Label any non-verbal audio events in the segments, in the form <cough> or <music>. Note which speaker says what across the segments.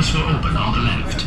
Speaker 1: on the left.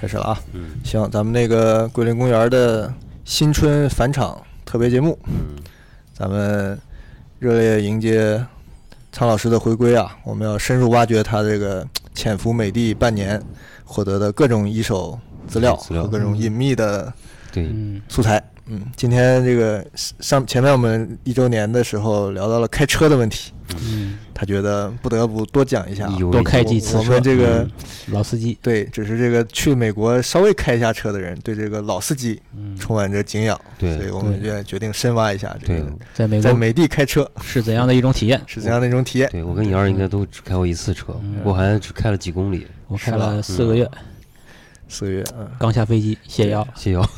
Speaker 2: 开始了啊。嗯，行，咱们那个桂林公园的新春返场特别节目，嗯，咱们热烈迎接苍老师的回归啊！我们要深入挖掘他这个潜伏美帝半年获得的各种一手资料
Speaker 3: 资料
Speaker 2: 和各种隐秘的
Speaker 3: 对，
Speaker 2: 素材。嗯，今天这个上前面我们一周年的时候聊到了开车的问题，嗯，他觉得不得不多讲一下啊，
Speaker 3: 意犹未
Speaker 4: 多开几次
Speaker 2: 我
Speaker 4: 车。
Speaker 2: 们这个
Speaker 4: 嗯老司机，
Speaker 2: 对，只是这个去美国稍微开一下车的人，对这个老司机充满着敬仰，
Speaker 3: 对
Speaker 2: 所以我们就决定深挖一下这
Speaker 3: 对
Speaker 2: 个
Speaker 4: 在美
Speaker 2: 在
Speaker 4: 国
Speaker 2: 美的开车
Speaker 4: 是怎样的一种体验？
Speaker 2: 是怎样的一种体验。
Speaker 3: 对，我跟你二应该都只开过一次车，我还只开了几公里。
Speaker 4: 我
Speaker 2: 是
Speaker 4: 开
Speaker 2: 吧
Speaker 4: 了四个月，
Speaker 2: 四个月，嗯，
Speaker 4: 刚下飞机，泻药。
Speaker 3: 谢谢啊。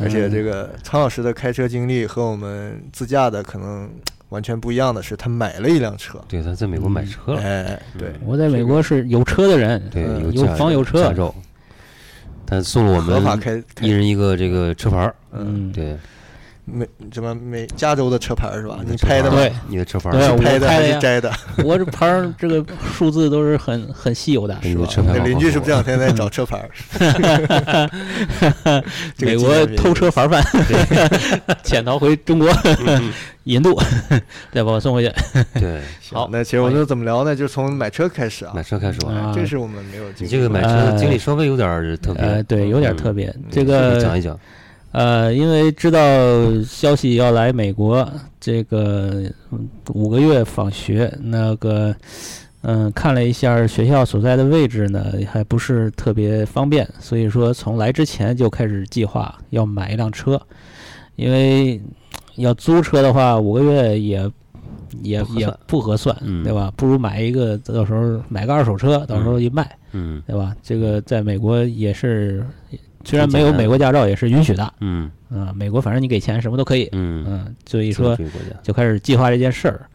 Speaker 2: 而且这个苍老师的开车经历和我们自驾的可能完全不一样的是，他买了一辆车，
Speaker 3: 对，他在美国买车了，
Speaker 2: 哎，对，
Speaker 4: 我在美国是有车的人，
Speaker 3: 对，
Speaker 2: 嗯
Speaker 3: 有
Speaker 4: 有
Speaker 3: 驾
Speaker 4: 房有车
Speaker 3: 驾照，他送了我
Speaker 2: 合法
Speaker 3: 们
Speaker 2: 开
Speaker 3: 一
Speaker 2: 开
Speaker 3: 人一个这个车牌儿，
Speaker 4: 嗯，
Speaker 3: 对，
Speaker 2: 美什么美加州的车牌是吧？
Speaker 3: 你的
Speaker 2: 啊你
Speaker 3: 车
Speaker 2: 拍的
Speaker 3: 牌
Speaker 2: 吗？
Speaker 4: 对，
Speaker 3: 你的车牌
Speaker 4: 对
Speaker 3: 儿，
Speaker 4: 我
Speaker 2: 拍的
Speaker 4: 拍
Speaker 2: 还
Speaker 4: 的
Speaker 2: 是
Speaker 4: 呀
Speaker 2: 摘的？
Speaker 4: 我这牌儿这个数字都是很很稀有的，
Speaker 3: 你的车
Speaker 2: 你
Speaker 4: <laughs>
Speaker 3: 牌
Speaker 2: 的
Speaker 3: 号
Speaker 2: 邻
Speaker 3: 码
Speaker 2: 居
Speaker 3: 和
Speaker 2: 是不是这
Speaker 3: 我
Speaker 2: 两天在找车牌？这个
Speaker 4: 美
Speaker 2: 纪
Speaker 4: 国
Speaker 2: 念日
Speaker 4: 偷车防范， <laughs> 潜逃回中国、 <laughs> 印度，再把我送回去。
Speaker 3: 对，
Speaker 2: 行
Speaker 4: 好
Speaker 2: 那其实我们怎么聊呢？就从买车开始啊
Speaker 3: 买。车开始玩。
Speaker 4: 啊
Speaker 2: 这是我们没有经
Speaker 3: 你
Speaker 2: 历
Speaker 3: 这个买车的经历稍微有点儿特别，
Speaker 4: 呃，对，有点
Speaker 3: 嗯
Speaker 4: 特别。
Speaker 2: 嗯
Speaker 4: 这
Speaker 3: 你
Speaker 4: 个
Speaker 3: 讲一讲。
Speaker 4: 呃，因为知道消息要来美国，这个嗯五个月访学，那个嗯、看了一下儿学校所在的位置呢，还不是特别方便，所以说从来之前就开始计划要买一辆车，因为要租车的话，五个月也。也
Speaker 3: 不合
Speaker 4: 也
Speaker 3: 算
Speaker 4: 不合算，
Speaker 3: 嗯
Speaker 4: 对吧？不如买一个，到时候买个二手车，到时候一卖，
Speaker 3: 嗯
Speaker 4: 对吧？这个在美国也是，虽然
Speaker 3: 挺
Speaker 4: 没
Speaker 3: 简
Speaker 4: 有
Speaker 3: 单
Speaker 4: 美国驾照，也是允许的。
Speaker 3: 嗯
Speaker 4: 啊、美国反正你给钱什么都可以，
Speaker 3: 嗯，
Speaker 4: 嗯，所以
Speaker 3: 你
Speaker 4: 说
Speaker 3: 这个国家，
Speaker 4: 就开始计划这件事儿。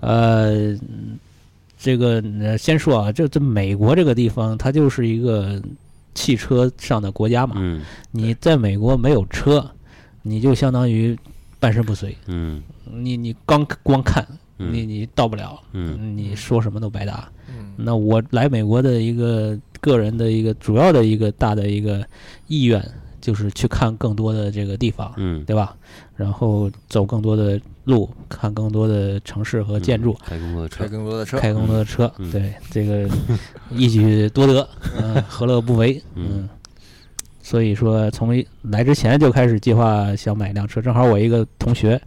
Speaker 4: 呃，这个呃先说啊，这这美国这个地方，它就是一个汽车上的国家嘛。
Speaker 3: 嗯
Speaker 4: 你在美国没有车，你就相当于半身不遂。
Speaker 3: 嗯
Speaker 4: 你你光光看，
Speaker 3: 嗯
Speaker 4: 你你到不了，
Speaker 3: 嗯
Speaker 4: 你说什么都白搭。
Speaker 2: 嗯
Speaker 4: 那我来美国的一个个人的一个主要的一个大的一个意愿，就是去看更多的这个地方。
Speaker 3: 嗯，
Speaker 4: 对吧？然后走更多的路，看更多的城市和建筑，
Speaker 3: 开更多的
Speaker 2: 开
Speaker 3: 车，
Speaker 2: 更多的车，
Speaker 4: 开更多的车，
Speaker 3: 嗯
Speaker 4: 对这个 <laughs> 一举
Speaker 3: <laughs>
Speaker 4: 多得，嗯、何乐不为？
Speaker 3: 嗯
Speaker 4: 嗯，所以说从一来之前就开始计划想买一辆车，正好我一个同学，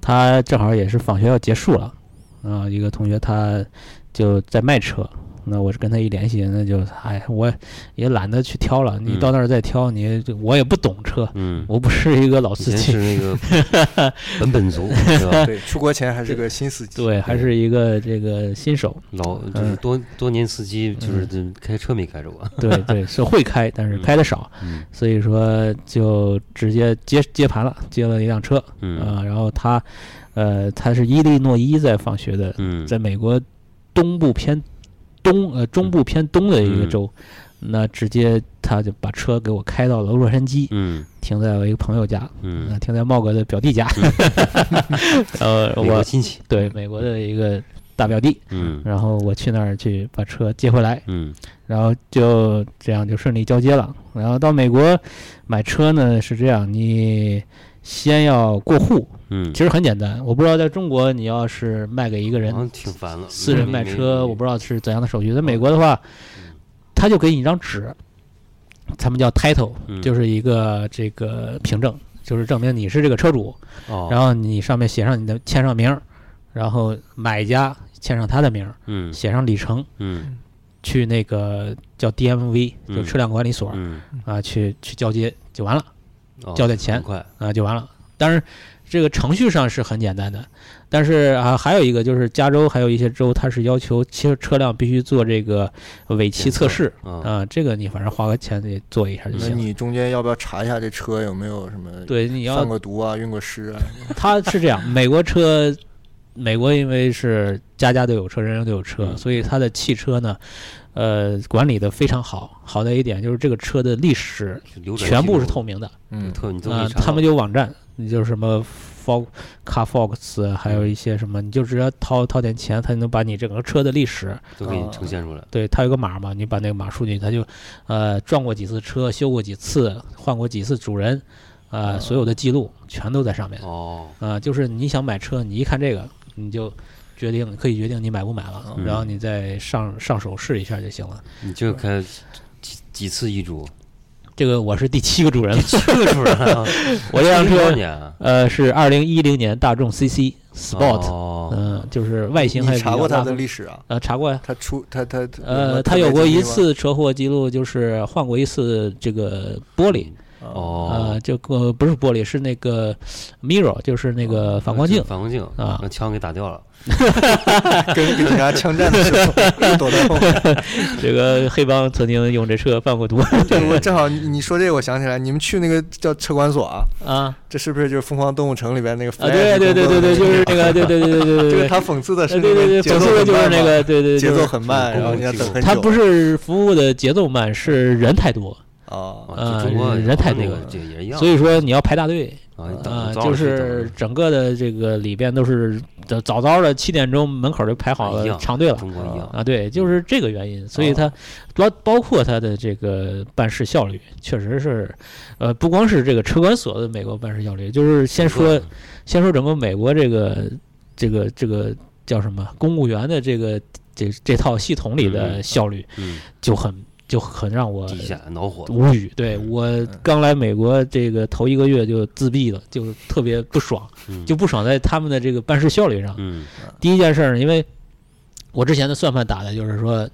Speaker 4: 他正好也是访学要结束了，啊、一个同学他就在卖车。那我是跟他一联系，那就哎，我也懒得去挑了。你
Speaker 3: 嗯
Speaker 4: 到那儿再挑，你我也不懂车，
Speaker 3: 嗯，
Speaker 4: 我不是一个老
Speaker 3: 以
Speaker 4: 司
Speaker 3: 前
Speaker 4: 机
Speaker 3: 是。那
Speaker 4: <laughs>
Speaker 3: 个本本族，对吧？
Speaker 2: 对，出国前还是个
Speaker 3: <laughs>
Speaker 2: 新司机。
Speaker 4: 对，还是一个这个新手，
Speaker 3: 老就是
Speaker 4: 嗯啊
Speaker 3: 多多年司机，就是这开车没开着过。
Speaker 4: 对 <laughs> 对，是会开，但是
Speaker 3: 嗯
Speaker 4: 开的少，
Speaker 3: <laughs> 嗯
Speaker 4: 所以说就直接接接盘了，接了一辆车啊、
Speaker 3: 嗯
Speaker 4: 然后他，呃，他是伊利诺伊在访学的，
Speaker 3: 嗯，
Speaker 4: 在美国东部偏东呃中部偏东的一个
Speaker 3: 嗯
Speaker 4: 州，那直接他就把车给我开到了洛杉矶，
Speaker 3: 嗯
Speaker 4: 停在我一个朋友家，
Speaker 3: 嗯
Speaker 4: <laughs> 呃，停在茂哥的表弟家，呃，
Speaker 3: 美国
Speaker 4: 我
Speaker 3: 亲戚，
Speaker 4: 对美国的一个大表弟，
Speaker 3: 嗯
Speaker 4: 然后我去那儿去把车接回来，
Speaker 3: 嗯
Speaker 4: 然后就这样就顺利交接了。然后到美国买车呢是这样，你先要过户， <laughs>
Speaker 3: 嗯，
Speaker 4: 其实很简单。我不知道在中国你要是卖给一个人
Speaker 3: 好像哦挺烦了。嗯
Speaker 4: 私人卖车，我不
Speaker 3: 知
Speaker 4: 知道是怎样的手
Speaker 3: 啊
Speaker 4: 续。在美国的话，
Speaker 3: 嗯
Speaker 4: 他就给你一张纸，他们叫 title，
Speaker 3: 嗯
Speaker 4: 就是一个这个凭证，就是证明你是这个车主。
Speaker 3: 道。哦，
Speaker 4: 然后你上面写上你的签上名儿，然后买家签上他的名儿，
Speaker 3: 嗯
Speaker 4: 写上里程，
Speaker 3: 嗯
Speaker 4: 去那个叫 DMV，
Speaker 3: 嗯
Speaker 4: 就车辆管理所
Speaker 3: 嗯，
Speaker 4: 啊，去去交接就完了
Speaker 3: 哦
Speaker 4: 交代钱
Speaker 3: 很快，
Speaker 4: 啊，就完了。当然，这个程序上是很简单的，但是啊，还有一个就是加州还有一些州，它是要求其实车辆必须做这个尾气测试
Speaker 3: 啊，
Speaker 4: 啊，这个你反正花个钱得做一下就
Speaker 2: 那
Speaker 4: 行了。
Speaker 2: 你中间要不要查一下这车有没有什么
Speaker 4: 对，你要
Speaker 2: 犯过毒啊、运过尸啊？
Speaker 4: 它
Speaker 3: <laughs>
Speaker 4: 是这样，美国车，美国因为是家家都有车，人人都有车，
Speaker 3: 嗯
Speaker 4: 所以它的汽车呢，呃，管理的非常好。好在一点就是这个车的历史
Speaker 3: 流转
Speaker 4: 全
Speaker 3: 记
Speaker 4: 部
Speaker 3: 录
Speaker 4: 是透明的
Speaker 2: 嗯，
Speaker 3: 特你都可
Speaker 4: 啊、
Speaker 3: 以查到
Speaker 4: 他们有网站，你就是什么 Fog、Car Fox，啊还有
Speaker 3: 嗯
Speaker 4: 一些什么，你就只要掏掏点钱，它就能把你整个车的历史，
Speaker 3: 都给你
Speaker 2: 啊
Speaker 3: 呈现出来。
Speaker 4: 对，它有个码嘛，你把那个码输进去，它就，呃，撞过几次车，修过几次，换过几次主人，呃，
Speaker 2: 啊
Speaker 4: 所有的记录全都在上面。
Speaker 3: 嗯哦，
Speaker 4: 啊、就是你想买车，你一看这个，你就决定可以决定你买不买了，
Speaker 3: 嗯
Speaker 4: 然后你再上上手试一下就行了。
Speaker 3: 你这开几几次易
Speaker 4: <laughs>
Speaker 3: 主？
Speaker 4: 这个我是第七个主
Speaker 3: <laughs>
Speaker 4: 人，
Speaker 3: 七个主人啊，
Speaker 4: <laughs> 我这辆
Speaker 3: 多少
Speaker 4: 车
Speaker 3: 年啊
Speaker 4: 呃是二零一零年大众 CC Sport，嗯、
Speaker 3: 哦，
Speaker 4: 就是外形还
Speaker 2: 你
Speaker 4: 是比
Speaker 2: 查
Speaker 4: 较
Speaker 2: 过
Speaker 4: 拉
Speaker 2: 他的
Speaker 4: 风
Speaker 2: 历史啊？
Speaker 4: 呃查过呀。
Speaker 2: 他出他他
Speaker 4: 呃，他
Speaker 2: 他
Speaker 4: 有过一次车祸记录，就是换过一次这个玻璃，
Speaker 2: 哦，
Speaker 4: 呃，
Speaker 3: 哦，
Speaker 4: 就呃不是玻璃，是那个 mirror，就是那
Speaker 3: 哦
Speaker 4: 个反光镜。
Speaker 3: 反光镜
Speaker 4: 啊
Speaker 3: 让枪给打掉了。
Speaker 2: <laughs> 跟跟警察枪战的时候躲在后
Speaker 4: <laughs>
Speaker 2: 面。
Speaker 4: 这个黑帮曾经用这车犯过毒
Speaker 2: 对，我正好你你说这个，我想起来，你们去那个叫车管所啊，
Speaker 4: 啊
Speaker 2: <laughs> 这是不是就是《疯狂动物城》里边那个？
Speaker 4: 啊！对对对对对，就是。那个，对对对对对对
Speaker 2: <laughs> 这
Speaker 4: 对
Speaker 2: 个。他讽刺的是
Speaker 4: 哎，
Speaker 2: 那
Speaker 4: 对对对，
Speaker 2: 个节
Speaker 4: 讽
Speaker 2: 奏
Speaker 4: 刺的就是
Speaker 2: 很慢
Speaker 4: 那
Speaker 2: 嘛
Speaker 4: 个，对对对，
Speaker 2: 节
Speaker 4: 就是
Speaker 2: 奏很慢，
Speaker 3: 就是
Speaker 2: 然后你要等很久。
Speaker 4: 它不是服务的节奏慢，是人太多，
Speaker 2: 啊，
Speaker 3: 啊，
Speaker 4: 呃
Speaker 3: 就中国
Speaker 4: 人太
Speaker 3: 那
Speaker 4: 多
Speaker 3: 个这也一样，
Speaker 4: 所以说你要排大队
Speaker 3: 啊，你
Speaker 4: 啊、
Speaker 3: 等早晚
Speaker 4: 就是整个的这个里边都是早早早的七点钟门口就排
Speaker 3: 哎
Speaker 4: 好
Speaker 3: 哦一
Speaker 4: 了
Speaker 3: 样
Speaker 4: 长队
Speaker 3: 等
Speaker 4: 了。
Speaker 3: 中国一样，
Speaker 4: 啊，对，就是这个原因，所以它包包括它的这个办事效率，确实是，呃，不光是这个车管所的美国办事效率，就是先说先说整个美国这个这个这个叫什么公务员的这个这这套系统里
Speaker 3: 嗯嗯
Speaker 4: 的效率
Speaker 3: 嗯，
Speaker 4: 就很就很让我
Speaker 3: 地下恼火，
Speaker 4: 无语。对
Speaker 3: 嗯
Speaker 4: 我刚来美国这个头一个月就自闭了，就特别不爽，
Speaker 3: 嗯
Speaker 4: 就不爽在他们的这个办事效率上。
Speaker 3: 嗯
Speaker 4: 第一件事儿，因为我之前的算盘打的就是说，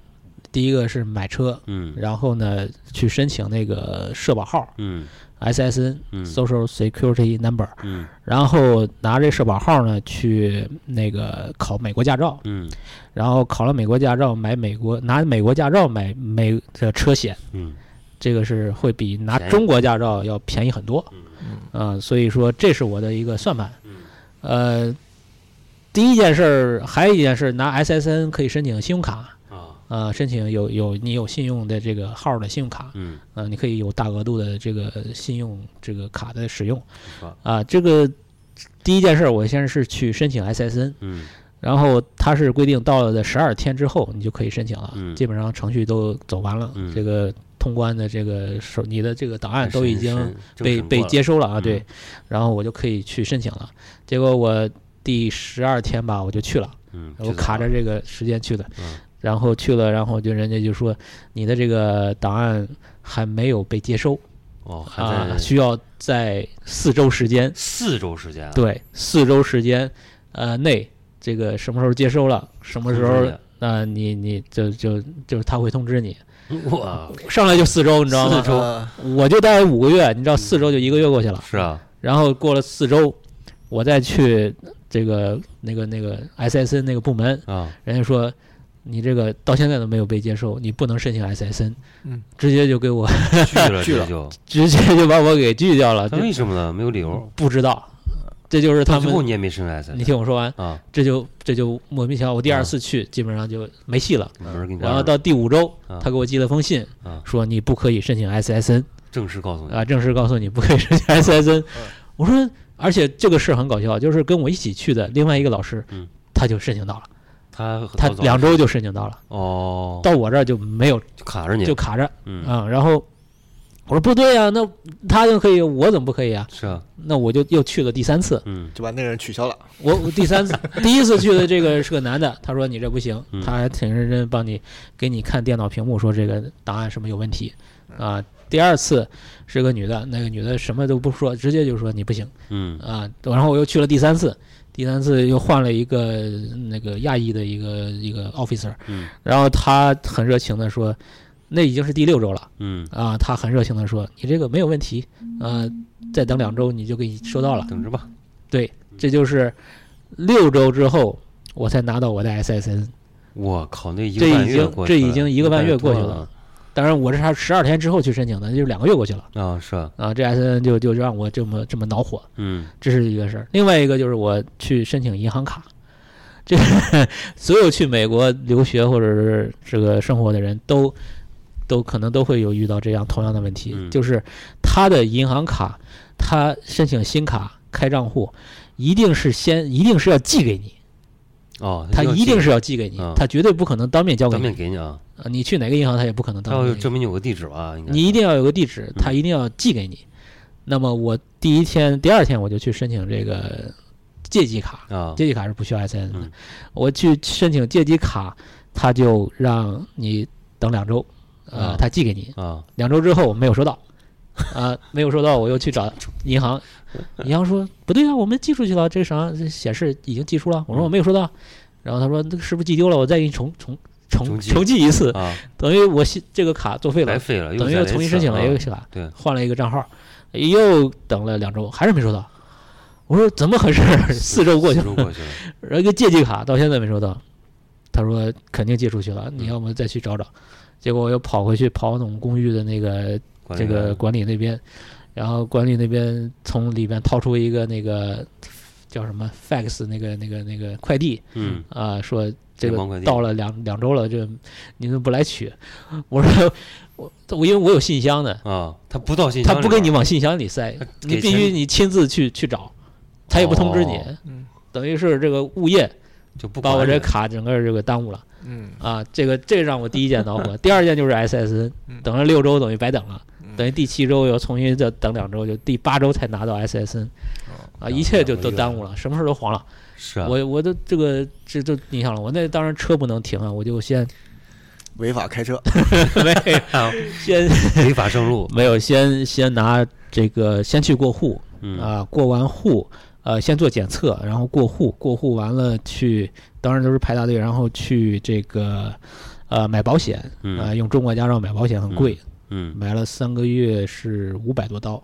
Speaker 4: 第一个是买车，
Speaker 3: 嗯
Speaker 4: 然后呢去申请那个社保号
Speaker 3: 嗯
Speaker 4: SSN <laughs>
Speaker 3: 嗯
Speaker 4: Social Security Number，
Speaker 3: 嗯
Speaker 4: 然后拿这社保号呢去那个考美国驾照，
Speaker 3: 嗯
Speaker 4: 然后考了美国驾照买美国拿美国驾照买美的车险，
Speaker 3: 嗯
Speaker 4: 这个是会比拿
Speaker 3: 便宜
Speaker 4: 中国驾照要便宜很多。嗯，所以说这是我的一个算盘。
Speaker 3: 嗯
Speaker 4: 呃，第一件事儿，还有一件事儿，拿 SSN 可以申请信用卡，
Speaker 3: 啊
Speaker 4: 呃，申请有有你有信用的这个号儿的信用卡，
Speaker 3: 嗯
Speaker 4: 呃，你可以有大额度的这个信用这个卡的使用
Speaker 3: 啊，
Speaker 4: 啊、这个第一件事儿，我先是去申请 SSN，
Speaker 3: 嗯
Speaker 4: 然后它是规定到了的十二天之后，你就可以申请了，
Speaker 3: 嗯
Speaker 4: 基本上程序都走完了，
Speaker 3: 嗯
Speaker 4: 这个通关的这个手，你的这个档案都已经
Speaker 3: 审审
Speaker 4: 被
Speaker 3: 正审
Speaker 4: 被
Speaker 3: 过了
Speaker 4: 接收了啊，
Speaker 3: 嗯
Speaker 4: 对，然后我就可以去申请了。结果我第十二天吧，我就去了，
Speaker 3: 嗯
Speaker 4: 我卡着这个时间去的
Speaker 3: 嗯，
Speaker 4: 然后去了，然后就人家就说你的这个档案还没有被接收
Speaker 3: 哦还
Speaker 4: 啊，
Speaker 3: 在
Speaker 4: 需要在四周时间，
Speaker 3: 四周时间啊
Speaker 4: 对，四周时间呃内，这个什么时候接收了，什么时候那、你你就就就是他会通知你， <laughs>
Speaker 3: 哇
Speaker 4: 上来就四周，你知道吗
Speaker 3: 四？周
Speaker 2: 啊
Speaker 4: 我就待五个月，你知道四周就一个月过去了。
Speaker 3: 是啊
Speaker 4: 然后过了四周，我再去这个那个那个 SSN 那个部门， <laughs>
Speaker 3: 啊
Speaker 4: 人家说你这个到现在都没有被接收，你不能申请 SSN，
Speaker 2: 嗯，
Speaker 4: 直接就给我 <laughs>
Speaker 3: 拒了
Speaker 2: 拒
Speaker 3: 这
Speaker 2: 了
Speaker 3: 就
Speaker 4: 直接就把我给拒掉了，
Speaker 3: 他
Speaker 4: 就
Speaker 3: 为什么呢没有理由
Speaker 4: 不知道，这就是他
Speaker 3: 到最后
Speaker 4: 们。
Speaker 3: 你也没生孩子
Speaker 4: 你听我说完，
Speaker 3: 啊
Speaker 4: 这就这就莫名其妙。我第
Speaker 3: 啊
Speaker 4: 二次去，基本上就没戏了。
Speaker 3: 没人给你
Speaker 4: 嗯然后到第五周
Speaker 3: 啊，
Speaker 4: 他给我寄了封信
Speaker 3: 啊，
Speaker 4: 说你不可以申请 SSN
Speaker 3: 正式告诉你
Speaker 4: 啊，正式告诉你不可以申请 SSN。我
Speaker 3: 嗯
Speaker 4: 说，而且这个事儿很搞笑，就是跟我一起去的另外一个老师
Speaker 3: 嗯，
Speaker 4: 他就申请到了，
Speaker 3: 他很
Speaker 4: 他
Speaker 3: 早
Speaker 4: 两周就申请到了，
Speaker 3: 哦，
Speaker 4: 到我这儿就没有，
Speaker 3: 就卡着你，
Speaker 4: 就卡着
Speaker 3: 嗯，
Speaker 4: 啊、然后我说不对啊，那他就可以，我怎么不可以啊？
Speaker 3: 是啊，
Speaker 4: 那我就又去了第三次，
Speaker 3: 嗯
Speaker 2: 就把那个人取消了。
Speaker 4: 我我第三次第一次去的这个是个男的，他说你这不行
Speaker 3: 嗯，
Speaker 4: 他还挺认真帮你给你看电脑屏幕，说这个档案什么有问题啊。第二次是个女的，那个女的什么都不说，直接就说你不行
Speaker 3: 嗯
Speaker 4: 啊。然后我又去了第三次，第三次又换了一个那个亚裔的一个一个 officer，
Speaker 3: 嗯
Speaker 4: 然后他很热情的说，那已经是第六周了
Speaker 3: 嗯，
Speaker 4: 啊，他很热情的说你这个没有问题，啊，再等两周你就给你收到了。
Speaker 3: 等着吧，
Speaker 4: 这就是六周之后我才拿到我的 SSN。
Speaker 3: 我靠，那一
Speaker 4: 这
Speaker 3: 个半
Speaker 4: 已
Speaker 3: 月
Speaker 4: 经
Speaker 3: 过去
Speaker 4: 这
Speaker 3: 了，
Speaker 4: 已经一个半月
Speaker 3: 多
Speaker 4: 过去了当然，我这是十二天之后去申请的，就是两个月过去了
Speaker 3: 啊，是啊，
Speaker 4: 啊。这 SSN 就就让我这么这么恼火，
Speaker 3: 嗯
Speaker 4: 这是一个事儿。另外一个就是我去申请银行卡，这个 <laughs> 所有去美国留学或者是这个生活的人都都可能都会有遇到这样同样的问题，
Speaker 3: 嗯
Speaker 4: 就是他的银行卡，他申请新卡开账户，一定是先一定是要寄给你。
Speaker 3: 哦，
Speaker 4: 他
Speaker 3: 要
Speaker 4: 一定
Speaker 3: 寄
Speaker 4: 是要寄给你
Speaker 3: 嗯，
Speaker 4: 他绝对不可能当面交给
Speaker 3: 当
Speaker 4: 你
Speaker 3: 面。给你啊，
Speaker 4: 啊你去哪个银行，他也不可能
Speaker 3: 他
Speaker 4: 当
Speaker 3: 要
Speaker 4: 面
Speaker 3: 有
Speaker 4: 给
Speaker 3: 证明有个地址吧，应该
Speaker 4: 你。你一定要有个地址，
Speaker 3: 嗯
Speaker 4: 他一定要寄给你。那么我第一天、第二天我就去申请这个借记卡，
Speaker 3: 啊，
Speaker 4: 借记卡是不需要 SN 的
Speaker 3: 嗯。
Speaker 4: 我去申请借记卡，他就让你等两周，
Speaker 3: 啊
Speaker 4: 呃，他寄给你。
Speaker 3: 啊，
Speaker 4: 两周之后我没有收到，啊，没有收到，我又去找银行，银行说不对啊，我们寄出去了，这啥这显示已经寄出了。我说我没有收到，然后他说那个是不是寄丢了？我再给你重重
Speaker 3: 重
Speaker 4: 重
Speaker 3: 寄
Speaker 4: 重寄一次，
Speaker 3: 啊，
Speaker 4: 等于我新这个卡作废
Speaker 3: 白
Speaker 4: 了，
Speaker 3: 费了，
Speaker 4: 等
Speaker 3: 再
Speaker 4: 于
Speaker 3: 来
Speaker 4: 又
Speaker 3: 一
Speaker 4: 重新
Speaker 3: 次
Speaker 4: 申请了
Speaker 3: <laughs>
Speaker 4: 一
Speaker 3: 啊
Speaker 4: 个卡，
Speaker 3: 对
Speaker 4: 换了一个账号，又等了两周，还是没收到。我说怎么回事儿？四周过去
Speaker 3: 四
Speaker 4: 了
Speaker 3: 周，过去
Speaker 4: <laughs>
Speaker 3: 了，
Speaker 4: 然后一个借记卡到现在没收到，他说肯定寄出去了，
Speaker 3: 嗯
Speaker 4: 你要么再去找找。结果我又跑回去跑我们公寓的那个
Speaker 3: 管
Speaker 4: 这
Speaker 3: 理
Speaker 4: 个
Speaker 3: 员
Speaker 4: 管理那边，然后管理那边从里边掏出一个那个叫什么 fax 那个那个那个快递
Speaker 3: 嗯，
Speaker 4: 啊、说这
Speaker 3: 联邦快递
Speaker 4: 个到了两两周了，这你怎么不来取？我说我我因为我有信箱的，
Speaker 3: 啊，他不到信
Speaker 4: 他
Speaker 3: 箱
Speaker 4: 不
Speaker 3: 里
Speaker 4: 给你
Speaker 3: 边
Speaker 4: 往信箱里塞
Speaker 3: 他，
Speaker 4: 你
Speaker 3: 啊给
Speaker 4: 必
Speaker 3: 钱
Speaker 4: 须你亲自去去找，他也不通知你，
Speaker 3: 哦
Speaker 2: 嗯
Speaker 4: 等于是这个物业
Speaker 3: 就不
Speaker 4: 把
Speaker 3: 管
Speaker 4: 我这
Speaker 3: 你
Speaker 4: 卡整个这个耽误了
Speaker 2: 嗯
Speaker 4: 啊！这个这让我第一件恼火，第二件就是 SSN，
Speaker 2: 嗯
Speaker 4: 等了六周等于白等了。
Speaker 2: 嗯
Speaker 4: 等于第七周又重新再等两周，就第八周才拿到 SSN，啊，
Speaker 3: 哦
Speaker 4: 一切就都耽误了，什么事都黄了。
Speaker 3: 是啊，
Speaker 4: 我我的这个这就你想了，我那当然车不能停啊，我
Speaker 3: <laughs>
Speaker 4: 就先
Speaker 2: 违法开车，
Speaker 4: 没有 <laughs>
Speaker 3: <laughs>
Speaker 4: 先
Speaker 3: 啊违法上路，
Speaker 4: 没有先先拿这个先去过户
Speaker 3: 嗯
Speaker 4: 啊，过完户呃先做检测，然后过户，过户完了去，当然都是排大队，然后去这个呃买保险啊、
Speaker 3: 嗯
Speaker 4: 用中国驾照买保险很贵，
Speaker 3: 嗯
Speaker 4: 买了三个月是五百多刀。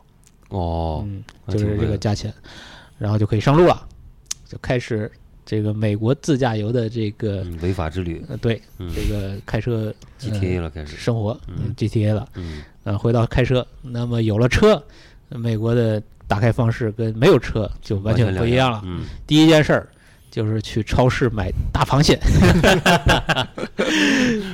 Speaker 3: 哦，
Speaker 4: 嗯，
Speaker 3: 还
Speaker 4: 就
Speaker 3: 挺
Speaker 4: 是
Speaker 3: 贵
Speaker 4: 这个
Speaker 3: 的
Speaker 4: 价钱，然后就可以上路了，就开始这个美国自驾游的这个、
Speaker 3: 嗯违法之旅
Speaker 4: 呃对
Speaker 3: 嗯
Speaker 4: 这个开车、呃
Speaker 3: GTA 了开始，
Speaker 4: 生活
Speaker 3: 嗯
Speaker 4: GTA 了，
Speaker 3: 嗯
Speaker 4: 呃，回到开车，那么有了车，美国的打开方式跟没有车就完全不
Speaker 3: 两
Speaker 4: 一样了。
Speaker 3: 嗯
Speaker 4: 第一件事儿就是去超市买大
Speaker 3: <laughs>
Speaker 4: 螃蟹，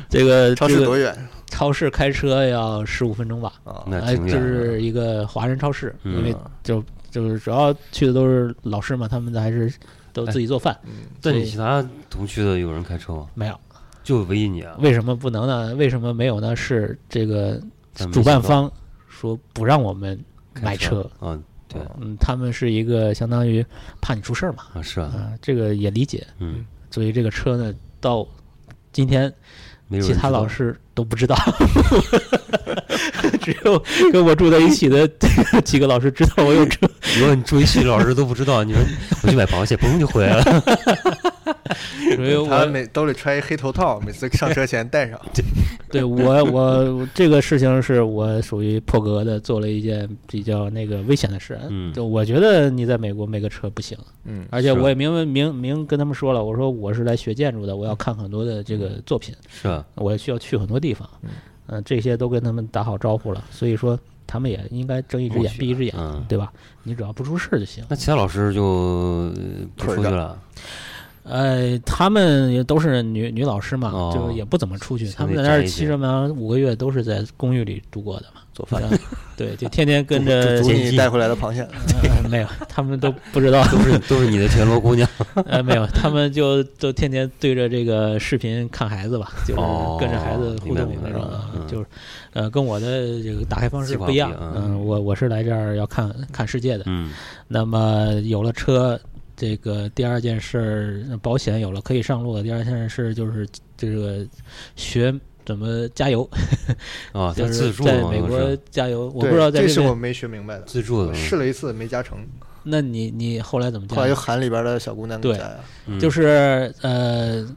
Speaker 4: 这个
Speaker 2: 超
Speaker 4: 这
Speaker 2: 市
Speaker 4: 个
Speaker 2: 多远
Speaker 4: 超市开车要十五分钟吧，
Speaker 2: 啊？
Speaker 3: 那
Speaker 4: 呃，
Speaker 3: 挺远
Speaker 4: 就
Speaker 3: 的嗯
Speaker 4: 是一个华人超市，因为
Speaker 2: 啊
Speaker 4: 就是主要去的都是老师嘛，他们还是都
Speaker 3: 哎
Speaker 4: 自己做饭，
Speaker 2: 嗯
Speaker 3: 但
Speaker 4: 所
Speaker 3: 你
Speaker 4: 以
Speaker 3: 其他同区的有人开车啊吗？
Speaker 4: 没有。
Speaker 3: 就唯一你啊，
Speaker 4: 为什么不能呢？为什么没有呢？是这个
Speaker 3: 咱们
Speaker 4: 主办
Speaker 3: 没想到
Speaker 4: 方说不让我们
Speaker 3: 开
Speaker 4: 买
Speaker 3: 车
Speaker 4: 车，
Speaker 3: 啊，对
Speaker 4: 嗯，他们是一个相当于怕你出事儿嘛，
Speaker 3: 啊是啊，
Speaker 4: 啊，这个也理解。
Speaker 3: 嗯，
Speaker 4: 所以这个车呢，到今天
Speaker 3: 没有
Speaker 4: 其
Speaker 3: 人
Speaker 4: 他
Speaker 3: 知道 <laughs>
Speaker 4: 老师都不知道， <laughs> 只有跟我住在一起的 <laughs> 这个几个老师知道我有车。
Speaker 3: 如果你住一区老师都不知道，你说我去买螃蟹，嘣就回来
Speaker 4: <laughs>
Speaker 3: 了，
Speaker 4: 所以
Speaker 2: 他
Speaker 4: 我
Speaker 2: 每兜里揣一黑头套，每次上车前戴
Speaker 4: <laughs>
Speaker 2: 上。
Speaker 3: <laughs>
Speaker 4: 对我我这个事情是我属于破格的，做了一件比较那个危险的事。
Speaker 3: 嗯
Speaker 4: 就我觉得你在美国没个车不行，
Speaker 2: 嗯
Speaker 4: 而且
Speaker 3: 是啊
Speaker 4: 我也明明明跟他们说了，我说我是来学建筑的，我要看很多的这个作品，
Speaker 3: 是啊，
Speaker 4: 我需要去很多地方，
Speaker 2: 嗯
Speaker 4: 嗯、这些都跟他们打好招呼了，所以说他们也应该睁一只
Speaker 3: 默
Speaker 4: 眼
Speaker 3: 许
Speaker 4: 闭一只眼，
Speaker 3: 嗯
Speaker 4: 对吧？你只要不出事儿就行。
Speaker 3: 那其他老师就呃不
Speaker 2: 腿儿
Speaker 3: 出去
Speaker 2: 大
Speaker 3: 了，
Speaker 4: 呃，他们也都是女女老师嘛，
Speaker 3: 哦
Speaker 4: 就是也不怎么出去。
Speaker 3: 相
Speaker 4: 他们
Speaker 3: 对
Speaker 4: 在那儿
Speaker 3: 宅一些
Speaker 4: 七十满五个月都是在公寓里度过的嘛，做饭。对，就天天跟着
Speaker 3: <laughs>
Speaker 2: 阻阻
Speaker 3: 剪辑
Speaker 2: 你带回来的螃蟹，
Speaker 4: 呃没有，他们都
Speaker 3: <laughs>
Speaker 4: 不知道，
Speaker 3: 都是都是你的田螺姑
Speaker 4: <laughs>
Speaker 3: 娘。
Speaker 4: 呃，没有，他们就都天天对着这个视频看孩子吧，就是
Speaker 3: 哦
Speaker 4: 跟着孩子互
Speaker 3: 明白
Speaker 4: 动
Speaker 3: 明白
Speaker 4: 那种的
Speaker 3: 嗯，嗯
Speaker 4: 就是呃，跟我的这个打开方式
Speaker 3: 计划
Speaker 4: 不一样
Speaker 3: 不一样。嗯
Speaker 4: 嗯，我我是来这儿要看看世界的。
Speaker 3: 嗯
Speaker 4: 那么有了车，这个第二件事儿，保险有了可以上路的第二件事就是这个学怎么加油，
Speaker 3: 啊，
Speaker 4: 就
Speaker 3: 他自
Speaker 4: 是
Speaker 3: 助
Speaker 4: 在
Speaker 3: 嘛，
Speaker 4: 美
Speaker 3: 都
Speaker 4: 国
Speaker 3: 是
Speaker 4: 加油。 <laughs> 我不
Speaker 2: 对
Speaker 4: 知道在
Speaker 2: 这是
Speaker 4: 边嗯
Speaker 2: 我，没学明
Speaker 4: <laughs>
Speaker 2: 白的。
Speaker 3: 自助的。
Speaker 2: 试了一次没加成，
Speaker 4: 那你你后来怎么加
Speaker 2: 后来
Speaker 4: 油
Speaker 2: 就？喊里边的小姑娘给
Speaker 4: 对
Speaker 2: 加呀。
Speaker 3: 嗯
Speaker 4: 就是呃，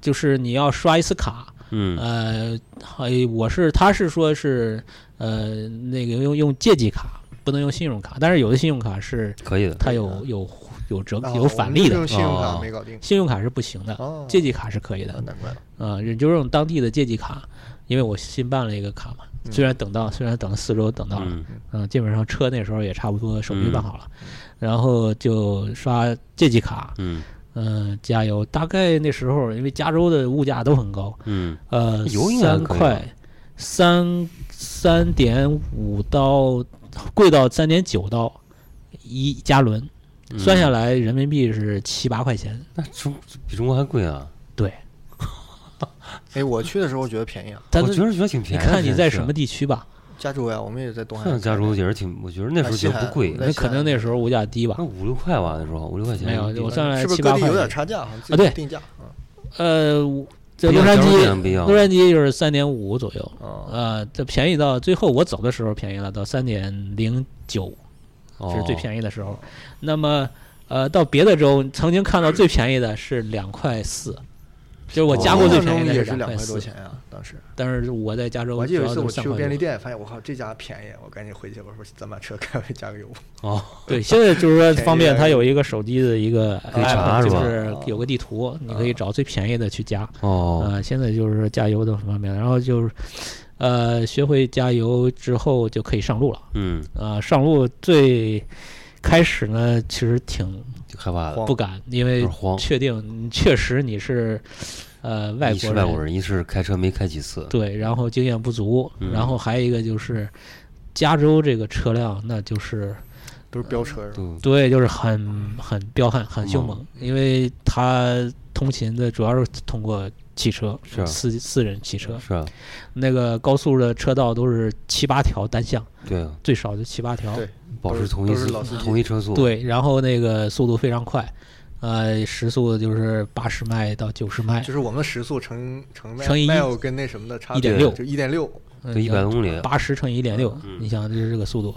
Speaker 4: 就是你要刷一次卡。
Speaker 3: 嗯
Speaker 4: 呃，好，我是他是说是呃那个用用借记卡，不能用信用卡，但是有的信用卡是
Speaker 3: 可以的。嗯
Speaker 4: 它有有有折
Speaker 2: 啊
Speaker 4: 有返利
Speaker 2: 我
Speaker 4: 的
Speaker 2: 们，是用信用
Speaker 3: 哦
Speaker 2: 卡没搞定。
Speaker 4: 信用卡是不行的，
Speaker 2: 哦，
Speaker 4: 借记卡是可以的
Speaker 3: 嗯
Speaker 2: 啊难怪了。
Speaker 4: 啊，也就是用当地的借记卡，因为我新办了一个卡嘛，
Speaker 2: 嗯
Speaker 4: 虽然等到虽然等了四周等到了，
Speaker 3: 嗯
Speaker 4: 嗯，基本上车那时候也差不多手续办好了，然后就刷借记卡，
Speaker 3: 嗯
Speaker 4: 嗯，加油，大概那时候因为加州的物价都很高，
Speaker 3: 嗯
Speaker 4: 呃，
Speaker 3: 油应该
Speaker 4: 三
Speaker 3: 可以吧
Speaker 4: 块，三三点五刀，贵到三点九刀一加仑，
Speaker 3: 嗯，
Speaker 4: 算下来人民币是七八块钱。
Speaker 3: 那中比中国还贵啊！
Speaker 4: 对，
Speaker 2: 哎，我去的时候觉得便宜啊，
Speaker 4: 但
Speaker 3: 我
Speaker 4: 是
Speaker 3: 觉得觉得挺
Speaker 4: 你
Speaker 3: 便宜的。
Speaker 4: 看你
Speaker 3: 真
Speaker 4: 在
Speaker 3: 是
Speaker 4: 什么地区吧，
Speaker 2: 加州呀，我们也在东海
Speaker 3: 看
Speaker 2: 岸。
Speaker 3: 加州也是挺，我觉得那时候觉得不贵，
Speaker 2: 在
Speaker 4: 那啊
Speaker 2: 西
Speaker 4: 可能
Speaker 2: 安
Speaker 4: 那时候物价低吧
Speaker 3: 那。五六块吧，那时候五六块钱。
Speaker 4: 没有我算下来
Speaker 2: 是不
Speaker 4: 七
Speaker 2: 是
Speaker 4: 八
Speaker 2: 各地
Speaker 4: 块
Speaker 2: 有点
Speaker 4: 钱
Speaker 2: 差价好像自己
Speaker 4: 啊对
Speaker 2: 定价啊？
Speaker 4: 呃，我这
Speaker 3: 不一
Speaker 4: 洛
Speaker 3: 样
Speaker 4: 杉
Speaker 3: 加州点不一
Speaker 4: 矶，
Speaker 3: 样
Speaker 4: 洛杉矶就是三点五左右。
Speaker 2: 哦，
Speaker 4: 呃，这便宜到最后我走的时候便宜了，到三点零九是最
Speaker 3: 宜。
Speaker 4: 便宜的时候。那么，呃，到别的州曾经看到最便宜的是两块四，就是我加
Speaker 3: 加
Speaker 4: 过
Speaker 3: 过
Speaker 4: 最
Speaker 2: 印象
Speaker 4: 便宜
Speaker 2: 中
Speaker 4: 的
Speaker 2: 也
Speaker 4: 是
Speaker 2: 两
Speaker 4: 块
Speaker 2: 多
Speaker 4: 四，
Speaker 2: 钱啊，当时。
Speaker 4: 但是我在加州
Speaker 2: 我还记得有一
Speaker 4: 主
Speaker 2: 次
Speaker 4: 要
Speaker 2: 我
Speaker 4: 都是
Speaker 2: 去
Speaker 4: 3块
Speaker 2: 便利
Speaker 4: 多。
Speaker 2: 店，发现我靠这家便宜，我赶紧回去，我说咱把车开回家个油。
Speaker 3: 哦，
Speaker 4: 对，现在就是说
Speaker 2: 便宜
Speaker 4: 方便，它有一个手机的一个
Speaker 3: 可以查
Speaker 4: app，
Speaker 3: 是
Speaker 4: 就
Speaker 3: 吧
Speaker 4: 是有个地图，你可以找最便宜的去加。
Speaker 3: 哦，
Speaker 4: 啊，现在就是加油都很方便，然后就是，呃，学会加油之后就可以上路了。
Speaker 3: 嗯，
Speaker 4: 啊，上路最开始呢，其实挺
Speaker 3: 就害怕了，
Speaker 4: 不敢，因为
Speaker 3: 有点慌。
Speaker 4: 确定，确实你是呃外
Speaker 3: 一
Speaker 4: 国
Speaker 3: 是
Speaker 4: 人，
Speaker 3: 外国人，一是开车没开几次。
Speaker 4: 对，然后经验不足，
Speaker 3: 嗯
Speaker 4: 然后还有一个就是加州这个车辆，那就是
Speaker 2: 都是飙车是吧？
Speaker 3: 对，
Speaker 4: 对，就是很很彪悍，很凶
Speaker 3: 猛
Speaker 4: 猛，因为它通勤的主要是通过汽车，
Speaker 3: 是啊
Speaker 4: 私私人汽车，
Speaker 3: 是啊，
Speaker 4: 那个高速的车道都是七八条单向，
Speaker 3: 对啊，
Speaker 4: 最少就七八条，
Speaker 2: 对
Speaker 3: 保
Speaker 2: 都
Speaker 3: 持
Speaker 2: 是
Speaker 3: 同一
Speaker 2: 都是
Speaker 3: 速
Speaker 2: 老司机
Speaker 3: 同一车速。，
Speaker 4: 对，然后那个速度非常快。呃，时速就是八十迈到九十迈
Speaker 2: 就，是我们时速乘乘
Speaker 4: 乘以一
Speaker 2: mile 跟那什么的差别
Speaker 3: 1.6
Speaker 2: 就一点六，
Speaker 4: 嗯
Speaker 3: 就一百公里。
Speaker 4: 八十乘以一点六
Speaker 3: 嗯，
Speaker 4: 你想这是这个速度，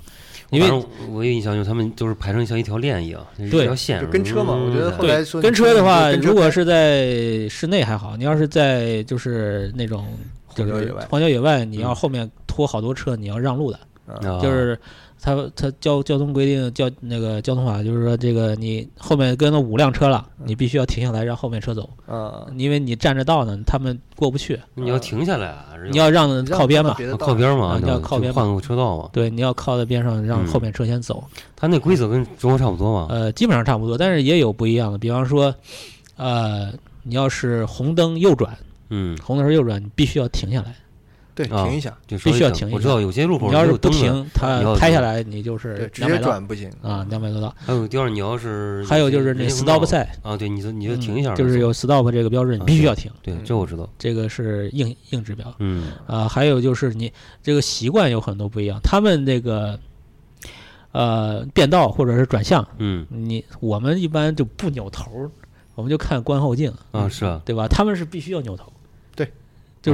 Speaker 3: 我
Speaker 4: 因为
Speaker 3: 反正我有印象，就是他们就是排成像一条链一样，就是一
Speaker 4: 对
Speaker 3: 条线，
Speaker 2: 就跟车嘛我觉得
Speaker 3: 嗯
Speaker 2: 后来说
Speaker 4: 跟
Speaker 2: 你
Speaker 4: 车的话，
Speaker 2: 跟车
Speaker 4: 如果是在室内还好，你要是在就是那种就
Speaker 2: 荒郊野
Speaker 4: 是
Speaker 2: 外
Speaker 4: 荒郊野外，你要
Speaker 3: 嗯
Speaker 4: 后面拖好多车，你要让路的，
Speaker 3: 啊
Speaker 4: 就是他他交交通规定交那个交通法就是说这个你后面跟了五辆车了，
Speaker 2: 嗯
Speaker 4: 你必须要停下来让后面车走，
Speaker 2: 啊，
Speaker 4: 因为你占着道呢，他们过不去，
Speaker 3: 你要停下来啊，
Speaker 4: 你要让
Speaker 2: 你让
Speaker 4: 靠边
Speaker 2: 他到
Speaker 4: 嘛，
Speaker 2: 别
Speaker 3: 要
Speaker 2: 的道
Speaker 3: 靠边嘛，
Speaker 4: 啊
Speaker 3: 就
Speaker 4: 要靠边
Speaker 3: 就换个车道嘛。
Speaker 4: 对，你要靠在边上让
Speaker 3: 嗯
Speaker 4: 后面车先走。
Speaker 3: 他那规则跟中国差不多嘛。
Speaker 4: 呃，基本上差不多，但是也有不一样的。比方说，呃，你要是红灯右转，
Speaker 3: 嗯，
Speaker 4: 红灯时候右转，你必须要停下来。
Speaker 2: 对
Speaker 3: 啊
Speaker 2: 停一下，
Speaker 3: 就稍微
Speaker 4: 必须要
Speaker 3: 等
Speaker 4: 停一
Speaker 3: 我知道有些路口
Speaker 4: 你要
Speaker 3: 没
Speaker 4: 是
Speaker 3: 有
Speaker 4: 不
Speaker 3: 灯的，
Speaker 4: 停，
Speaker 3: 你要
Speaker 4: 它拍下来你就
Speaker 2: 对
Speaker 4: 是
Speaker 2: 直
Speaker 4: 两
Speaker 2: 接
Speaker 4: 百多
Speaker 2: 转不行
Speaker 4: 啊，两百多道。
Speaker 3: 还有第二，你要是
Speaker 4: 还有就是那
Speaker 3: 人行道
Speaker 4: stop 赛，
Speaker 3: 啊，对，你就你
Speaker 4: 你
Speaker 3: 就停一下儿再走，
Speaker 4: 嗯就是有 stop 这个标志，你
Speaker 3: 啊
Speaker 4: 必须要停，
Speaker 3: 对，
Speaker 2: 嗯
Speaker 3: 这我知道，
Speaker 4: 这个是硬硬指标
Speaker 3: 嗯
Speaker 4: 啊。还有就是你这个习惯有很多不一样，他们那个呃变道或者是转向，
Speaker 3: 嗯
Speaker 4: 你我们一般就不扭头，我们就看观后镜。
Speaker 3: 啊是啊，
Speaker 4: 对吧？他们是必须要扭头，
Speaker 2: 对，
Speaker 4: 就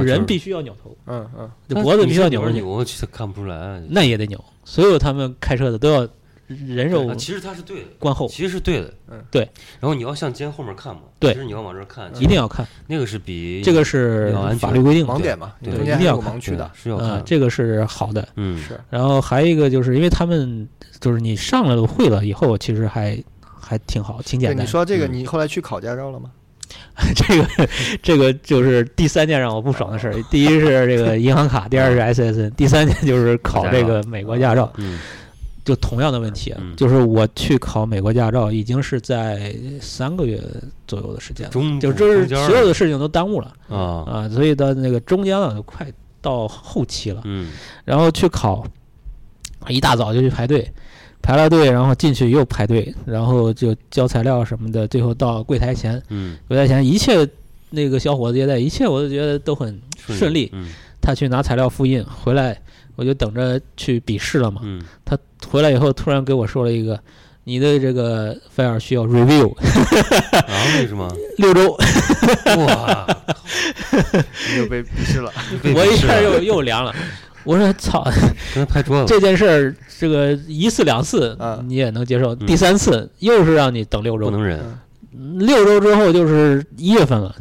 Speaker 3: 啊就是
Speaker 4: 人必须要扭头，
Speaker 2: 嗯嗯，
Speaker 4: 就
Speaker 3: 但
Speaker 4: 脖子
Speaker 3: 你
Speaker 4: 必须
Speaker 3: 说
Speaker 4: 要
Speaker 3: 你
Speaker 4: 扭
Speaker 3: 说
Speaker 4: 过去，
Speaker 3: 扭过去看不出来，
Speaker 4: 那也得扭。所有他们开车的都要人
Speaker 3: 对
Speaker 4: 肉
Speaker 3: 啊其实他是对的，
Speaker 4: 观后，
Speaker 3: 其实是对的，
Speaker 2: 嗯
Speaker 4: 对。
Speaker 3: 然后你要向肩后面看嘛，
Speaker 4: 对
Speaker 3: 其实你要往这儿看，
Speaker 4: 一定要看，
Speaker 3: 那个是比
Speaker 4: 这个是
Speaker 3: 嗯要安全
Speaker 4: 法律规定的
Speaker 2: 盲点嘛，
Speaker 3: 对
Speaker 2: 中
Speaker 4: 一
Speaker 2: 间还
Speaker 4: 定要
Speaker 2: 有个
Speaker 4: 看
Speaker 2: 盲区
Speaker 3: 对
Speaker 2: 的，
Speaker 3: 是要
Speaker 4: 啊、
Speaker 3: 看，
Speaker 4: 这个是好的。
Speaker 3: 嗯
Speaker 2: 是
Speaker 4: 然后还有一个就是因为他们就是你上了会了以后，其实还还挺好，挺
Speaker 2: 对
Speaker 4: 简
Speaker 2: 你
Speaker 4: 单。
Speaker 2: 说这个，
Speaker 3: 嗯
Speaker 2: 你后来去考驾照了吗？
Speaker 4: <laughs> 这个这个就是第三件让我不爽的事儿，第一是这个银行卡，第二是 SSN，第三件就是考这个美国驾照。
Speaker 3: 嗯
Speaker 4: 就同样的问题啊，
Speaker 3: 嗯
Speaker 4: 就是我去考美国驾照已经是在三个月左右的时间了，
Speaker 3: 中
Speaker 4: 就
Speaker 3: 中
Speaker 4: 是
Speaker 3: 间儿
Speaker 4: 所有的事情都耽误了
Speaker 3: 啊
Speaker 4: 啊，所以到那个中间了，快到后期了，
Speaker 3: 嗯
Speaker 4: 然后去考，一大早就去排队，排了队，然后进去又排队，然后就交材料什么的，最后到柜台前，
Speaker 3: 嗯，
Speaker 4: 柜台前一切那个小伙子接待，一切我都觉得都很顺利。
Speaker 3: 嗯
Speaker 4: 他去拿材料复印回来，我就等着去笔试了嘛。
Speaker 3: 嗯，
Speaker 4: 他回来以后突然给我说了一个。你的这个 file 需要 review <laughs>
Speaker 3: 然后为什么？
Speaker 4: 六周，
Speaker 3: 哇，
Speaker 1: 你就
Speaker 2: <laughs>
Speaker 1: 被鄙视
Speaker 4: <laughs>
Speaker 1: 了。
Speaker 3: 被
Speaker 4: <laughs> 我一
Speaker 3: 鄙视
Speaker 4: 下
Speaker 3: 了
Speaker 4: 又又凉了。我说操，
Speaker 3: 刚才拍桌子了，
Speaker 4: 这件事儿，这个一次两次
Speaker 2: 嗯
Speaker 4: 你也能接受，
Speaker 3: 嗯
Speaker 4: 第三次又是让你等六
Speaker 3: 不
Speaker 4: 周，
Speaker 3: 能忍，
Speaker 4: 六周之后就是一月
Speaker 3: <laughs>
Speaker 4: 份了。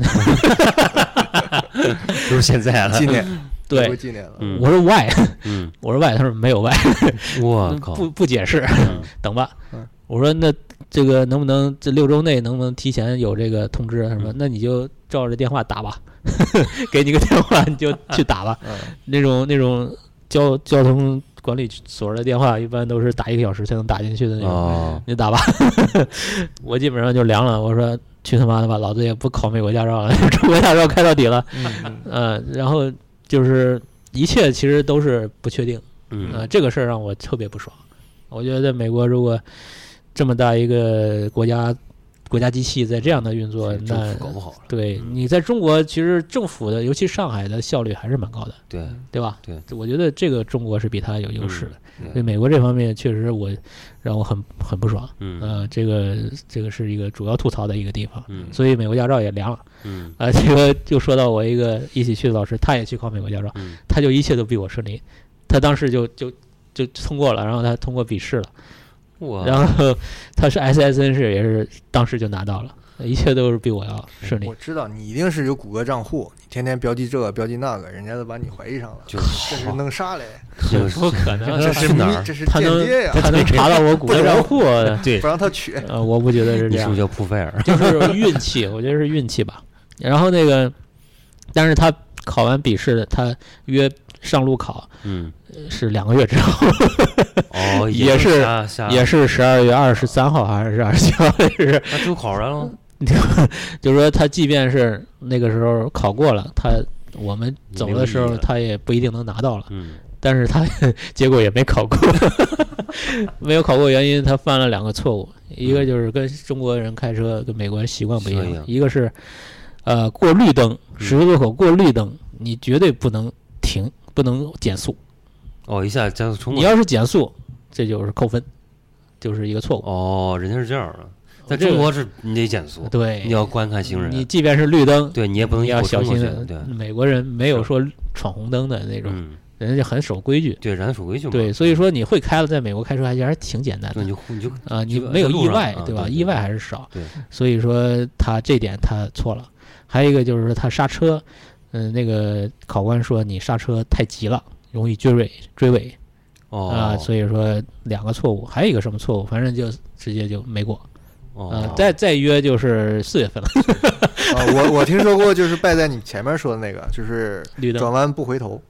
Speaker 3: 就是现在了
Speaker 2: 纪念，回归
Speaker 4: <laughs> 对，
Speaker 2: 纪念了。
Speaker 3: 嗯
Speaker 4: 我说 why， <laughs>
Speaker 3: 嗯，
Speaker 4: 我说 why，他说没有 why， <laughs>
Speaker 3: 我啊靠，
Speaker 4: 不不解释，
Speaker 3: 嗯
Speaker 4: 等吧
Speaker 2: 嗯。
Speaker 4: 我说那这个能不能这六周内能不能提前有这个通知啊什么？
Speaker 3: 嗯
Speaker 4: 那你就照着电话打吧， <laughs> 给你个电话你就去打
Speaker 3: <laughs>
Speaker 4: 吧。
Speaker 2: 嗯，
Speaker 4: 那种那种交交通管理所的电话一般都是打一个小时才能打进去的那种。
Speaker 3: 哦，
Speaker 4: 你打吧， <laughs> 我基本上就凉了。我说去他妈的吧，老子也不考美国驾照了， <laughs> 中国驾照开到底了。
Speaker 2: 嗯
Speaker 4: 呃，然后就是一切其实都是不确定。
Speaker 3: 嗯
Speaker 4: 呃，这个事儿让我特别不爽。我觉得在美国如果这么大一个国家国家机器在这样的运作，
Speaker 3: 政
Speaker 4: 那
Speaker 3: 府搞不好了，嗯
Speaker 4: 对你在中国其实政府的，尤其上海的效率还是蛮高的，
Speaker 3: 对，
Speaker 4: 对吧？
Speaker 3: 对，
Speaker 4: 我觉得这个中国是比它有优势的。
Speaker 3: 嗯
Speaker 4: 对美国这方面，确实我让我很很不爽。
Speaker 3: 嗯
Speaker 4: 呃，这个这个是一个主要吐槽的一个地方，
Speaker 3: 嗯
Speaker 4: 所以美国驾照也凉了。
Speaker 3: 嗯
Speaker 4: 啊、这个就说到我一个一起去的老师，他也去考美国驾照，
Speaker 3: 嗯，
Speaker 4: 他就一切都比我顺利，他当时就就就通过了，然后他通过笔试了，
Speaker 3: 我
Speaker 4: 然后 <laughs> 他是 SSN 是也是当时就拿到了，一切都是比我
Speaker 3: 哎
Speaker 4: 要顺利 <laughs>
Speaker 2: 我。知道你一定是有谷歌账户，你天天标记这个标记那个，人家都把你怀疑上了，
Speaker 3: 就
Speaker 2: <laughs> 这是弄啥
Speaker 4: <laughs>
Speaker 2: 嘞？
Speaker 3: 就
Speaker 4: 不可能，
Speaker 3: 这
Speaker 2: 这
Speaker 3: 是
Speaker 2: 是
Speaker 3: 哪儿
Speaker 2: 这是
Speaker 4: 他
Speaker 2: 间
Speaker 4: 能
Speaker 2: 谍呀！
Speaker 4: 他能查到我谷歌账户，
Speaker 3: 对
Speaker 2: <laughs> 不，让他
Speaker 4: <laughs>
Speaker 2: 取，
Speaker 4: 呃，我不觉得是
Speaker 3: 你是
Speaker 4: 这样
Speaker 3: 不是。叫普菲尔？
Speaker 4: 就是运气，我觉得是运气吧。然后那个，但是他考完笔试，他约上路考
Speaker 3: 嗯，
Speaker 4: 是两个月之后，
Speaker 3: 哦，
Speaker 4: <laughs> 也是
Speaker 3: 瞎瞎，
Speaker 4: 也是十二月二十三号还是二十九号？是， <laughs>
Speaker 3: 那就考上了，
Speaker 4: 就是说他即便是那个时候考过了，他我们走的时
Speaker 3: 也没有意义
Speaker 4: 候
Speaker 3: 了
Speaker 4: 他也不一定能拿到了，
Speaker 3: 嗯
Speaker 4: 但是他 <laughs> 结果也没考过， <laughs> 没有考过原因他犯了两个错误，一个就是跟中国人开车跟美国人习惯不一
Speaker 3: 习
Speaker 4: 样
Speaker 3: 惯，一嗯
Speaker 4: 一个是呃过绿灯十字路口过绿灯，你绝对不能停，不能减速，
Speaker 3: 哦，一下加速冲
Speaker 4: 你
Speaker 3: 了，
Speaker 4: 要是减速，这就是扣分，就是一个错误。
Speaker 3: 哦，人家是这样的，在
Speaker 4: 这
Speaker 3: 中
Speaker 4: 个
Speaker 3: 国是你得减速，
Speaker 4: 对，
Speaker 3: 哦你要观看行
Speaker 4: 你
Speaker 3: 人，
Speaker 4: 即便是绿灯，
Speaker 3: 对你也不能
Speaker 4: 你
Speaker 3: 一
Speaker 4: 要
Speaker 3: 口
Speaker 4: 小
Speaker 3: 冲过
Speaker 4: 心
Speaker 3: 去，
Speaker 4: 的
Speaker 3: 对，。
Speaker 4: 美国人没有说闯红灯的那种，
Speaker 3: 嗯，
Speaker 4: 人家很守规矩。
Speaker 3: 对，人属规矩嘛，
Speaker 4: 对，所以说你会开了，在美国开车还其实还挺简单
Speaker 3: 那
Speaker 4: 的
Speaker 3: 你就你就
Speaker 4: 啊，你
Speaker 3: 这个
Speaker 4: 没有
Speaker 3: 在路
Speaker 4: 意
Speaker 3: 上
Speaker 4: 外
Speaker 3: 啊，
Speaker 4: 对吧？
Speaker 3: 对对
Speaker 4: 意外还是少
Speaker 3: 对，
Speaker 4: 所以说他这点他错了。还有一个就是说他刹车，嗯，那个考官说你刹车太急了，容易追尾追尾
Speaker 3: 哦
Speaker 4: 啊，所以说两个错误，还有一个什么错误，反正就直接就没过啊
Speaker 3: 哦。，
Speaker 4: 再再约就是四月份了，
Speaker 2: 啊， <laughs> 我我听说过，就是败在你前面说的那个，就是
Speaker 4: 绿
Speaker 2: 转
Speaker 4: 灯
Speaker 2: 弯不回头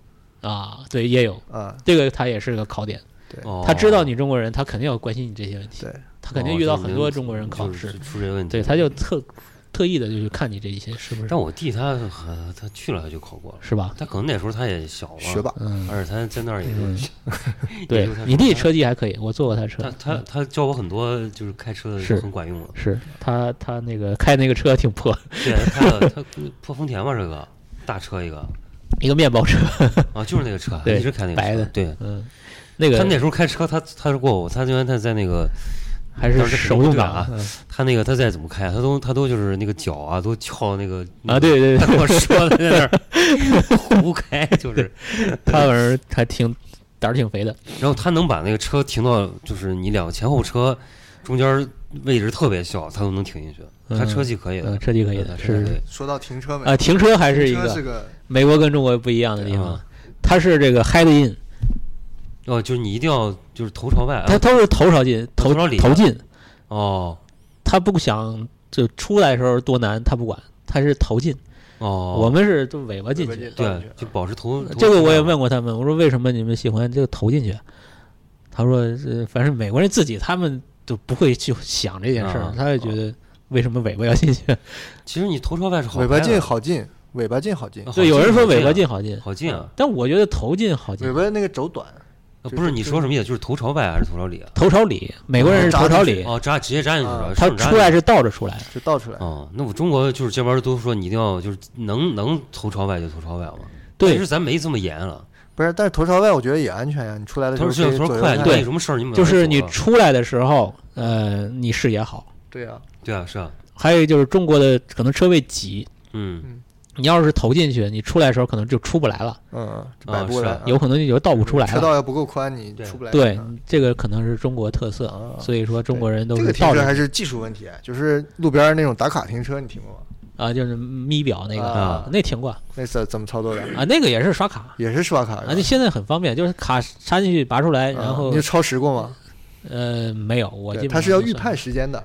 Speaker 4: 啊，对，也有
Speaker 2: 啊。
Speaker 4: 这个，他也是个考点。
Speaker 3: 哦
Speaker 4: 他知道你中国人，他肯定要关心你这些问题。
Speaker 2: 对，
Speaker 4: 他肯定遇到很多中国人考试，
Speaker 3: 哦就是出这些问题，
Speaker 4: 对，他就特特意的就去看你这一些是不是
Speaker 3: 但，我弟他很他去了他就考过了，
Speaker 4: 是吧？
Speaker 3: 他可能那时候他也小
Speaker 2: 学
Speaker 3: 吧，
Speaker 4: <laughs>
Speaker 2: 霸，
Speaker 4: 嗯，
Speaker 3: 而且他在 <laughs> 那儿也就
Speaker 4: 嗯 <laughs>
Speaker 3: 也
Speaker 4: 对
Speaker 3: 就他，
Speaker 4: 你
Speaker 3: 说
Speaker 4: 弟
Speaker 3: 他
Speaker 4: 车技还可以，我坐过他车
Speaker 3: 他，他
Speaker 4: 嗯
Speaker 3: 他教我很多就是开车的
Speaker 4: 是
Speaker 3: 很管用的，
Speaker 4: 是他他那个开那个车挺破，
Speaker 3: 对，他
Speaker 4: <laughs>
Speaker 3: 开了他破丰田嘛这个大车一个
Speaker 4: 一个面包车，
Speaker 3: 啊，就是那个车，
Speaker 4: 对
Speaker 3: 一直开那个
Speaker 4: 白
Speaker 3: 车
Speaker 4: 的
Speaker 3: 对。
Speaker 4: 嗯，那个
Speaker 3: 他那时候开车，他他是过我，他原来他在那个
Speaker 4: 还是
Speaker 3: 当时
Speaker 4: 手动
Speaker 3: 对
Speaker 4: 挡
Speaker 3: 啊
Speaker 4: 嗯
Speaker 3: 他那个他再怎么开，啊他都他都就是那个脚啊都翘那个
Speaker 4: 啊，，对对
Speaker 3: 他
Speaker 4: 对，
Speaker 3: 跟 <laughs> 我说的在那儿胡开就是，
Speaker 4: <laughs> 他反正还挺胆儿挺肥的，
Speaker 3: 然后他能把那个车停到，就是你两个前后车中间位置特别小，他都能停进去。他
Speaker 4: 嗯
Speaker 3: 车技可以的
Speaker 4: 嗯，，车技可以
Speaker 3: 对
Speaker 4: 的，
Speaker 3: 他
Speaker 4: 是
Speaker 3: 车技
Speaker 4: 是
Speaker 3: 可以
Speaker 2: 说到停车没？
Speaker 4: 啊，停车还是一
Speaker 2: 停车
Speaker 4: 个
Speaker 2: 是个
Speaker 4: 美国跟中国不一样的地方
Speaker 3: 啊，
Speaker 4: 它是这个 head in，
Speaker 3: 哦，就是你一定要就是头朝外，
Speaker 4: 它都是头朝进，头
Speaker 3: 啊头朝里
Speaker 4: 头进，
Speaker 3: 哦
Speaker 4: 他不想就出来的时候多难，他不管，他是头进，
Speaker 3: 哦，
Speaker 4: 我们是就尾巴进
Speaker 2: 尾巴
Speaker 4: 去。
Speaker 2: 倒进啊
Speaker 3: 对啊
Speaker 2: 去
Speaker 3: 就保持头。头
Speaker 4: 嗯这个我也
Speaker 3: 朝外
Speaker 4: 问过他们，我说为什么你们喜欢这个头进去？他说，呃，反正美国人自己他们就不会去想这件事儿
Speaker 3: 啊，
Speaker 4: 他就觉得为什么尾巴要进去？
Speaker 3: 其实你头朝外是好
Speaker 2: 尾巴
Speaker 3: 拍的
Speaker 2: 进好进，尾巴进好进
Speaker 3: 啊，
Speaker 4: 哦
Speaker 3: 好
Speaker 4: 对，有人说尾巴
Speaker 3: 进
Speaker 2: 嗯
Speaker 4: 进好进，
Speaker 3: 好进啊，
Speaker 4: 但我觉得头进好进
Speaker 2: 尾。巴那个轴短，
Speaker 3: 呃
Speaker 2: 这
Speaker 3: 不是
Speaker 2: 这
Speaker 3: 你说什么意思？就是头朝外还是头朝里啊？
Speaker 4: 头朝里，美国人是头朝里，
Speaker 3: 哦，扎直接扎进去
Speaker 2: 啊
Speaker 3: 了，
Speaker 4: 他
Speaker 3: 顺着扎
Speaker 4: 出来
Speaker 3: 进去。
Speaker 4: 是倒着出来的。
Speaker 2: 就倒出来。
Speaker 3: 哦，那我中国就是这边都说你一定要就是能能头朝外就头朝外嘛。其
Speaker 4: 对
Speaker 3: 实，咱没这么严了。
Speaker 2: 不是，但是头朝外我觉得也安全呀。你出来的时
Speaker 3: 头
Speaker 2: 候
Speaker 3: 是
Speaker 2: 可以
Speaker 3: 头
Speaker 2: 左右
Speaker 3: 快，
Speaker 2: 看
Speaker 3: 你有什么啊事儿你们
Speaker 4: 就是你出来的时候，呃，你视野好。
Speaker 2: 对呀，
Speaker 3: 对啊是啊，
Speaker 4: 还有一个就是中国的可能车位挤，
Speaker 3: 嗯
Speaker 4: 你要是投进去，你出来的时候可能就出不来了，
Speaker 2: 嗯，这摆不过
Speaker 3: 是
Speaker 2: 来
Speaker 3: 啊
Speaker 2: 啊，
Speaker 4: 哦有可能你就倒不出来
Speaker 2: 车
Speaker 4: 了。
Speaker 2: 道要不够宽，你
Speaker 3: 对
Speaker 2: 出不来。
Speaker 4: 对
Speaker 2: 嗯，
Speaker 4: 这个可能是中国特色，
Speaker 2: 啊
Speaker 4: 所以说中国人都
Speaker 2: 这
Speaker 4: 是
Speaker 2: 个停
Speaker 4: 倒
Speaker 2: 车
Speaker 4: 着
Speaker 2: 还是技术问题，啊就是路边儿那种打卡停车，你停过吗？
Speaker 4: 啊，就是咪表那个，
Speaker 3: 啊
Speaker 4: 那停过
Speaker 2: 那怎怎么操作的？
Speaker 4: 啊，那个也是刷卡。
Speaker 2: 也是刷卡
Speaker 4: 啊，那现在很方便，就是卡插进去拔出来，然后
Speaker 2: 啊你就超时过吗？
Speaker 4: 呃没有，我基
Speaker 2: 对它
Speaker 4: 本上
Speaker 2: 是要
Speaker 4: 都
Speaker 2: 预
Speaker 4: 算
Speaker 2: 判时间的，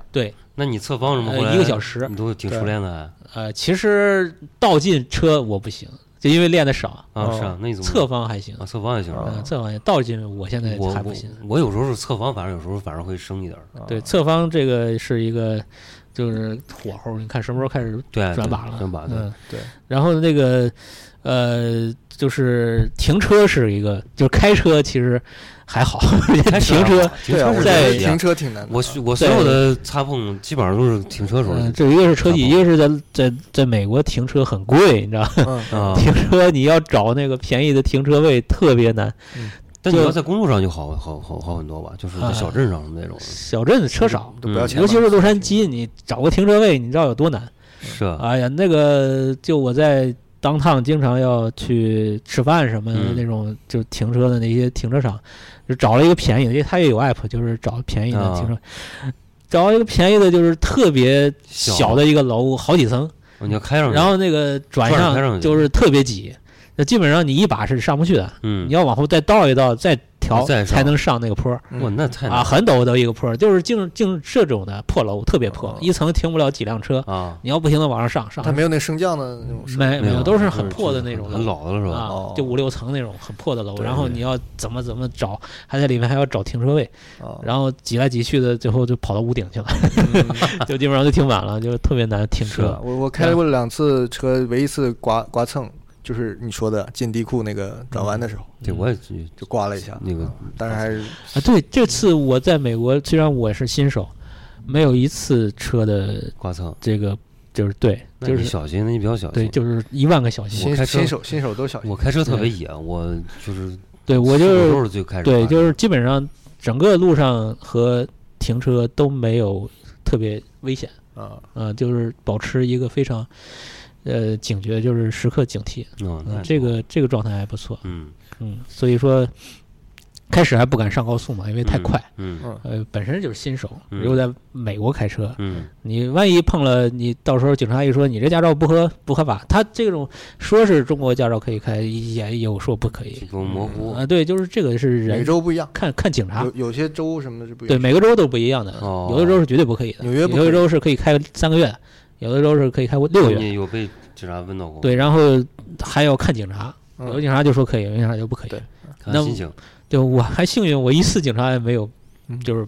Speaker 3: 那你侧方什么回来
Speaker 4: 呃一个小时
Speaker 3: 你都挺熟练的啊
Speaker 4: 呃，其实倒进车我不行，就因为练的少，
Speaker 3: 啊是啊，那你怎么
Speaker 4: 哦侧方还行，
Speaker 3: 啊侧方也行
Speaker 2: 嗯啊
Speaker 4: 呃，侧方也倒进我现在
Speaker 3: 我
Speaker 4: 还
Speaker 3: 我
Speaker 4: 不行。
Speaker 3: 我有时候是侧方，反正有时候反而会生一点
Speaker 2: 啊
Speaker 3: 儿。
Speaker 4: 对，侧方这个是一个就是火候，你看什么时候开始
Speaker 3: 对，啊哎对
Speaker 4: 转把了？
Speaker 3: 转把对。
Speaker 4: 嗯，
Speaker 2: 对。
Speaker 4: 然后那个呃，就是停车是一个，就是开车其实还好，
Speaker 3: 开始啊
Speaker 4: 停车。
Speaker 3: 停
Speaker 2: 对
Speaker 3: 车
Speaker 2: 啊，我
Speaker 3: 是
Speaker 2: 觉
Speaker 4: 在
Speaker 2: 得
Speaker 3: 问题啊
Speaker 2: 停车挺难的啊。
Speaker 3: 我我所有的擦碰基本上都是停车时候
Speaker 4: 嗯，这一个是车技，
Speaker 3: 差
Speaker 4: 一
Speaker 3: 不
Speaker 4: 个是在在在美国停车很贵，你知道吗，
Speaker 2: 嗯
Speaker 3: 啊。
Speaker 4: 停车你要找那个便宜的停车位特别难。
Speaker 3: 但你
Speaker 4: 就哎
Speaker 3: 要在公路上就好好好好很多吧，就是在小镇上什么那种。
Speaker 4: 小镇子车少，
Speaker 2: 都不要
Speaker 3: 嗯
Speaker 2: 钱吧，
Speaker 4: 尤其是洛杉矶，你找个停车位，你知道有多难？
Speaker 3: 是啊，
Speaker 4: 哎呀，那个就我在当趟经常要去吃饭什么的
Speaker 3: 嗯
Speaker 4: 那种，就停车的那些停车场，就找了一个便宜的，因为它也有 app，就是找便宜的
Speaker 3: 啊
Speaker 4: 停车。找一个便宜的，就是特别
Speaker 3: 小
Speaker 4: 小的一个楼，好几层，
Speaker 3: 你要开上去，
Speaker 4: 然后那个
Speaker 3: 转
Speaker 4: 转
Speaker 3: 着开上去
Speaker 4: 向就是特别挤，那基本上你一把是上不去的，
Speaker 3: 嗯
Speaker 4: 你，要往后再倒一倒，再调
Speaker 3: 再上
Speaker 4: 才能上那个坡。
Speaker 2: 嗯
Speaker 3: 哇，那太难
Speaker 4: 啊，很陡的一个坡儿，就是净净这种的破楼，特别破
Speaker 2: 哦，
Speaker 4: 一层停不了几辆车，
Speaker 3: 啊，
Speaker 4: 你要不停的往上上，上
Speaker 2: 它没有那升降的那种设
Speaker 4: 没
Speaker 3: 没有
Speaker 4: 都是
Speaker 3: 就
Speaker 4: 很破的那种
Speaker 3: 很
Speaker 4: 楼
Speaker 3: 老的是吧？
Speaker 4: 啊
Speaker 2: 哦，
Speaker 4: 就五六层那种很破的楼，
Speaker 2: 对
Speaker 4: 然后
Speaker 3: 对
Speaker 4: 你要怎么怎么找，还在里面还要找停车位，
Speaker 2: 备
Speaker 3: 哦
Speaker 2: 啊。嗯
Speaker 4: 然后嗯挤来挤去的，最后就跑到屋顶
Speaker 3: <laughs>
Speaker 4: 去了，就基本上就停满了，就特别难停
Speaker 3: 是
Speaker 4: 车
Speaker 3: 啊。
Speaker 2: 我我开过两次车，唯一一次刮刮蹭，就是你说的进地库那个转弯的时候
Speaker 3: 对，
Speaker 4: 嗯
Speaker 3: 我也
Speaker 2: 就刮了一下，
Speaker 3: 那个
Speaker 2: 但是还是
Speaker 4: 啊，对，这次我在美国，虽然我是新手，没有一次车的
Speaker 3: 刮蹭，
Speaker 4: 这个就是对，
Speaker 3: 那
Speaker 4: 就
Speaker 3: 你
Speaker 4: 是
Speaker 3: 小心，那你比较小
Speaker 4: 对，
Speaker 3: 心。
Speaker 4: 就是一万个小心。
Speaker 3: 我开车
Speaker 2: 新新手新手都小心
Speaker 3: 我开车特别野，我就是
Speaker 4: 对我就
Speaker 3: 什
Speaker 4: 是
Speaker 3: 么时候是最开始
Speaker 4: 对，
Speaker 3: 开
Speaker 4: 就是基本上整个路上和停车都没有特别危险，
Speaker 2: 啊。
Speaker 4: 呃，就是保持一个非常呃警觉，就是时刻警惕，
Speaker 3: 嗯，
Speaker 4: 嗯、
Speaker 3: 那
Speaker 4: 这个这个状态还不错，
Speaker 3: 嗯
Speaker 4: 嗯，所以说开始还不敢上高速嘛，因为太快，
Speaker 3: 嗯
Speaker 4: 呃，本身就是新手，
Speaker 3: 嗯
Speaker 4: 又在美国开车，
Speaker 3: 嗯
Speaker 4: 你万一碰了你，到时候警察一说你这驾照不合不合法，他这种说是中国驾照可以开，也有说不可以
Speaker 3: 这，个模糊
Speaker 4: 啊、对，就是这个是
Speaker 2: 每个
Speaker 4: 人
Speaker 2: 州不一样，
Speaker 4: 看看警察
Speaker 2: 有。有些州什么的是不一
Speaker 4: 啊对，
Speaker 2: 样。
Speaker 4: 每个州都不一样的，
Speaker 3: 哦
Speaker 4: 有的州是绝对不可以的，
Speaker 2: 纽约不
Speaker 4: 有的
Speaker 2: 可以
Speaker 4: 州是可以开三个月，有的州是可以开六个月。
Speaker 3: 你有被警察问到过？
Speaker 4: 对，，然后还要看警察，有的
Speaker 2: 嗯
Speaker 4: 警察就说可以，有的警察就不可以
Speaker 2: 对。
Speaker 3: 看
Speaker 4: 那
Speaker 3: 心情。
Speaker 4: 对，我还幸运，我一次警察也没有
Speaker 2: 嗯，
Speaker 4: 就是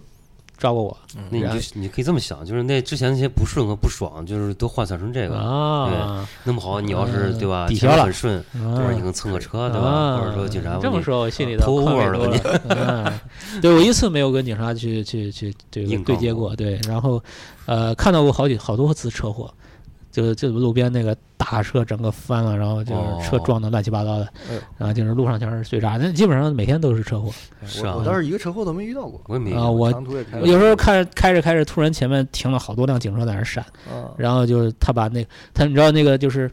Speaker 4: 抓过我
Speaker 3: 那你
Speaker 4: 然
Speaker 3: 就你可以这么想，就是那之前那些不顺和不爽，就是都换算成这个。
Speaker 4: 啊。
Speaker 3: 那么好，你要是
Speaker 4: 嗯
Speaker 3: 对吧，
Speaker 4: 抵
Speaker 3: 前
Speaker 4: 消
Speaker 3: 面
Speaker 4: 了
Speaker 3: 很顺，
Speaker 4: 啊
Speaker 3: 或者你能蹭个车，对吧？
Speaker 4: 啊
Speaker 3: 或者说警察
Speaker 4: 这
Speaker 3: 问
Speaker 4: 么
Speaker 3: 你
Speaker 4: 说，我心里
Speaker 3: 啊
Speaker 4: 头
Speaker 3: ，pull
Speaker 4: 宽慰
Speaker 3: over
Speaker 4: 多
Speaker 3: 了
Speaker 4: 了。嗯，对我一次没有跟警察去去去这个
Speaker 3: 硬
Speaker 4: 对
Speaker 3: 刚
Speaker 4: 接
Speaker 3: 过
Speaker 4: 过，对，然后呃看到过好几好多次车祸，就就路边那个大车整个翻了，然后就是车
Speaker 3: 哦
Speaker 4: 撞的乱七八糟的，
Speaker 2: 哎呦
Speaker 4: 然后就是路上全是碎渣，那基本上每天都是车祸
Speaker 3: 是
Speaker 2: 我
Speaker 3: 啊
Speaker 2: 我，倒是一个车祸都没遇到过。
Speaker 3: 我也没
Speaker 4: 啊、我
Speaker 2: 长途也开
Speaker 3: 哎
Speaker 2: 了
Speaker 4: 有时候看开着开着，突然前面停了好多辆警车在那儿闪，
Speaker 3: 哦
Speaker 2: 啊
Speaker 4: 然后就是他把那他你知道那个就是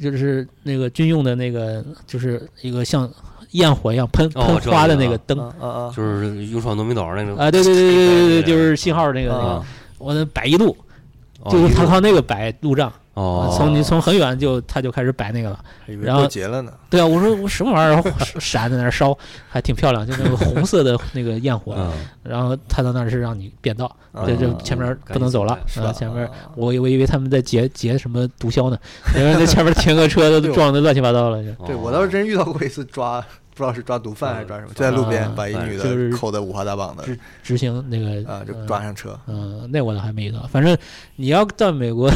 Speaker 4: 就是那个军用的那个就是一个像焰火一样喷
Speaker 3: 哦
Speaker 4: 喷
Speaker 3: 我知道嗯
Speaker 4: 花的
Speaker 3: 那
Speaker 4: 那
Speaker 3: 个
Speaker 4: 个灯
Speaker 2: 啊啊
Speaker 3: 嗯
Speaker 2: 啊！
Speaker 3: 就是勇闯农民岛那种
Speaker 4: 啊，对对对对对对对，就是信号那个，那个
Speaker 3: 啊，
Speaker 4: 我那摆一路，
Speaker 3: 嗯 <laughs> 哦
Speaker 4: 就是他啊
Speaker 3: 一路
Speaker 4: 靠那个摆路障，
Speaker 3: 哦，
Speaker 4: 从你从很远就他就开始摆那个了。
Speaker 2: 还以为
Speaker 4: 然后
Speaker 2: 过节了呢。
Speaker 4: 对啊，我说我什么玩意儿， <laughs> 闪在那儿烧，还挺漂亮，就那个红色的那个焰火。
Speaker 3: 嗯
Speaker 4: 然后他到那儿是让你变道，
Speaker 2: 啊
Speaker 4: 对，就
Speaker 3: 啊
Speaker 4: 前面
Speaker 3: 赶
Speaker 4: 不能
Speaker 3: 紧
Speaker 4: 走了
Speaker 3: 走，
Speaker 2: 是
Speaker 4: 啊，
Speaker 2: 吧？
Speaker 4: 前面
Speaker 2: 啊啊
Speaker 4: 我我以为他们在截截什么毒枭呢，原来在前面停个车
Speaker 2: <laughs> 对
Speaker 4: 都
Speaker 2: 我
Speaker 3: 哦
Speaker 4: 撞得乱七八糟了。就
Speaker 2: 对我倒是真遇到过一次抓知道是抓毒贩还是抓什么，
Speaker 3: 嗯
Speaker 2: 就在路边
Speaker 4: 啊
Speaker 2: 把一女
Speaker 4: 就
Speaker 2: 的
Speaker 4: 是
Speaker 2: 扣的五花大绑的
Speaker 4: 执执行那个
Speaker 2: 啊，就
Speaker 4: 呃
Speaker 2: 抓上车。
Speaker 4: 嗯，那我倒还没遇到。反正你要到美国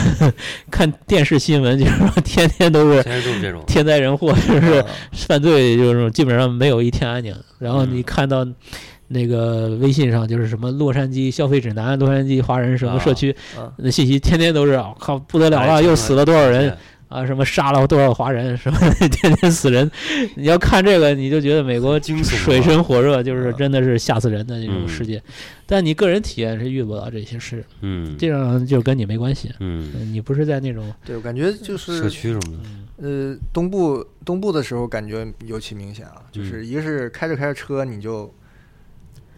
Speaker 4: 看电视新闻，就是说天天都是
Speaker 3: 现在就是这种，
Speaker 4: 天灾人祸，就是
Speaker 2: 啊
Speaker 4: 犯罪，就是基本上没有一天安宁。然后你
Speaker 3: 嗯
Speaker 4: 看到那个微信上就是什么洛杉矶消费指南、洛杉矶华人什么社区 <laughs>
Speaker 2: 啊
Speaker 4: 那信息，天天都是我靠不得了
Speaker 3: 哎
Speaker 4: 了，
Speaker 3: 真
Speaker 4: 又
Speaker 3: 的
Speaker 4: 死了多少人啊，什么杀了多少华人，什么天天死人。你要看这个，你就觉得美国
Speaker 3: 惊悚啊
Speaker 4: 水深火热，就是
Speaker 2: 嗯
Speaker 4: 真的是吓死人的那种
Speaker 3: 嗯
Speaker 4: 世界。但你个人体验是遇不到这些事。
Speaker 3: 嗯，
Speaker 4: 这样就跟你没关系，
Speaker 3: 嗯，
Speaker 4: 你不是在那种
Speaker 2: 对，我感觉就是
Speaker 3: 社区什么的，
Speaker 2: 呃，东部东部的时候感觉尤其明显啊，
Speaker 4: 嗯
Speaker 2: 就是一个是开着开着车你就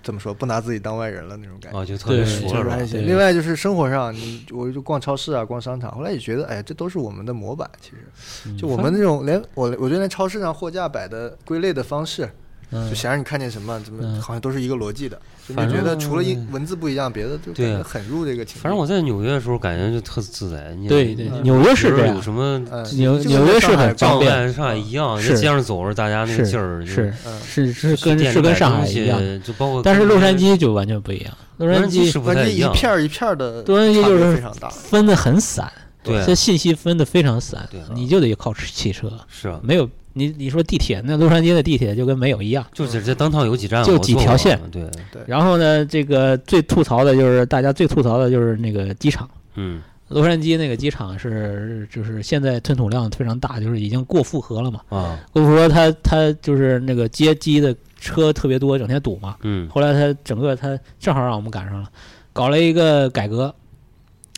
Speaker 2: 怎么说不拿自己当外人了那种感觉，
Speaker 3: 啊，就特别
Speaker 4: 对
Speaker 3: 熟
Speaker 2: 就是
Speaker 3: 了
Speaker 2: 还
Speaker 3: 吧，
Speaker 2: 行。
Speaker 4: 对
Speaker 2: 另外就是生活上，你我就逛超市啊，逛商场，后来也觉得，哎，这都是我们的模板。其实
Speaker 4: 嗯
Speaker 2: 就我们那种连我我觉得连超市上货架摆的归类的方式，
Speaker 4: 嗯
Speaker 2: 就想让你看见什么，怎么
Speaker 4: 嗯
Speaker 2: 好像都是一个逻辑的，就
Speaker 3: 反
Speaker 2: 你
Speaker 3: 正
Speaker 2: 觉得除了英文字不一样，别的就感
Speaker 3: 对
Speaker 2: 觉很入这个情境。
Speaker 3: 反正我在纽约的时候感觉就特自在，你嗯
Speaker 4: 对对
Speaker 3: 你，
Speaker 4: 纽约
Speaker 3: 不
Speaker 4: 是这
Speaker 3: 有
Speaker 4: 样，
Speaker 3: 什么
Speaker 2: 嗯，
Speaker 4: 纽
Speaker 2: 就是
Speaker 4: 纽约
Speaker 2: 在
Speaker 4: 是
Speaker 2: 上海
Speaker 4: 很
Speaker 2: 逛
Speaker 4: 方
Speaker 3: 障
Speaker 4: 便啊
Speaker 3: 碍上海一样，在
Speaker 4: 是
Speaker 3: 街上走着，大家那个
Speaker 4: 是
Speaker 3: 劲儿就是
Speaker 2: 嗯，
Speaker 4: 是是
Speaker 3: 去
Speaker 4: 跟
Speaker 3: 店里
Speaker 4: 是跟
Speaker 3: 买
Speaker 4: 上
Speaker 3: 东
Speaker 4: 海
Speaker 3: 西
Speaker 4: 一样，，
Speaker 3: 就包括
Speaker 4: 但是
Speaker 3: 跟
Speaker 4: 洛杉
Speaker 3: 别人
Speaker 4: 矶就完全不一样，洛
Speaker 3: 洛
Speaker 4: 杉
Speaker 3: 杉矶是
Speaker 4: 矶
Speaker 3: 不
Speaker 2: 反
Speaker 3: 太
Speaker 2: 正
Speaker 3: 一
Speaker 2: 一
Speaker 3: 样，
Speaker 2: 片儿一片儿的，
Speaker 4: 洛杉矶就是
Speaker 2: 非常大。
Speaker 4: 分的很散，
Speaker 3: 对啊
Speaker 4: 这信息分的非常散
Speaker 3: 对，啊
Speaker 4: 你就得靠汽车，
Speaker 3: 是啊，
Speaker 4: 没有你你说地铁，那洛杉矶的地铁就跟没有一样。
Speaker 3: 就只在当趟有几站，
Speaker 4: 就
Speaker 3: 我
Speaker 4: 几
Speaker 3: 坐
Speaker 4: 条
Speaker 3: 过
Speaker 4: 线
Speaker 3: 对，
Speaker 4: 然后呢，这个最吐槽的就是大家最吐槽的就是那个机场。
Speaker 3: 嗯
Speaker 4: 洛杉矶那个机场是，就是现在吞吐量非常大，就是已经过负荷了嘛。
Speaker 3: 啊，
Speaker 4: 郭富说他他就是那个接机的车特别多，整天堵嘛。
Speaker 3: 嗯
Speaker 4: 后来他整个他正好让我们赶上了，搞了一个改革，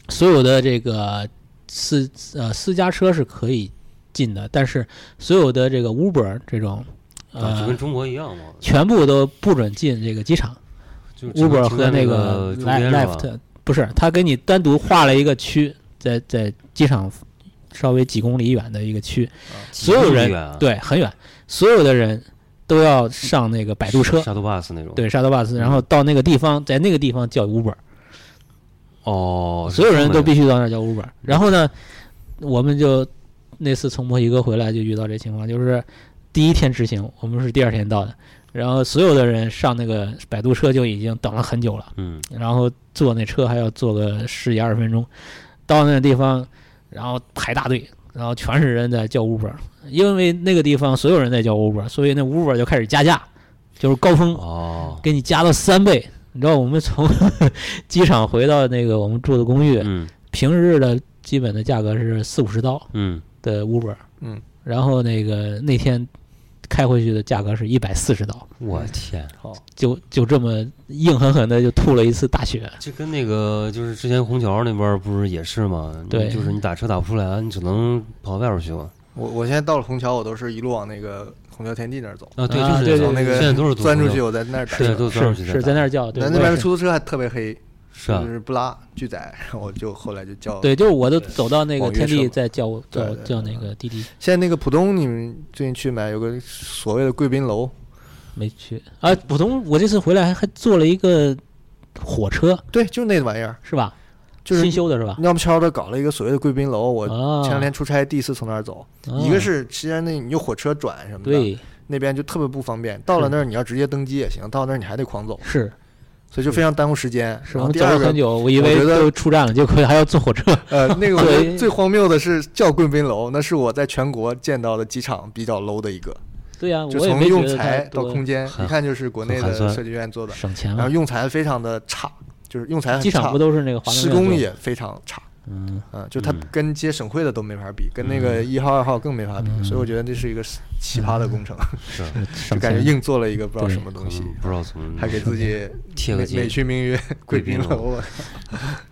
Speaker 4: 所有的这个私呃私家车是可以进的，但是所有的这个 Uber 这种
Speaker 3: 啊，就跟
Speaker 4: 呃
Speaker 3: 中国一样嘛，
Speaker 4: 全部都不准进这个机场。
Speaker 3: 就只能
Speaker 4: Uber
Speaker 3: 停
Speaker 4: 和
Speaker 3: 在那
Speaker 4: 个
Speaker 3: 中
Speaker 4: Le-
Speaker 3: 间是吧？
Speaker 4: Left 不是，他给你单独划了一个区，在在机场稍微几公里远的一个区，所有人
Speaker 3: 人，
Speaker 4: 对，很远，所有的人都要上那个摆渡车，
Speaker 3: 沙头 bus 那种，，
Speaker 4: 对，沙头巴斯，
Speaker 3: 嗯
Speaker 4: 然后到那个地方，在那个地方叫 Uber，
Speaker 3: 哦，
Speaker 4: 所有人都必
Speaker 3: 须
Speaker 4: 须到那儿叫 Uber。然后呢，我们就那次从墨西哥回来就遇到这情况，就是第一天执行，我们是第二天到的，然后所有的人上那个摆渡车就已经等了很久了。
Speaker 3: 嗯
Speaker 4: 然后坐那车还要坐个十几二十分钟，到那地方，然后排大队，然后全是人在叫 Uber，因为那个地方所有人在叫 Uber，所以那 Uber 就开始加价，就是高峰
Speaker 3: 哦，
Speaker 4: 给你加到三倍。你知道我们从 <laughs> 机场回到那个我们住的公寓，
Speaker 3: 嗯
Speaker 4: 平日的基本的价格是四五十刀
Speaker 3: 嗯，
Speaker 4: 的 Uber，
Speaker 2: 嗯，
Speaker 4: 然后那个那天开回去的价格是一百四十刀，
Speaker 3: 我天，
Speaker 4: 就就这么硬狠狠的就吐了一次大血。
Speaker 3: 这跟那个就是之前虹桥那边儿不是也是吗？
Speaker 4: 对
Speaker 3: 就是你打车打不出来，你只能跑外边儿去了。
Speaker 2: 我我现在到了虹桥，我都是一路往那个虹桥天地那儿走，
Speaker 3: 啊，对，
Speaker 4: 啊
Speaker 3: 就
Speaker 4: 对
Speaker 3: 是
Speaker 4: 对
Speaker 2: 往那个
Speaker 3: 现在都是堵
Speaker 2: 钻出
Speaker 3: 车
Speaker 2: 去，，我在那儿打
Speaker 3: 对，
Speaker 2: 车。
Speaker 3: 都是钻出
Speaker 4: 是
Speaker 3: 去
Speaker 4: 是在那儿叫，对，
Speaker 2: 那
Speaker 4: 我
Speaker 2: 那
Speaker 4: 也
Speaker 2: 边的
Speaker 4: 是
Speaker 2: 出租车还特别黑，
Speaker 3: 是啊
Speaker 2: 就，是不拉拒载， <laughs> 然后我就后来就叫。
Speaker 4: 对，就是我都走到那个
Speaker 2: 网约
Speaker 4: 天
Speaker 2: 车
Speaker 4: 地
Speaker 2: 嘛
Speaker 4: 再叫我
Speaker 2: 对
Speaker 4: 叫
Speaker 2: 对嗯
Speaker 4: 叫
Speaker 2: 对
Speaker 4: 那个滴滴，
Speaker 2: 现在那个浦东，你们最近去没？有个所谓的贵宾楼，
Speaker 4: 没去啊。浦东，我这次回来还还坐了一个火车，
Speaker 2: 对，就那玩意儿，
Speaker 4: 是吧？
Speaker 2: 就是
Speaker 4: 新修的是吧？
Speaker 2: 尿不悄的搞了一个所谓的贵宾楼。我
Speaker 4: 啊，
Speaker 2: 前两天出差第一次从那儿走，
Speaker 4: 啊
Speaker 2: 一个是实际上那你用火车转什么的，
Speaker 4: 对
Speaker 2: 那边就特别不方便。到了那儿你要直接登机也行，到那儿你还得狂走，
Speaker 4: 是
Speaker 2: 所以就非常耽误时间。
Speaker 4: 是
Speaker 2: 然
Speaker 4: 我
Speaker 2: 后
Speaker 4: 们
Speaker 2: 第
Speaker 4: 走
Speaker 2: 二
Speaker 4: 了
Speaker 2: 个
Speaker 4: 很久，我以
Speaker 2: 我
Speaker 4: 为
Speaker 2: 觉得
Speaker 4: 都出站了，结果还要坐火车。
Speaker 2: 呃，
Speaker 4: <laughs>
Speaker 2: 那个我觉
Speaker 4: 对
Speaker 2: 得最荒谬的是叫贵宾楼，那是我在全国见到的机场比较 low 的一个，
Speaker 4: 对呀，
Speaker 2: 就
Speaker 4: 我也
Speaker 2: 从
Speaker 4: 没
Speaker 2: 用
Speaker 4: 觉得它
Speaker 2: 材到
Speaker 4: 多
Speaker 2: 空间，
Speaker 3: 很
Speaker 2: 一看就是国内
Speaker 3: 很寒
Speaker 2: 的
Speaker 3: 酸
Speaker 2: 设计院做的，
Speaker 4: 省钱
Speaker 2: 然后
Speaker 4: 了。
Speaker 2: 用材非常的差，就是用材很
Speaker 4: 嗯机场
Speaker 2: 差
Speaker 4: 不，都是那个华
Speaker 2: 施
Speaker 4: 能
Speaker 2: 工
Speaker 4: 院
Speaker 2: 也非常差，
Speaker 4: 做的嗯
Speaker 2: 嗯，就它
Speaker 3: 嗯
Speaker 2: 跟接省会的都没法比，跟那个一号二号更没法比，
Speaker 4: 嗯
Speaker 2: 所以我觉得这是一个奇葩的工程，
Speaker 3: 是啊，
Speaker 4: 省
Speaker 2: <laughs> 就感觉
Speaker 4: 钱
Speaker 2: 硬做了一个不知道什么
Speaker 3: 可
Speaker 2: 东西
Speaker 3: 能，嗯
Speaker 4: 嗯
Speaker 3: 不知道怎么
Speaker 2: 还给自己
Speaker 3: 贴个
Speaker 2: 美
Speaker 3: 街
Speaker 2: 美其名曰贵宾
Speaker 3: 贵宾
Speaker 2: <laughs> 楼，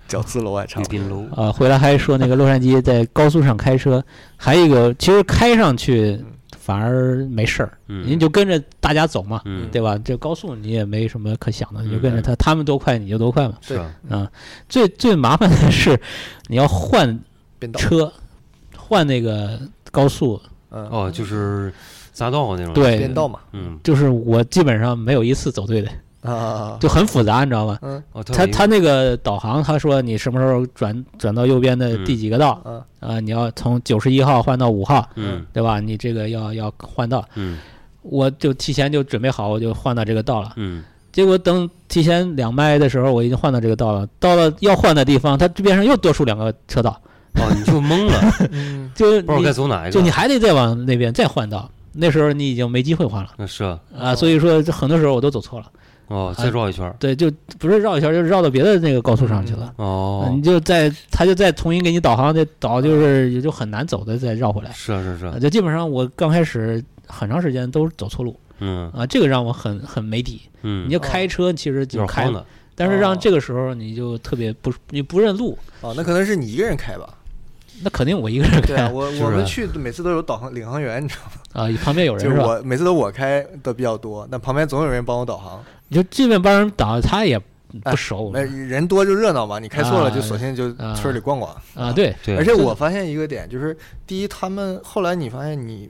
Speaker 2: 屌丝楼还差
Speaker 3: 贵
Speaker 2: 不多
Speaker 3: 宾楼，
Speaker 4: 啊，回来还说那个洛杉矶在高速上开车，还有一个其实开上去
Speaker 2: 嗯
Speaker 4: 反而没事儿，
Speaker 3: 嗯，
Speaker 4: 您就跟着大家走嘛，
Speaker 3: 嗯
Speaker 4: 对吧？这高速你也没什么可想的，你就
Speaker 3: 嗯
Speaker 4: 跟着他，他们多快你就多快嘛。
Speaker 3: 是啊，
Speaker 4: 啊，最最麻烦的是你要换
Speaker 2: 变道，
Speaker 4: 车，
Speaker 3: 嗯
Speaker 4: 换那个高速，
Speaker 2: 嗯，
Speaker 3: 哦，就是匝道那种，，
Speaker 4: 对
Speaker 2: 变，道嘛，
Speaker 3: 嗯，
Speaker 4: 就是我基本上没有一次走对的，
Speaker 2: 啊，
Speaker 4: 就很复杂，你知道吗？
Speaker 2: 嗯
Speaker 3: 哦，
Speaker 4: 他
Speaker 3: 嗯有一
Speaker 4: 他那个导航，他说你什么时候转转到右边的第几个道啊
Speaker 2: 嗯
Speaker 4: 啊？你要从九十一号换到五号，
Speaker 3: 嗯
Speaker 4: 对吧？你这个要要换道。
Speaker 3: 嗯
Speaker 4: 我就提前就准备好，我就换到这个道了。
Speaker 3: 嗯
Speaker 4: 结果等提前两麦的时候，我已经换到这个道了。到了要换的地方，它这边上又多出两个车道，
Speaker 3: 哦，你就懵了，
Speaker 2: 嗯，
Speaker 4: 就
Speaker 3: 不知道该
Speaker 4: 你
Speaker 3: 走哪一个。
Speaker 4: 就你还得再往那边再换道。那时候你已经没机会换了
Speaker 3: 那是啊
Speaker 4: 啊，所以说这很多时候我都走错了。
Speaker 3: 哦，再绕一圈儿
Speaker 4: 对，就不是绕一圈，就绕到别的那个高速上去了。
Speaker 3: 哦
Speaker 4: 你，就再他就再重新给你导航，再导就是也就很难走的，再绕回来。
Speaker 3: 是啊是啊是
Speaker 4: 啊
Speaker 3: 啊，
Speaker 4: 就基本上我刚开始很长时间都是走错路
Speaker 3: 嗯
Speaker 4: 啊，这个让我很很没底。
Speaker 3: 嗯，
Speaker 4: 你就开车其实就
Speaker 3: 有点
Speaker 4: 开
Speaker 3: 慌
Speaker 4: 了，
Speaker 3: 的，
Speaker 4: 但是
Speaker 2: 哦
Speaker 4: 让这个时候你就特别不你不认路，
Speaker 2: 哦，那可能是你一个人开
Speaker 4: <laughs>
Speaker 2: 吧？
Speaker 4: 那肯定我一个人
Speaker 2: 对啊，
Speaker 4: 开
Speaker 2: 我
Speaker 3: 是
Speaker 2: 我
Speaker 3: 啊
Speaker 2: 们去每次都有导航领航员，你知道吗？
Speaker 4: 啊，旁边有
Speaker 2: 就
Speaker 4: 人
Speaker 2: 是
Speaker 4: 是吧？
Speaker 2: 我每次都我开的比较多，但旁边总有人帮我导航。
Speaker 4: 你就这边帮人挡，他也
Speaker 2: 哎
Speaker 4: 不熟
Speaker 2: 那人多就热闹嘛，你开错了就
Speaker 4: 哦啊
Speaker 2: 索性就
Speaker 4: 啊
Speaker 2: 村里逛逛。
Speaker 4: 啊，对，
Speaker 3: 对，
Speaker 2: 而且我发现一个点，就是第一，他们后来你发现你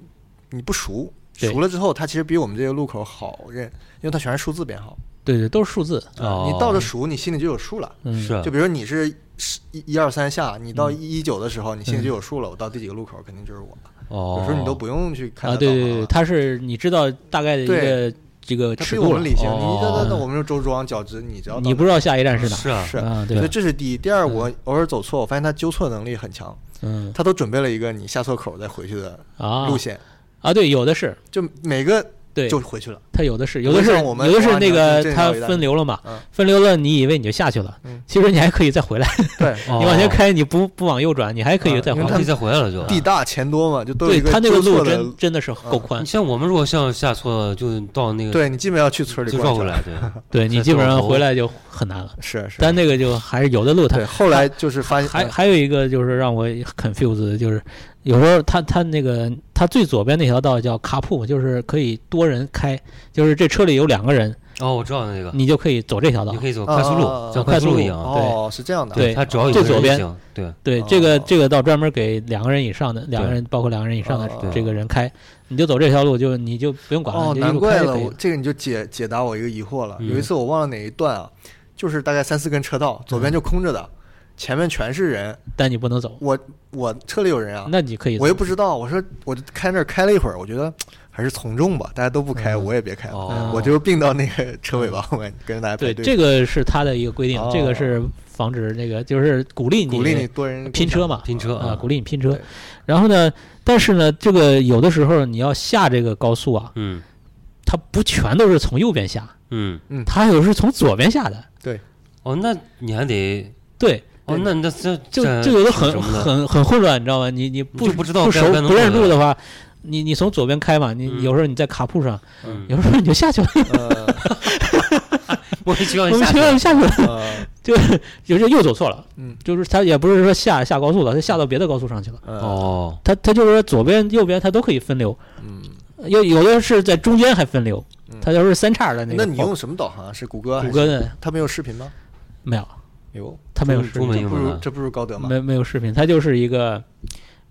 Speaker 2: 你不熟，
Speaker 4: 对
Speaker 2: 熟了之后，他其实比我们这个路口好认，因为它全是数字编号。
Speaker 4: 对对，都是数字，
Speaker 3: 哦
Speaker 2: 你到了熟，你心里就有数了。
Speaker 4: 嗯，
Speaker 3: 是啊
Speaker 2: 就比如你是十一一二三下，你到一一九的时候，你心里就有数
Speaker 4: 嗯
Speaker 2: 了。我到第几个路口，肯定就是我。
Speaker 3: 哦，
Speaker 2: 有时候你都不用去看
Speaker 4: 啊，
Speaker 2: 它
Speaker 4: 对
Speaker 2: 导航
Speaker 4: 对对，
Speaker 2: 了
Speaker 4: 它是你知道大概的一
Speaker 2: 对
Speaker 4: 个这个
Speaker 2: 它
Speaker 4: 尺
Speaker 2: 比我
Speaker 4: 度了
Speaker 2: 们，理性。你
Speaker 3: 哦
Speaker 2: 那那那我们就周庄角直，你只要
Speaker 4: 你
Speaker 2: 到
Speaker 4: 不知道下一站是哪
Speaker 3: 是啊，
Speaker 2: 是。
Speaker 4: 啊，对
Speaker 2: 所以
Speaker 4: 吧，
Speaker 2: 这是第一，第二，我偶尔走错，我发现他纠错能力很强，
Speaker 4: 嗯
Speaker 2: 他都准备了一个你下错口再回去的
Speaker 4: 啊
Speaker 2: 路线，
Speaker 4: 啊，对，有的是，
Speaker 2: 就每个
Speaker 4: 对，
Speaker 2: 就回去了。
Speaker 4: 它有的是，有
Speaker 2: 不
Speaker 4: 的
Speaker 2: 会
Speaker 4: 是，
Speaker 2: 像我们
Speaker 4: 有的是
Speaker 2: 往
Speaker 4: 那
Speaker 2: 两
Speaker 4: 个
Speaker 2: 进
Speaker 4: 它
Speaker 2: 绕一大
Speaker 4: 分
Speaker 2: 圈
Speaker 4: 流了嘛
Speaker 2: 嗯，
Speaker 4: 分流了，你以为你就下去了
Speaker 2: 嗯，
Speaker 4: 其实你还可以再回来，
Speaker 2: 对，
Speaker 3: 哦
Speaker 4: 你往前，开，你不不往右转，你还可以再
Speaker 2: 嗯因
Speaker 3: 你
Speaker 2: 为
Speaker 4: 回
Speaker 2: 它
Speaker 3: 可
Speaker 4: 来
Speaker 3: 以。再回来了就。
Speaker 2: 地大钱多嘛，就都有
Speaker 4: 对
Speaker 2: 一个
Speaker 4: 它那个
Speaker 2: 纠错
Speaker 4: 路
Speaker 2: 的嗯
Speaker 4: 真，真的是够宽
Speaker 3: 你，像我们如果像下错了，就到那个
Speaker 2: 对你基本要去村里
Speaker 3: 就
Speaker 2: 逛
Speaker 3: 绕
Speaker 2: 一
Speaker 3: 回
Speaker 2: 圈。
Speaker 3: 来，对，
Speaker 4: 对你
Speaker 3: 再
Speaker 4: 基本
Speaker 3: 转
Speaker 4: 上
Speaker 3: 头
Speaker 4: 回来就很难了。
Speaker 2: 是是，
Speaker 4: 但那个就还是有的路它
Speaker 2: 对，后来就是发现
Speaker 4: 还还有一个就是让我 confuse 的就是，有时候它它那个它最左边那条道叫卡铺，就是可以多人开，就是这车里有两个人，
Speaker 3: 哦，我知道那个，
Speaker 4: 你就可以走这条道
Speaker 3: 你。可以走快速路
Speaker 2: 啊，
Speaker 3: 像快速路一样，
Speaker 2: 哦是这样的，
Speaker 4: 对
Speaker 3: 它只要有
Speaker 4: 最
Speaker 3: 一个
Speaker 4: 左
Speaker 3: 人
Speaker 4: 边
Speaker 3: 就行，对，
Speaker 4: 对，
Speaker 2: 哦
Speaker 4: 这个这个道专门给两个人以上的，两个人包括两个人以上的
Speaker 2: 哦
Speaker 4: 这个人开，你就走这条路就你就不用管了，
Speaker 2: 哦
Speaker 4: 你就一
Speaker 2: 难
Speaker 4: 路
Speaker 2: 怪
Speaker 4: 开就
Speaker 2: 了，
Speaker 4: 可以
Speaker 2: 我这个你就解解答我一个疑惑了。
Speaker 3: 嗯
Speaker 2: 有一次我忘了哪一段啊，就是大概三四根车道，左
Speaker 4: 嗯
Speaker 2: 边就空着的，前面全是人，
Speaker 4: 但你不能走，
Speaker 2: 我我车里有人啊，
Speaker 4: 那你可以走
Speaker 2: 我又不知道，我说我就开那儿开了一会儿，我觉得还是从众吧，大家都不开，
Speaker 4: 嗯
Speaker 2: 我也别开了，
Speaker 3: 哦，
Speaker 2: 我就是并到那个车尾吧，我跟大家排
Speaker 4: 对
Speaker 2: 队，
Speaker 4: 这个是他的一个规定
Speaker 2: 哦，
Speaker 4: 这个是防止那个就是鼓励
Speaker 2: 鼓励你多人
Speaker 4: 拼车嘛，
Speaker 3: 拼车
Speaker 4: 啊，鼓
Speaker 3: 励，
Speaker 4: 励你拼车
Speaker 2: 对。
Speaker 4: 然后呢，但是呢，这个有的时候你要下这个高速啊，
Speaker 3: 嗯
Speaker 4: 它不全都是从右边下，
Speaker 3: 嗯，
Speaker 4: 它有是从左边下的。
Speaker 3: 哦，那你还得，
Speaker 4: 对，
Speaker 3: 哦，那那这
Speaker 4: 就
Speaker 3: 这
Speaker 4: 就有的
Speaker 3: 挺
Speaker 4: 很
Speaker 3: 什么的
Speaker 4: 很很混乱，你知道吗？你
Speaker 3: 你
Speaker 4: 你不
Speaker 3: 就不知道
Speaker 4: 不
Speaker 3: 该
Speaker 4: 熟
Speaker 3: 不该能
Speaker 4: 不认
Speaker 3: 走
Speaker 4: 路
Speaker 3: 的
Speaker 4: 的话，你你从左边开嘛，你
Speaker 3: 嗯
Speaker 4: 你有时候你在卡铺上，
Speaker 3: 嗯，
Speaker 4: 有时候你就下去了，
Speaker 2: 呃
Speaker 3: <laughs> 莫名其妙
Speaker 4: 我
Speaker 3: 一
Speaker 4: 们
Speaker 3: 下
Speaker 4: 就
Speaker 3: 去，
Speaker 4: 下去了， <laughs>
Speaker 2: 呃
Speaker 4: 就是就是又走错了。
Speaker 2: 嗯，
Speaker 4: 就是他也不是说下下高速了，他下到别的高速上去了。
Speaker 2: 呃
Speaker 3: 哦，
Speaker 4: 他他就是说左边右边他都可以分流，
Speaker 2: 嗯，
Speaker 4: 有有的是在中间还分流
Speaker 2: 嗯，
Speaker 4: 他就是三叉的个。哦
Speaker 2: 那你用什么导航啊？是谷歌？
Speaker 4: 谷歌？的
Speaker 2: 他没有视频吗？
Speaker 4: 没有，
Speaker 2: 有，
Speaker 4: 他没有
Speaker 3: 中
Speaker 4: 视
Speaker 3: 中文
Speaker 4: 频，
Speaker 3: 有
Speaker 2: 不
Speaker 3: 吗
Speaker 2: 如这不如高德吗？
Speaker 4: 没没有视频，它就是一个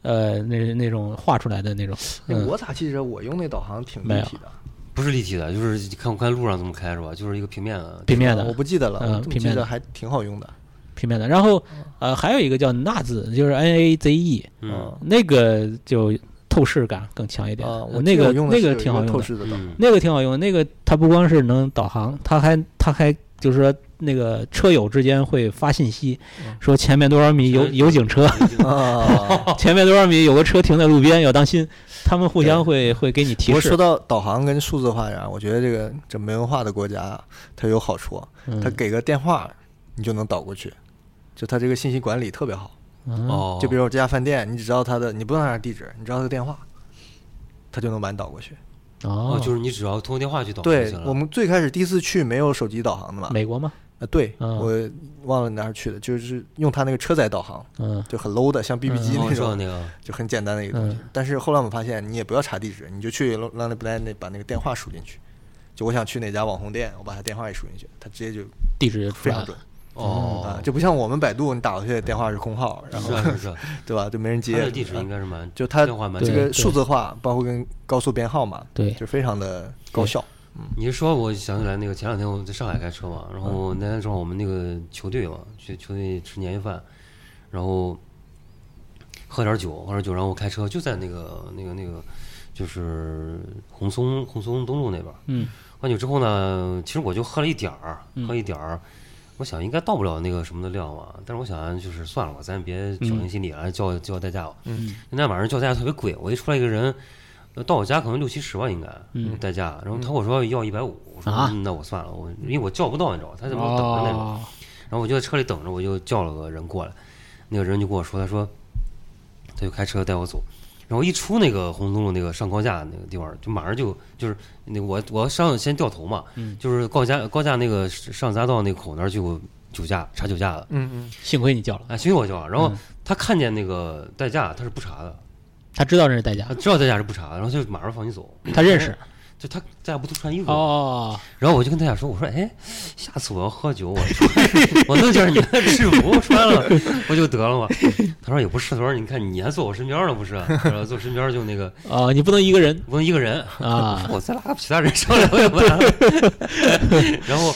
Speaker 4: 呃那那种画出来的那种，
Speaker 2: 哎
Speaker 4: 嗯，
Speaker 2: 我咋记着我用那导航挺立体的？
Speaker 3: 不是立体的，就是看我看路上怎么开是吧？就是一个平面啊的，
Speaker 4: 平面
Speaker 2: 我
Speaker 4: 的
Speaker 2: 不记得了，
Speaker 4: 嗯
Speaker 2: 我怎么
Speaker 4: 平
Speaker 2: 记
Speaker 4: 面
Speaker 2: 着
Speaker 4: 的
Speaker 2: 还挺好用的。
Speaker 4: 平面的。然后呃还有一个叫 NAZ，就是 N A Z E，
Speaker 3: 嗯
Speaker 4: 那个就透视感更强一点，
Speaker 2: 啊，
Speaker 4: 呃
Speaker 2: 我
Speaker 4: 那
Speaker 2: 记得
Speaker 4: 个
Speaker 2: 我用的
Speaker 4: 那
Speaker 2: 是有
Speaker 4: 个
Speaker 2: 一
Speaker 4: 挺好用
Speaker 2: 透
Speaker 4: 的，
Speaker 2: 视的导航。
Speaker 3: 嗯，
Speaker 4: 那个挺好用，那个它不光是能导航，它还它还就是说那个车友之间会发信息
Speaker 2: 嗯，哦
Speaker 4: 说前面多少米有有警车。
Speaker 2: <laughs> 啊，
Speaker 4: 前面多少米有个车停在路边，要当心。他们互相会会给你 <laughs> 提
Speaker 2: 不过
Speaker 4: 示
Speaker 2: 说。到导航跟数字化呀，我觉得这个这没文化的国家啊它有好处，
Speaker 4: 嗯
Speaker 2: 它给个电话你就能导过去，就它这个信息管理特别好。
Speaker 4: 嗯
Speaker 3: 哦，
Speaker 2: 就比如我这家饭店，你只知道它的，你不用它地址，你知道它的电话，它就能把你导过去。
Speaker 4: 哦
Speaker 3: 哦，，就是你只要通过电话去导航就
Speaker 2: 对
Speaker 3: 行了，
Speaker 2: 我们最开始第一次去没有手机导航的
Speaker 3: 啊
Speaker 2: 嘛，
Speaker 4: 美国吗？
Speaker 2: 呃，对
Speaker 4: 嗯
Speaker 2: 我忘了哪儿去的，就是用它那个车载导航，
Speaker 4: 嗯
Speaker 2: 就很 low 的，像 BB
Speaker 4: 嗯
Speaker 2: 机
Speaker 3: 哦我
Speaker 2: 那
Speaker 3: 知道
Speaker 2: 种，
Speaker 3: 那个，
Speaker 2: 就很简单的一个东西
Speaker 4: 嗯。
Speaker 2: 但是后来我们发现，你也不要查地址，你就去 l o n e b l a n 那把那个电话输进去。就我想去哪家网红店，我把他电话一输进去，他直接就
Speaker 4: 地址就出
Speaker 2: 非
Speaker 4: 来
Speaker 2: 常
Speaker 4: 了。
Speaker 2: 准啊
Speaker 3: 哦，，
Speaker 2: 就不像我们百度，你打过去电话是空号，然
Speaker 3: 是
Speaker 2: 后
Speaker 3: 啊是啊是啊，
Speaker 2: 对吧，就没人
Speaker 3: 它的
Speaker 2: 接。
Speaker 3: 地址应该是蛮
Speaker 2: 就它
Speaker 3: 电话蛮
Speaker 4: 对
Speaker 2: 这
Speaker 3: 近的
Speaker 2: 个数字化，包括跟高速编号嘛，
Speaker 4: 对，
Speaker 2: 就非常的高效。
Speaker 3: 你一说，我想起来那个前两天我在上海开车嘛，然后那天正好我们那个球队嘛，去球队吃年夜饭，然后喝点酒，喝点酒，然后我开车就在那个那个那个就是红松红松东路那边。
Speaker 4: 嗯，
Speaker 3: 完酒之后呢，其实我就喝了一点儿，
Speaker 4: 嗯
Speaker 3: 喝一点儿。我想应该到不了那个什么的量吧，但是我想就是算了吧，咱别侥幸心理了，叫叫代驾吧。
Speaker 4: 嗯，
Speaker 3: 那天晚上叫代驾特别贵，我一出来一个人，呃到我家可能六七十吧应该，
Speaker 4: 嗯
Speaker 3: 代驾。然后他跟我说要一百五，我说、
Speaker 4: 啊
Speaker 3: 嗯那我算了，我因为我叫不到你知道吧，他在门口等着那种。
Speaker 4: 哦，
Speaker 3: 然后我就在车里等着，我就叫了个人过来，那个人就跟我说，他说，他就开车带我走，然后一出那个红松路那个上高架那个地方，就马上就就是那个我我上先掉头嘛，
Speaker 4: 嗯
Speaker 3: 就是高架高架那个上匝道那个口那儿就有酒驾查酒驾的，
Speaker 1: 嗯嗯，
Speaker 4: 幸亏你叫了，
Speaker 3: 哎，幸亏我叫，然后
Speaker 4: 嗯
Speaker 3: 他看见那个代驾他是不查的，
Speaker 4: 他知道这是代驾
Speaker 3: 他，知道代驾是不查的，然后他就马上放你走，
Speaker 4: 他认识。
Speaker 3: 就他代驾不都穿衣服吗？
Speaker 4: 哦，
Speaker 3: 然后我就跟大家说，我说，哎，下次我要喝酒，我我弄件你的制服穿了，不就得了吗？他说也不是，他说你看你还坐我身边了不是？然后坐身边就那个
Speaker 4: 哦，你不能一个人
Speaker 3: 问一个人，
Speaker 4: 啊，
Speaker 3: 我再拉其他人商量要不然。 <laughs> 然后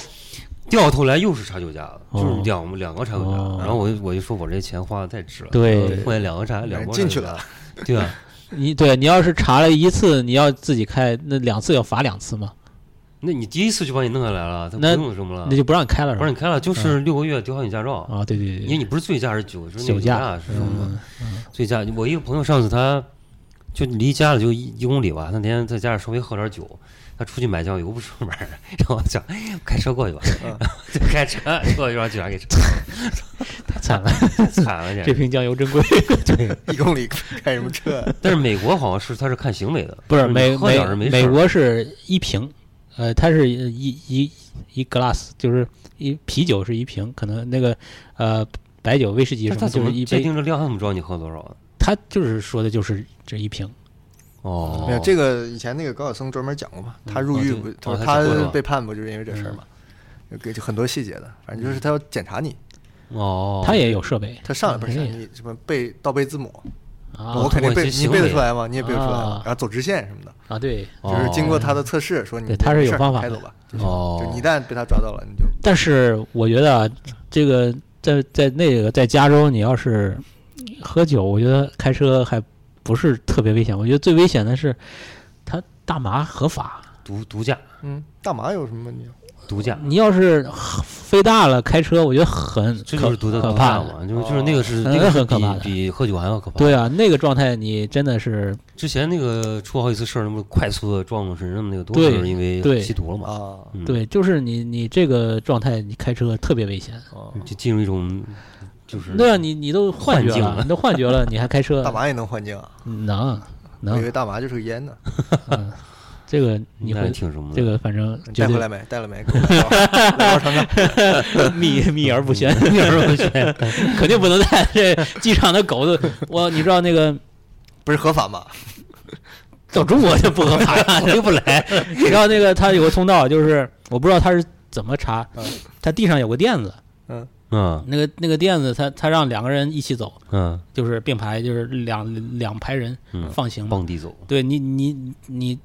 Speaker 3: 掉头来又是查酒驾了，就
Speaker 4: 哦
Speaker 3: 是两两个查酒驾。
Speaker 4: 哦
Speaker 3: 然后我就我就说我这钱花的太值了，呃
Speaker 4: 对
Speaker 3: 换两个查两波查
Speaker 2: 哎进去
Speaker 3: 酒驾
Speaker 2: 了，
Speaker 3: 对啊，
Speaker 4: 你对你要是查了一次，你要自己开，那两次要罚两次嘛，
Speaker 3: 那你第一次就把你弄下来了，他不
Speaker 4: 那
Speaker 3: 用什么了
Speaker 4: 那，就不嗯让开了是
Speaker 3: 啊不让
Speaker 4: 吧？
Speaker 3: 你开了，就是六个月吊销你驾照。
Speaker 4: 啊，对对
Speaker 3: 因为
Speaker 4: 对，
Speaker 3: 你不是醉驾是酒，是那个
Speaker 4: 酒驾
Speaker 3: 驾是什么？ <laughs>
Speaker 4: 嗯
Speaker 3: 醉驾，我一个朋友上次他就离家里就一一公里吧，他那天在家里稍微喝点酒，他出去买酱油不出门儿， <laughs> 然后我讲开车过去吧，
Speaker 2: 嗯
Speaker 3: 然后就开车过去让警察给
Speaker 4: 太惨了，
Speaker 3: 惨了
Speaker 4: 这
Speaker 3: 点。
Speaker 4: 瓶酱油珍贵。
Speaker 2: 一公里开什么车？啊
Speaker 3: 但是美国好像是他是看行为的，
Speaker 4: 不是
Speaker 3: 就
Speaker 4: 美
Speaker 3: 你喝点儿是
Speaker 4: 美
Speaker 3: 没事儿
Speaker 4: 美国是一瓶，呃，它是一一一 glass，就是一啤酒是一瓶，可能那个呃白酒、威士忌
Speaker 3: 但
Speaker 4: 什
Speaker 3: 他
Speaker 4: 么
Speaker 3: 怎
Speaker 4: 就是
Speaker 3: 么
Speaker 4: 一
Speaker 3: 界
Speaker 4: 杯，
Speaker 3: 定这量？他怎么知道你喝多少啊？
Speaker 4: 它就是说的就是这一瓶。
Speaker 3: 哦
Speaker 2: 没有，这个以前那个高晓松专门讲过嘛，他入狱
Speaker 3: 哦
Speaker 2: 不
Speaker 3: 对，
Speaker 2: 他
Speaker 3: 哦他
Speaker 2: 说
Speaker 3: 讲过是
Speaker 2: 他
Speaker 3: 吧嗯
Speaker 2: 被判不就是因为这事儿嘛？就给就很多细节的，反正就是他要检查你，
Speaker 3: 哦，
Speaker 4: 它也有设备
Speaker 2: 他上来不是
Speaker 4: 嗯
Speaker 2: 你什么背倒背字母，我
Speaker 4: 啊
Speaker 2: 肯定
Speaker 3: 哎通过
Speaker 2: 背
Speaker 3: 一些
Speaker 2: 你
Speaker 3: 行
Speaker 2: 背得
Speaker 3: 为
Speaker 2: 出来吗？你也背不出来
Speaker 4: 啊
Speaker 2: 嘛，然后走直线什么的，
Speaker 4: 啊对，
Speaker 2: 就是经
Speaker 3: 哦
Speaker 2: 过他的测试说你
Speaker 4: 对他是有
Speaker 2: 没事儿
Speaker 4: 方法
Speaker 2: 开
Speaker 4: 的
Speaker 2: 走吧，就是
Speaker 3: 哦，
Speaker 2: 就你一旦被他抓到了，你就
Speaker 4: 但是我觉得啊，这个在在那个在加州，你要是喝酒，我觉得开车还不是特别危险。我觉得最危险的是它大麻合法，
Speaker 3: 毒毒驾
Speaker 2: 嗯，大麻有什么问题？啊
Speaker 3: 毒驾，
Speaker 4: 你要是喝飞大了开车，我觉得很
Speaker 3: 这
Speaker 4: 可
Speaker 3: 就是毒的
Speaker 4: 可
Speaker 3: 毒
Speaker 4: 怕
Speaker 3: 驾
Speaker 4: 的
Speaker 3: 嘛，就是就是那个是
Speaker 4: 哦
Speaker 3: 那个是
Speaker 4: 很可怕
Speaker 3: 比
Speaker 4: 的
Speaker 3: 比喝酒还要可怕。
Speaker 4: 对啊，那个状态你真的是
Speaker 3: 之前那个出好几次事儿，那么快速的撞身上那个多
Speaker 4: 对
Speaker 3: 就是因为
Speaker 4: 对
Speaker 3: 吸毒了嘛，
Speaker 2: 啊
Speaker 3: 嗯，
Speaker 4: 对，就是你你这个状态，你开车特别危险。
Speaker 2: 哦，
Speaker 3: 就进入一种就是
Speaker 4: 对啊，你你都幻觉
Speaker 3: 嗯幻境
Speaker 4: 了，
Speaker 3: 了
Speaker 4: 你都幻觉了，你还开车
Speaker 2: 大，麻也能幻境啊？
Speaker 4: 能
Speaker 2: 我以
Speaker 4: 嗯能，
Speaker 2: 为大麻就是个烟呢，
Speaker 4: 嗯这个你
Speaker 3: 那
Speaker 4: 会
Speaker 3: 也挺什么的，
Speaker 4: 这个反正
Speaker 2: 你
Speaker 4: <laughs> 绝
Speaker 2: 带
Speaker 4: 对
Speaker 2: 回来没？带了没？给我来
Speaker 4: <laughs>
Speaker 2: 包来包尝尝。
Speaker 4: 秘秘而不宣， <laughs> 秘而不宣，肯定不能带。这机场的狗都，我你知道那个
Speaker 2: 不是合法吗？
Speaker 4: 到中国就不合法了， <laughs> 回不来。你知道那个它有个通道，就是我不知道它是怎么查
Speaker 2: 嗯，
Speaker 4: 它地上有个垫子，
Speaker 3: 嗯
Speaker 4: 那个那个垫子它它让两个人一起走，
Speaker 3: 嗯
Speaker 4: 就是并排，就是两两排人
Speaker 3: 嗯，
Speaker 4: 放行嘛。
Speaker 3: 傍地
Speaker 4: <laughs>
Speaker 3: 走，
Speaker 4: 对你你你，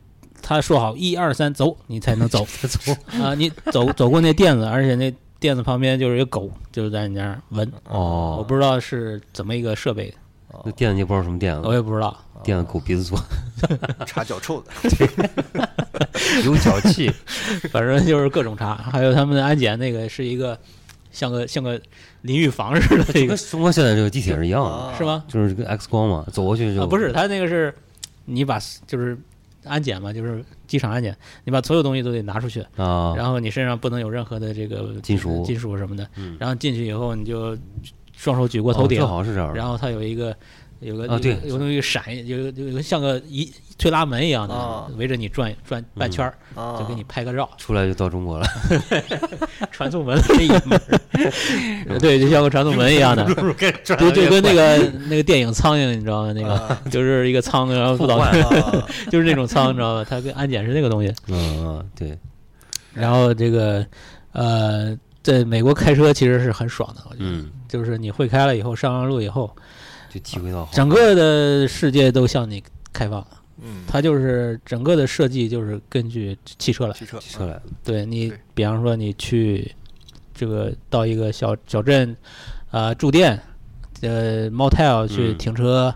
Speaker 4: 他说好一二三走，你才能 <laughs> 走
Speaker 3: 他走
Speaker 4: 啊！你走走过那垫子，而且那垫子旁边就是有狗，就是在你那儿闻。我
Speaker 3: 哦，
Speaker 4: 不知道是怎么一个设备，
Speaker 3: 那垫子也不知道什么垫
Speaker 4: 我
Speaker 3: 子，
Speaker 4: 也不知道。
Speaker 3: 垫子狗鼻
Speaker 4: <laughs>
Speaker 3: 子做，
Speaker 2: 查脚臭的， <laughs>
Speaker 3: 有脚气，
Speaker 4: 反正就是各种查，还有他们的安检那个是一个像个像个淋浴房似的一
Speaker 3: 就
Speaker 4: 个
Speaker 3: 跟，中国现在这个地铁是一样的，
Speaker 2: 啊
Speaker 4: 哦是？吗？
Speaker 3: 就是跟 X 光嘛，走过去
Speaker 4: 啊，
Speaker 3: 就
Speaker 4: 不是，他那个是你把就是安检嘛，就是机场安检，你把所有东西都得拿出去，
Speaker 3: 啊，
Speaker 4: 然后你身上不能有任何的这个呃
Speaker 3: 金属
Speaker 4: 金属什么的
Speaker 3: 嗯，
Speaker 4: 然后进去以后你就双手举过
Speaker 3: 哦
Speaker 4: 头顶
Speaker 3: 这，好像是这样的，
Speaker 4: 然后它有一个有个
Speaker 3: 啊对
Speaker 4: 有有东西闪，有有有个像个一推拉门一样
Speaker 2: 啊
Speaker 4: 的围着你转转半圈儿，
Speaker 2: 啊，
Speaker 4: 就给你
Speaker 2: <laughs>
Speaker 4: 拍个照，
Speaker 3: 嗯出来就到中国了，
Speaker 4: 传送 <laughs> 门那一门 <laughs> 儿，对，就像个传送门一样 <laughs> 的，就就跟那个那个电影《苍蝇》，你知道吗？那个
Speaker 2: 啊
Speaker 4: <laughs> 就是一个苍蝇，然后
Speaker 3: 互
Speaker 4: 到
Speaker 3: 换，
Speaker 4: <laughs>
Speaker 2: 啊
Speaker 4: 就是那种苍蝇，你知道吗？它跟安检是那个东西。
Speaker 3: 嗯嗯
Speaker 4: <laughs>
Speaker 3: 对，
Speaker 4: 然后这个呃，在美国开车其实是很爽的，我觉得，
Speaker 3: 嗯，
Speaker 4: 就是你会开了以后，上完路以后，
Speaker 3: 就体会到好
Speaker 4: 整个的世界都向你开放了。
Speaker 2: 嗯，
Speaker 4: 它就是整个的设计就是根据汽车来的。
Speaker 2: 汽车，啊
Speaker 3: 骑车来了，
Speaker 4: 对你
Speaker 2: 对，
Speaker 4: 比方说你去这个到一个小小镇，呃，住店，呃，motel 去
Speaker 3: 嗯
Speaker 4: 停车，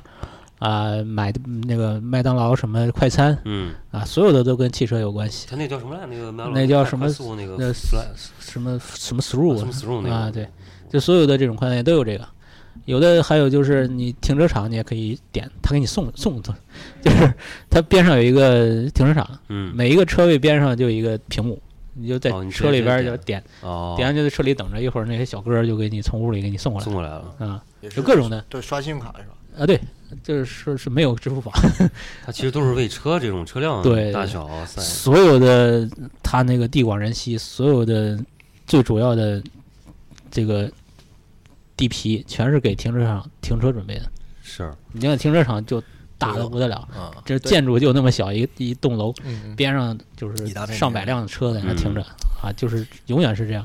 Speaker 4: 啊、买的那个麦当劳什么快餐
Speaker 3: 嗯，
Speaker 4: 啊，所有的都跟汽车有关系。
Speaker 3: 他那叫什么来？那个麦当劳
Speaker 4: 那叫什么
Speaker 3: 快速那个
Speaker 4: 那
Speaker 3: fly
Speaker 4: 什么什
Speaker 3: 啊
Speaker 4: 么 through
Speaker 3: 什么 through 那个
Speaker 4: 啊，对，就所有的这种快餐店都有这个。有的还有就是你停车场你也可以点，他给你送送的，就是它边上有一个停车场，
Speaker 3: 嗯
Speaker 4: 每一个车位边上就有一个屏幕，你就在
Speaker 3: 哦你直接
Speaker 4: 车里边儿
Speaker 3: 就
Speaker 4: 就点，
Speaker 3: 哦，
Speaker 4: 点完就在车里等着，一会儿那些小哥就给你从屋里给你送过
Speaker 3: 送过来
Speaker 4: 来
Speaker 3: 了。
Speaker 4: 啊
Speaker 2: 也是
Speaker 4: 有各种的
Speaker 2: 对刷信用卡是吧？
Speaker 4: 啊，对，就是说是没有支付宝，
Speaker 3: 它其实都是为车这种车辆
Speaker 4: 对
Speaker 3: 大小啊哇塞，
Speaker 4: <laughs> 所有的他那个地广人稀，所有的最主要的这个地皮全是给停车场停车准备的。
Speaker 3: 是
Speaker 4: 你看停车场就大的不得了，
Speaker 2: 啊，
Speaker 4: 这
Speaker 2: 对
Speaker 4: 建筑就那么小一个一栋楼，
Speaker 2: 嗯，嗯
Speaker 4: 边上就是
Speaker 2: 一大片
Speaker 4: 上百辆车在那停着、啊，就是永远是这样。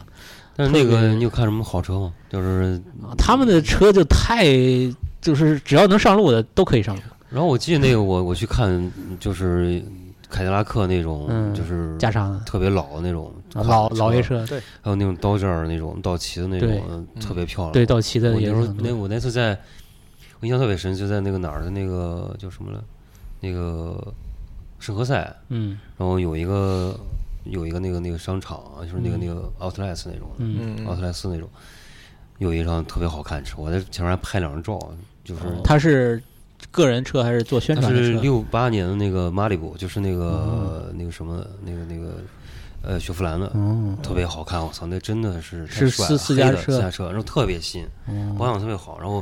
Speaker 3: 但是那
Speaker 4: 特
Speaker 3: 个
Speaker 4: 别
Speaker 3: 你有看什么好车吗？就是，
Speaker 4: 啊他们的车就太就是只要能上路的都可以上路，
Speaker 3: 然后我记得那个我我去看，就是凯迪拉克那种，
Speaker 4: 嗯
Speaker 3: 就是
Speaker 4: 加长的
Speaker 3: 特别老的那种
Speaker 4: 啊老
Speaker 3: 卡
Speaker 4: 老爷
Speaker 3: 车，
Speaker 4: 车，
Speaker 3: 还有那种刀尖儿那种道奇的那
Speaker 4: 对
Speaker 3: 种，呃
Speaker 2: 嗯
Speaker 3: 特别漂亮。
Speaker 4: 对，道奇的
Speaker 3: 我那
Speaker 4: 也
Speaker 3: 时
Speaker 4: 是
Speaker 3: 候
Speaker 4: 很
Speaker 3: 那
Speaker 4: 多。
Speaker 3: 我那次在，我印象特别深，就在那个哪儿的那个叫什么来，那个圣何塞，
Speaker 4: 嗯
Speaker 3: 然后有一个有一个那个那个商场啊，就是那个
Speaker 4: 嗯
Speaker 3: 那个奥特莱斯那种，
Speaker 4: 嗯，
Speaker 2: 嗯
Speaker 3: 奥特莱斯那种，有一张特别好看的车，我在前面还拍两张照，就是
Speaker 2: 哦
Speaker 4: 他是个人车还是做宣
Speaker 3: 它
Speaker 4: 传的
Speaker 3: 是
Speaker 4: 车？哦
Speaker 3: 六八年的那个马里布，就是那个那个什么那个那个呃雪佛兰的。
Speaker 4: 嗯
Speaker 3: 特别好看，我操，那真的是太
Speaker 4: 是
Speaker 3: 帅
Speaker 4: 私
Speaker 3: 了
Speaker 4: 私
Speaker 3: 黑
Speaker 4: 家
Speaker 3: 的
Speaker 4: 车
Speaker 3: 私家车，然后特别新，
Speaker 4: 嗯
Speaker 3: 保养特别好，然后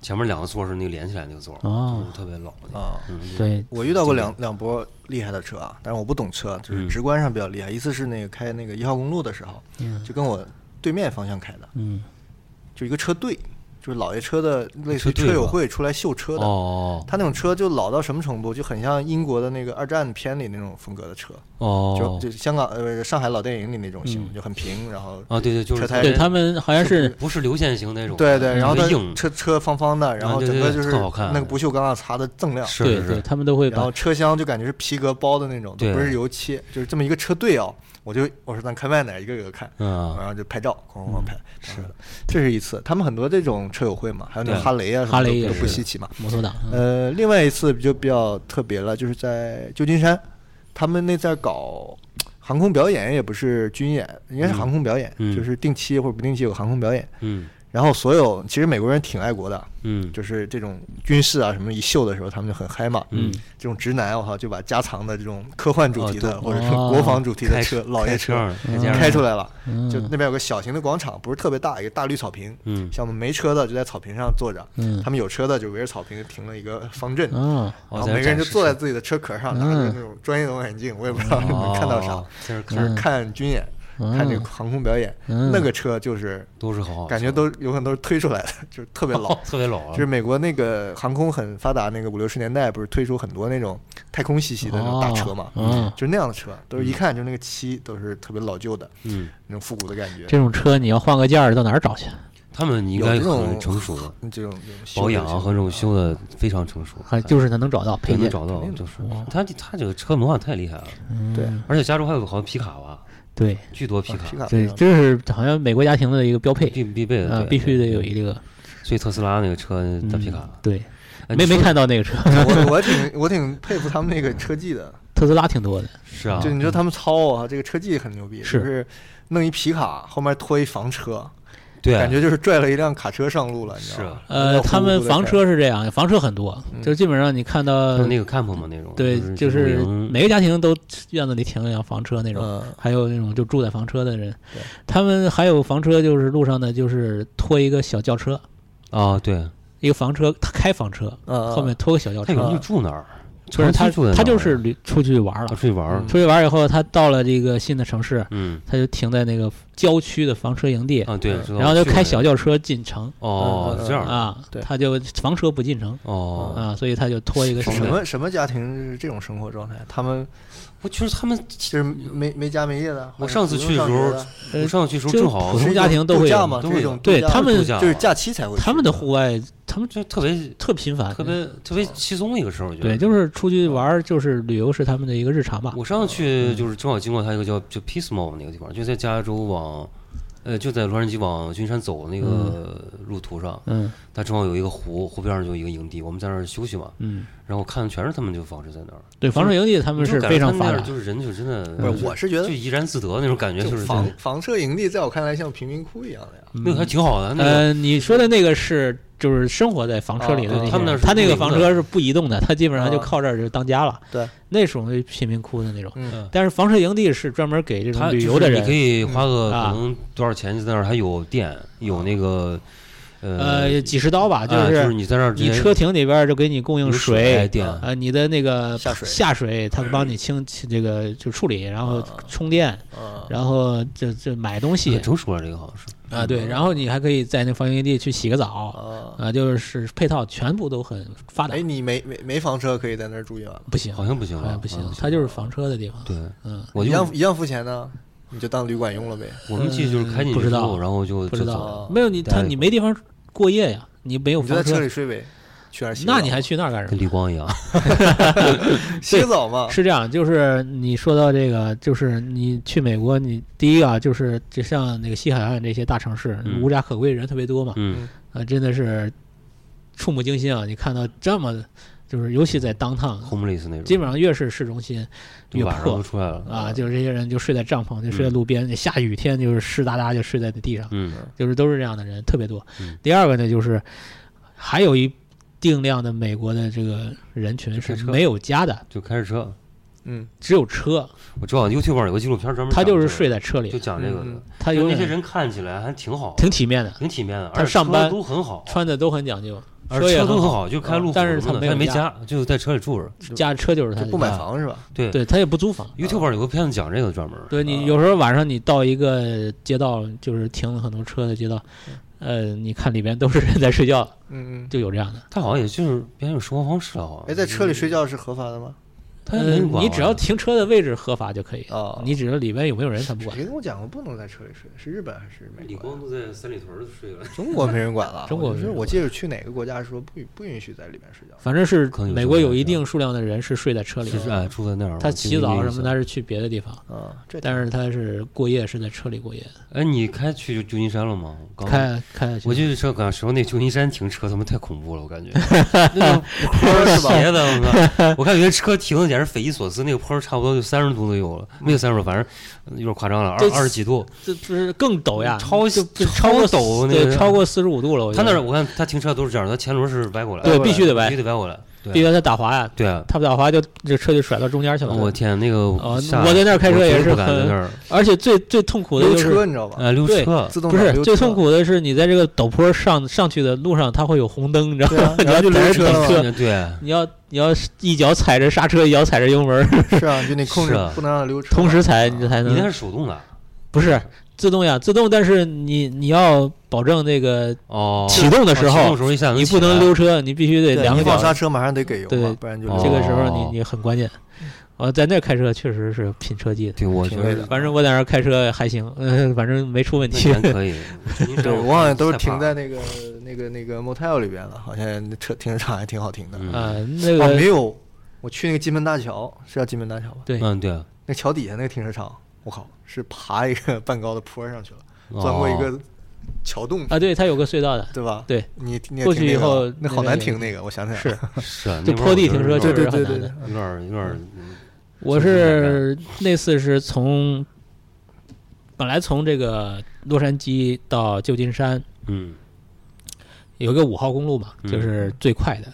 Speaker 3: 前面两个座是那个连起来那个座，
Speaker 4: 哦
Speaker 3: 就是特别老的，
Speaker 2: 啊。
Speaker 3: 嗯，对，
Speaker 4: 对，
Speaker 2: 我遇到过两两波厉害的车啊，但是我不懂车，就是
Speaker 3: 嗯
Speaker 2: 直观上比较厉害。一次是那个开那个一号公路的时候，
Speaker 4: 嗯
Speaker 2: 就跟我对面方向开的，
Speaker 4: 嗯
Speaker 2: 就一个车队，就是老爷车的类似
Speaker 3: 车
Speaker 2: 于
Speaker 3: 队
Speaker 2: 车友
Speaker 3: 吧
Speaker 2: 会出来秀车的。
Speaker 3: 哦
Speaker 2: 他那种车就老到什么程度，就很像英国的那个二战片里那种风格的车，就
Speaker 3: 哦
Speaker 2: 就香港呃上海老电影里那种型，就很平，然后
Speaker 3: 啊，对对，就是
Speaker 2: 车胎
Speaker 4: 对他们好像是
Speaker 3: 不是流线型那种，
Speaker 2: 对对，然后
Speaker 3: 特
Speaker 2: 它
Speaker 3: 别硬，
Speaker 2: 车车方方的，然后
Speaker 3: 对
Speaker 2: 整
Speaker 3: 对
Speaker 2: 个
Speaker 3: 对
Speaker 2: 就是
Speaker 3: 特好看
Speaker 2: 那个不锈钢啊擦的锃亮，
Speaker 3: 是
Speaker 4: 对
Speaker 3: 是
Speaker 4: 对，
Speaker 3: 是，
Speaker 4: 他们都会
Speaker 2: 然
Speaker 4: 把
Speaker 2: 后车厢就感觉是皮革包的那种，都
Speaker 3: 对
Speaker 2: 不是油漆，就是这么一个车队啊。我就我说咱开外哪一个一个看，
Speaker 3: 嗯，
Speaker 2: 然后就拍照，哐哐哐拍。是，这是一次。他们很多这种车友会嘛，还有那种
Speaker 3: 对
Speaker 2: 哈雷啊什么的，
Speaker 4: 哈雷也
Speaker 2: 都不
Speaker 3: 是
Speaker 2: 稀奇嘛。
Speaker 4: 摩托党，嗯
Speaker 2: 呃，另外一次就比较特别了，就是在旧金山，他们那在搞航空表演，也不是军演，应该是航空表演，
Speaker 3: 嗯
Speaker 2: 就是定期或者不定期有航空表演。
Speaker 3: 嗯
Speaker 2: 然后所有其实美国人挺爱国的，
Speaker 3: 嗯
Speaker 2: 就是这种军事啊什么一秀的时候，他们就很嗨嘛。
Speaker 3: 嗯，
Speaker 2: 这种直男，我靠，就把加长的这种科幻主题的、
Speaker 3: 哦
Speaker 2: 或者是
Speaker 4: 哦
Speaker 2: 国防主题的
Speaker 3: 开
Speaker 2: 车，老爷车
Speaker 3: 车，
Speaker 4: 嗯
Speaker 2: 开出来了。
Speaker 4: 嗯
Speaker 2: 就那边有个小型的广场，不是特别大，一个大绿草坪。
Speaker 3: 嗯
Speaker 2: 像我们没车的就在草坪上坐着，
Speaker 4: 嗯
Speaker 2: 他们有车的就围着草坪停了一个方阵，
Speaker 4: 啊
Speaker 2: 然
Speaker 3: 哦
Speaker 2: 后
Speaker 3: 在这
Speaker 2: 每个人
Speaker 3: 展
Speaker 2: 就
Speaker 3: 示
Speaker 2: 坐在自己的车壳上，拿着
Speaker 4: 嗯
Speaker 2: 那种专业的望远镜，我也不知道 <laughs> 你们看到啥
Speaker 3: 哦，，在这儿
Speaker 2: 就
Speaker 3: 看
Speaker 2: 是看军演，
Speaker 4: 嗯
Speaker 2: 看这个航空表演。
Speaker 4: 嗯
Speaker 2: 那个车就是
Speaker 3: 都是好好车，。
Speaker 2: 感觉都有可能都是推出来的，就是特别老
Speaker 3: <laughs> 特别老
Speaker 2: 就
Speaker 3: 啊，
Speaker 2: 是美国那个航空很发达，那个五六十年代不是推出很多那种太空兮兮的那种大
Speaker 3: 啊
Speaker 2: 车嘛，
Speaker 4: 哦嗯
Speaker 2: 就是那样的车，都是一看就是那个漆都是特别老旧的
Speaker 3: 嗯，
Speaker 2: 那种复古的感觉。
Speaker 4: 这种车你要换个件儿到哪儿找去？
Speaker 3: 他们应
Speaker 2: 有
Speaker 3: 该
Speaker 2: 这种
Speaker 3: 很成熟的，
Speaker 2: 这种这种
Speaker 3: 嗯保养
Speaker 2: 修
Speaker 3: 啊
Speaker 2: 的
Speaker 3: 和这种修的非常成熟，
Speaker 4: 还就是他能找到
Speaker 3: 也
Speaker 4: 配
Speaker 3: 哎能
Speaker 4: 件，
Speaker 3: 找到
Speaker 2: 肯，定的
Speaker 3: 就是他他这个车文化太厉害了，
Speaker 4: 嗯
Speaker 2: 对
Speaker 3: 而且加州还有个好像皮卡吧，
Speaker 4: 对
Speaker 3: 巨多皮
Speaker 2: 啊
Speaker 3: 卡，
Speaker 2: 皮卡
Speaker 4: 对，这是好像美国家庭的一个标配
Speaker 3: 必必备的，
Speaker 4: 啊
Speaker 3: 对，
Speaker 4: 必须得有一个
Speaker 3: 所以特斯拉那个车大皮卡
Speaker 4: 嗯，对，
Speaker 3: 哎
Speaker 4: 没
Speaker 3: 你
Speaker 4: 没
Speaker 3: 说
Speaker 4: 看到那个车，
Speaker 2: 我 <laughs> 我挺我挺佩服他们那个车技的，
Speaker 4: 特斯拉挺多的，
Speaker 3: 是啊
Speaker 2: 就，你说他们操啊，这个车技很牛逼，
Speaker 4: 是
Speaker 2: 就是弄一皮卡后面拖一房车，
Speaker 3: 对，
Speaker 2: 感觉就是拽了一辆卡车上路了，你知
Speaker 3: 是
Speaker 2: 道吗
Speaker 3: 啊？
Speaker 4: 呃，他们房车是这样，房车很多，
Speaker 3: 嗯
Speaker 4: 就基本上你看到
Speaker 3: 就那个 camp 嘛那种，
Speaker 4: 对，就是
Speaker 3: 没
Speaker 4: 每个家庭都院子里停一辆房车那种，
Speaker 2: 嗯
Speaker 4: 还有那种就住在房车的人
Speaker 2: 对，
Speaker 4: 他们还有房车，就是路上呢，就是拖一个小轿车，
Speaker 3: 啊，对，
Speaker 4: 一个房车，他开房车，
Speaker 2: 嗯，
Speaker 4: 后面拖个小轿
Speaker 3: 他
Speaker 4: 车，
Speaker 3: 有人就住那儿，
Speaker 4: 不是他
Speaker 3: 长期住在那儿
Speaker 4: 他就是旅出去玩
Speaker 3: 他
Speaker 4: 了，
Speaker 3: 出去玩儿
Speaker 2: 嗯，
Speaker 4: 出去玩以后，他到了这个新的城市，
Speaker 3: 嗯
Speaker 4: 他就停在那个郊区的房车营地，
Speaker 3: 啊对，
Speaker 2: 嗯
Speaker 3: 知道
Speaker 4: 然后就
Speaker 3: 去过
Speaker 4: 开
Speaker 3: 那
Speaker 4: 小
Speaker 3: 个
Speaker 4: 轿车进城
Speaker 3: 哦
Speaker 2: 嗯嗯
Speaker 3: 是这样
Speaker 4: 啊
Speaker 2: 对，
Speaker 4: 他就房车不进城
Speaker 3: 哦，
Speaker 4: 啊，所以他就拖一个
Speaker 3: 房
Speaker 2: 什
Speaker 3: 车
Speaker 2: 么什么家庭是这种生活状态？他们
Speaker 3: 我觉得他们
Speaker 2: 就是没没家没业的。
Speaker 3: 我
Speaker 2: 或者
Speaker 3: 上次
Speaker 2: 不用
Speaker 3: 去的时候
Speaker 2: 上学
Speaker 3: 我上去的时候
Speaker 4: 呃就
Speaker 3: 正好
Speaker 4: 普通
Speaker 2: 是一
Speaker 4: 家
Speaker 2: 种
Speaker 4: 庭都
Speaker 2: 度
Speaker 4: 会
Speaker 2: 假
Speaker 4: 有
Speaker 2: 嘛，
Speaker 3: 都
Speaker 2: 是
Speaker 3: 会
Speaker 2: 一
Speaker 3: 有
Speaker 2: 种度
Speaker 4: 对
Speaker 2: 假
Speaker 4: 他
Speaker 2: 的
Speaker 4: 们
Speaker 3: 度假
Speaker 2: 就是假期才会去
Speaker 4: 他们的户外，他们
Speaker 3: 就特别
Speaker 4: 特频繁，
Speaker 3: 特别特别稀松一个事儿，我觉得
Speaker 4: 啊对，就是出去玩儿，就是旅游是他们的一个日常吧。
Speaker 3: 我上次去就是正好经过他一个叫就 Pismo 那个地方，就在加州往呃，就在洛杉矶往军山走那个路途上，
Speaker 4: 嗯
Speaker 3: 它正好有一个湖，湖边上就有一个营地，我们在那儿休息嘛，
Speaker 4: 嗯，
Speaker 3: 然后我看全是他们就防止在那儿，
Speaker 4: 对，防守营地他们
Speaker 3: 就是感觉
Speaker 4: 非
Speaker 3: 他
Speaker 4: 常
Speaker 3: 们
Speaker 4: 发
Speaker 3: 那
Speaker 4: 达嗯
Speaker 3: 儿，就是人就真的
Speaker 2: 不是，我是觉
Speaker 3: 就
Speaker 2: 得
Speaker 3: 怡然自得那种感觉，
Speaker 2: 就
Speaker 3: 就是
Speaker 2: 房
Speaker 3: 在
Speaker 2: 房舍营地，在我看来像贫民窟一样的呀。
Speaker 3: 那个还挺好的，那个
Speaker 4: 呃，你说的那个是就是生活在房车里的
Speaker 2: 啊
Speaker 4: 那些人，
Speaker 2: 他们
Speaker 3: 那是
Speaker 4: 他那个
Speaker 3: 不移动
Speaker 4: 房
Speaker 3: 的
Speaker 4: 车是不移动的，他基本上就
Speaker 2: 啊
Speaker 4: 靠这儿就当家了。
Speaker 2: 对，
Speaker 4: 那属于贫民窟的那种。
Speaker 2: 嗯
Speaker 4: 但是房车营地是专门给这
Speaker 3: 它
Speaker 4: 种
Speaker 3: 就
Speaker 4: 旅
Speaker 3: 是
Speaker 4: 游的
Speaker 3: 你可
Speaker 4: 人，
Speaker 3: 以花个
Speaker 4: 嗯啊
Speaker 3: 可能多少钱就在那儿，还有电，有那个呃
Speaker 4: 呃，几十刀吧，
Speaker 3: 啊
Speaker 4: 是
Speaker 3: 你在那儿直
Speaker 4: 你
Speaker 3: 接
Speaker 4: 车停里边儿就给你供应
Speaker 3: 有哎
Speaker 4: 水，
Speaker 3: 电，
Speaker 2: 啊
Speaker 4: 啊，你的那个
Speaker 2: 下水
Speaker 4: 下水，
Speaker 3: 嗯
Speaker 4: 他帮你清清这个就处理，然后
Speaker 2: 啊
Speaker 4: 充电，
Speaker 2: 啊，
Speaker 4: 然后这这买东西
Speaker 3: 很成熟了，这个好像是。
Speaker 4: 啊，对，然后你还可以在那房营地去洗个澡
Speaker 2: 啊，
Speaker 3: 嗯
Speaker 4: 啊，就是配套全部都很发达
Speaker 2: 哎，。你没没没房车可以在那儿住一晚吗？
Speaker 4: 不行，
Speaker 3: 好像不行
Speaker 4: 好
Speaker 3: 了，
Speaker 4: 啊像不行
Speaker 3: 好像，啊
Speaker 4: 它就是房车的地方。
Speaker 3: 对，
Speaker 4: 嗯，
Speaker 3: 我
Speaker 2: 一
Speaker 3: 就
Speaker 2: 样一样付钱呢，你就当旅馆用了呗。
Speaker 3: 我们去就是开进
Speaker 4: 呃
Speaker 3: 去
Speaker 4: 不知
Speaker 3: 之
Speaker 4: 道
Speaker 3: 后，然后就
Speaker 4: 不
Speaker 3: 就
Speaker 4: 知
Speaker 3: 走。
Speaker 4: 道
Speaker 2: 走，
Speaker 4: 没有你，
Speaker 3: 待
Speaker 4: 他
Speaker 3: 一
Speaker 4: 你
Speaker 3: 会
Speaker 4: 没地方过夜呀，你没有
Speaker 2: 你就在
Speaker 4: 房
Speaker 2: 车
Speaker 4: 车，
Speaker 2: 里睡呗，去那儿洗
Speaker 3: 啊
Speaker 2: 个澡。
Speaker 4: 那你还去那儿干什
Speaker 3: 跟
Speaker 4: 么？
Speaker 3: 绿光
Speaker 4: <laughs>
Speaker 3: 一样，
Speaker 2: 洗个澡嘛？
Speaker 4: 是这样，就是你说到这个，就是你去美国，你第一啊，就是就像那个西海岸这些大城市，
Speaker 3: 嗯
Speaker 4: 无家可归人特别多嘛，
Speaker 3: 嗯，
Speaker 4: 啊，真的是触目惊心啊！你看到这么，就是尤其在当趟，
Speaker 3: ，homeless 那种，
Speaker 4: 基本上越是市中心
Speaker 3: 就
Speaker 4: 越
Speaker 3: 晚上都
Speaker 4: 破
Speaker 3: 出来了，嗯
Speaker 4: 啊，就是这些人就睡在帐篷，就睡在路边，下雨天就是湿哒哒就睡在地上，
Speaker 3: 嗯
Speaker 4: 就是都是这样的人特别多
Speaker 3: 嗯。
Speaker 4: 第二个呢，就是还有一定量的美国的这个人群是
Speaker 3: 开车
Speaker 4: 没有家的，
Speaker 3: 就开着车。
Speaker 2: 嗯，
Speaker 4: 只有车，
Speaker 3: 我知道 YouTube 上有个纪录片专门
Speaker 4: 他
Speaker 3: 讲这
Speaker 4: 就
Speaker 3: 个，
Speaker 4: 是睡在车
Speaker 3: 就
Speaker 4: 里，
Speaker 3: 讲这个的
Speaker 2: 嗯，
Speaker 4: 他
Speaker 3: 就
Speaker 4: 有
Speaker 3: 那些
Speaker 4: 点
Speaker 3: 人看起来还挺好，
Speaker 4: 挺体面的，
Speaker 3: 挺体面的，
Speaker 4: 他
Speaker 3: 而且
Speaker 4: 上
Speaker 3: 车
Speaker 4: 班
Speaker 3: 都很好，
Speaker 4: 穿的都很讲究，
Speaker 3: 而
Speaker 4: 车也
Speaker 3: 车都
Speaker 4: 很
Speaker 3: 很
Speaker 4: 好啊
Speaker 3: 好，就开路虎
Speaker 4: 但是
Speaker 3: 什么的
Speaker 4: 他没
Speaker 3: 他也
Speaker 4: 有
Speaker 3: 没
Speaker 4: 家
Speaker 3: 家，就在车里住着。
Speaker 4: 家车就是他
Speaker 2: 就
Speaker 4: 的
Speaker 2: 不买
Speaker 4: 家，
Speaker 2: 房是吧？
Speaker 3: 对
Speaker 4: 对他也不租房。
Speaker 3: YouTube 上有个片子讲这个专门，
Speaker 4: 对你
Speaker 2: 啊
Speaker 4: 有时候晚上你到一个街道，就是停了很多车的街道，
Speaker 3: 嗯
Speaker 4: 呃，你看里边都是人在睡觉，
Speaker 2: 嗯嗯。
Speaker 4: 就有这样的。
Speaker 3: 他好像也就是变成生活方式了，好像。
Speaker 2: 哎，在车里睡觉是合法的吗？
Speaker 3: 他也没
Speaker 4: 呃，
Speaker 3: 人管哦
Speaker 4: 你只要
Speaker 3: 好像
Speaker 4: 停车的位置合法就可以，
Speaker 2: 啊，
Speaker 4: 你只要里边有没有人他不管。
Speaker 2: 谁跟我讲过不能在车里睡？是日本还是美
Speaker 3: 李
Speaker 2: 国
Speaker 3: 光
Speaker 2: 呀？
Speaker 3: 都在三里屯儿睡了。
Speaker 2: 中国没人管了。
Speaker 4: <laughs> 中国
Speaker 2: 我就是
Speaker 4: 没人
Speaker 2: 我记得去哪个国家说不允不允许在里面睡觉。
Speaker 4: 反正是
Speaker 3: 可能有
Speaker 4: 美
Speaker 3: 这
Speaker 4: 国
Speaker 3: 种
Speaker 4: 有
Speaker 3: 人
Speaker 4: 一
Speaker 3: 这样
Speaker 4: 定数量的人是睡在 <laughs> 车里
Speaker 3: 是
Speaker 4: 的，
Speaker 3: 哎，住在那儿。
Speaker 4: 他
Speaker 3: 我记
Speaker 4: 洗
Speaker 3: 得那个
Speaker 4: 澡
Speaker 3: 意
Speaker 4: 什么
Speaker 3: 思
Speaker 4: 他是去别的地方，
Speaker 2: 啊，这
Speaker 4: 但是他是过夜是在车里过夜的，
Speaker 3: 哎，你开去旧金山了吗？刚，
Speaker 4: 开啊开下去
Speaker 3: 我就是这赶时候那旧金山停车，他妈太恐怖了，我
Speaker 4: <laughs>
Speaker 3: 感觉
Speaker 2: <laughs>
Speaker 3: 那个坡儿
Speaker 2: 是吧
Speaker 3: 斜的，我靠，我看有些车停的简直匪夷所思，那个坡儿差不多就三十度都有了，没有三十度，反正呃有点夸张了，
Speaker 4: 这
Speaker 3: 二二十几度。
Speaker 4: 这不是更陡呀，
Speaker 3: 嗯超
Speaker 4: 就就
Speaker 3: 超
Speaker 4: 超过
Speaker 3: 陡那
Speaker 4: 对，
Speaker 3: 个
Speaker 4: 超过四十五度了。我觉
Speaker 3: 他那
Speaker 4: 得
Speaker 3: 儿我看他停车都是这样，他前轮是歪过来，
Speaker 4: 对
Speaker 2: 歪过来
Speaker 4: 必须
Speaker 3: 必
Speaker 4: 得
Speaker 3: 须得
Speaker 4: 歪，
Speaker 3: 歪过来，
Speaker 4: 必
Speaker 3: 对
Speaker 4: 须他打滑呀，
Speaker 3: 对啊。
Speaker 4: 他不打滑就这车就甩到中间去了。
Speaker 3: 我天，那个
Speaker 4: 哦
Speaker 3: 下
Speaker 4: 我在那儿开车
Speaker 3: 我
Speaker 4: 也
Speaker 3: 真
Speaker 4: 是
Speaker 3: 不敢在
Speaker 4: 很
Speaker 3: 那儿，
Speaker 4: 而且最最痛苦的
Speaker 2: 溜
Speaker 4: 就是
Speaker 2: 车你知道吧？
Speaker 3: 呃，溜
Speaker 4: 对
Speaker 3: 车，
Speaker 2: 自动
Speaker 4: 不
Speaker 2: 挡
Speaker 4: 是
Speaker 2: 溜
Speaker 4: 最
Speaker 2: 车
Speaker 4: 痛。苦的是你在这个陡坡上上去的路上，它会有红灯，你知道
Speaker 2: 对啊
Speaker 4: <laughs> 吗，？你
Speaker 2: 然后
Speaker 4: 要
Speaker 2: 就
Speaker 4: 在那
Speaker 2: 溜
Speaker 4: 儿
Speaker 2: 车
Speaker 4: 等
Speaker 2: 了
Speaker 4: 车，
Speaker 3: 对对，
Speaker 4: 你要你要一脚踩着刹车，一脚踩着油门，
Speaker 2: 嘛，是啊，就得控制
Speaker 3: 是啊，
Speaker 2: 不能让它溜车。
Speaker 4: 同时踩，你这才
Speaker 3: 你那
Speaker 4: 能
Speaker 3: 是手动的
Speaker 4: 不是自动呀，自动，但是你你要保证那个
Speaker 3: 哦。
Speaker 4: 启动的时
Speaker 3: 哦启动
Speaker 4: 候
Speaker 3: 时候一下能
Speaker 4: 你
Speaker 3: 起
Speaker 4: 不能
Speaker 3: 来
Speaker 4: 溜车，你必须
Speaker 2: 对
Speaker 4: 得两
Speaker 2: 你
Speaker 4: 个
Speaker 2: 放
Speaker 4: 脚
Speaker 2: 刹车，马上得给油
Speaker 4: 对
Speaker 2: 嘛，不然就溜
Speaker 3: 哦
Speaker 4: 这个时候你你很关键。
Speaker 2: 嗯
Speaker 4: 啊，在那儿开车确实是拼车技的，
Speaker 3: 对，我觉
Speaker 2: 挺累
Speaker 3: 得
Speaker 2: 的。
Speaker 4: 反正我在那儿开车还行，呃，反正没出问
Speaker 3: 那
Speaker 4: 题。
Speaker 3: 钱可
Speaker 4: <laughs>
Speaker 3: 以。
Speaker 2: 对，我好像都是停在
Speaker 3: 那
Speaker 2: 那个那个那个 motel 里边了，好像那车停车场还挺好停的。
Speaker 3: 嗯
Speaker 4: 啊，那
Speaker 2: 哦，
Speaker 4: 个
Speaker 2: 没有，我去那个金门大桥，是叫金门大桥吧？
Speaker 4: <laughs> 对，
Speaker 3: 嗯，对啊，
Speaker 2: 那桥底下那个停车场，我靠，是爬一个半高的坡上去了，
Speaker 3: 哦
Speaker 2: 钻过一个桥洞，
Speaker 4: 啊，对，它有个隧道的，
Speaker 2: 对吧？
Speaker 4: 对，
Speaker 2: 你你也
Speaker 4: 过去
Speaker 2: 停那
Speaker 4: 以
Speaker 2: 个
Speaker 4: 后
Speaker 2: 那好
Speaker 4: 那
Speaker 2: 难
Speaker 4: 个
Speaker 2: 停那个，我想起来
Speaker 4: 是
Speaker 2: 了，
Speaker 3: 是啊，
Speaker 4: 就
Speaker 3: 那边
Speaker 4: 坡地
Speaker 3: 我觉得
Speaker 4: 停车
Speaker 3: 有
Speaker 2: 对
Speaker 4: 确
Speaker 3: 点
Speaker 2: 对
Speaker 4: 实
Speaker 2: 对对
Speaker 4: 很难的
Speaker 2: 对。，
Speaker 3: 有点儿有点儿，嗯
Speaker 4: 我是那次是从本来从这个洛杉矶到旧金山
Speaker 3: 嗯，
Speaker 4: 有一个五号公路嘛，
Speaker 3: 嗯
Speaker 4: 就是最快的，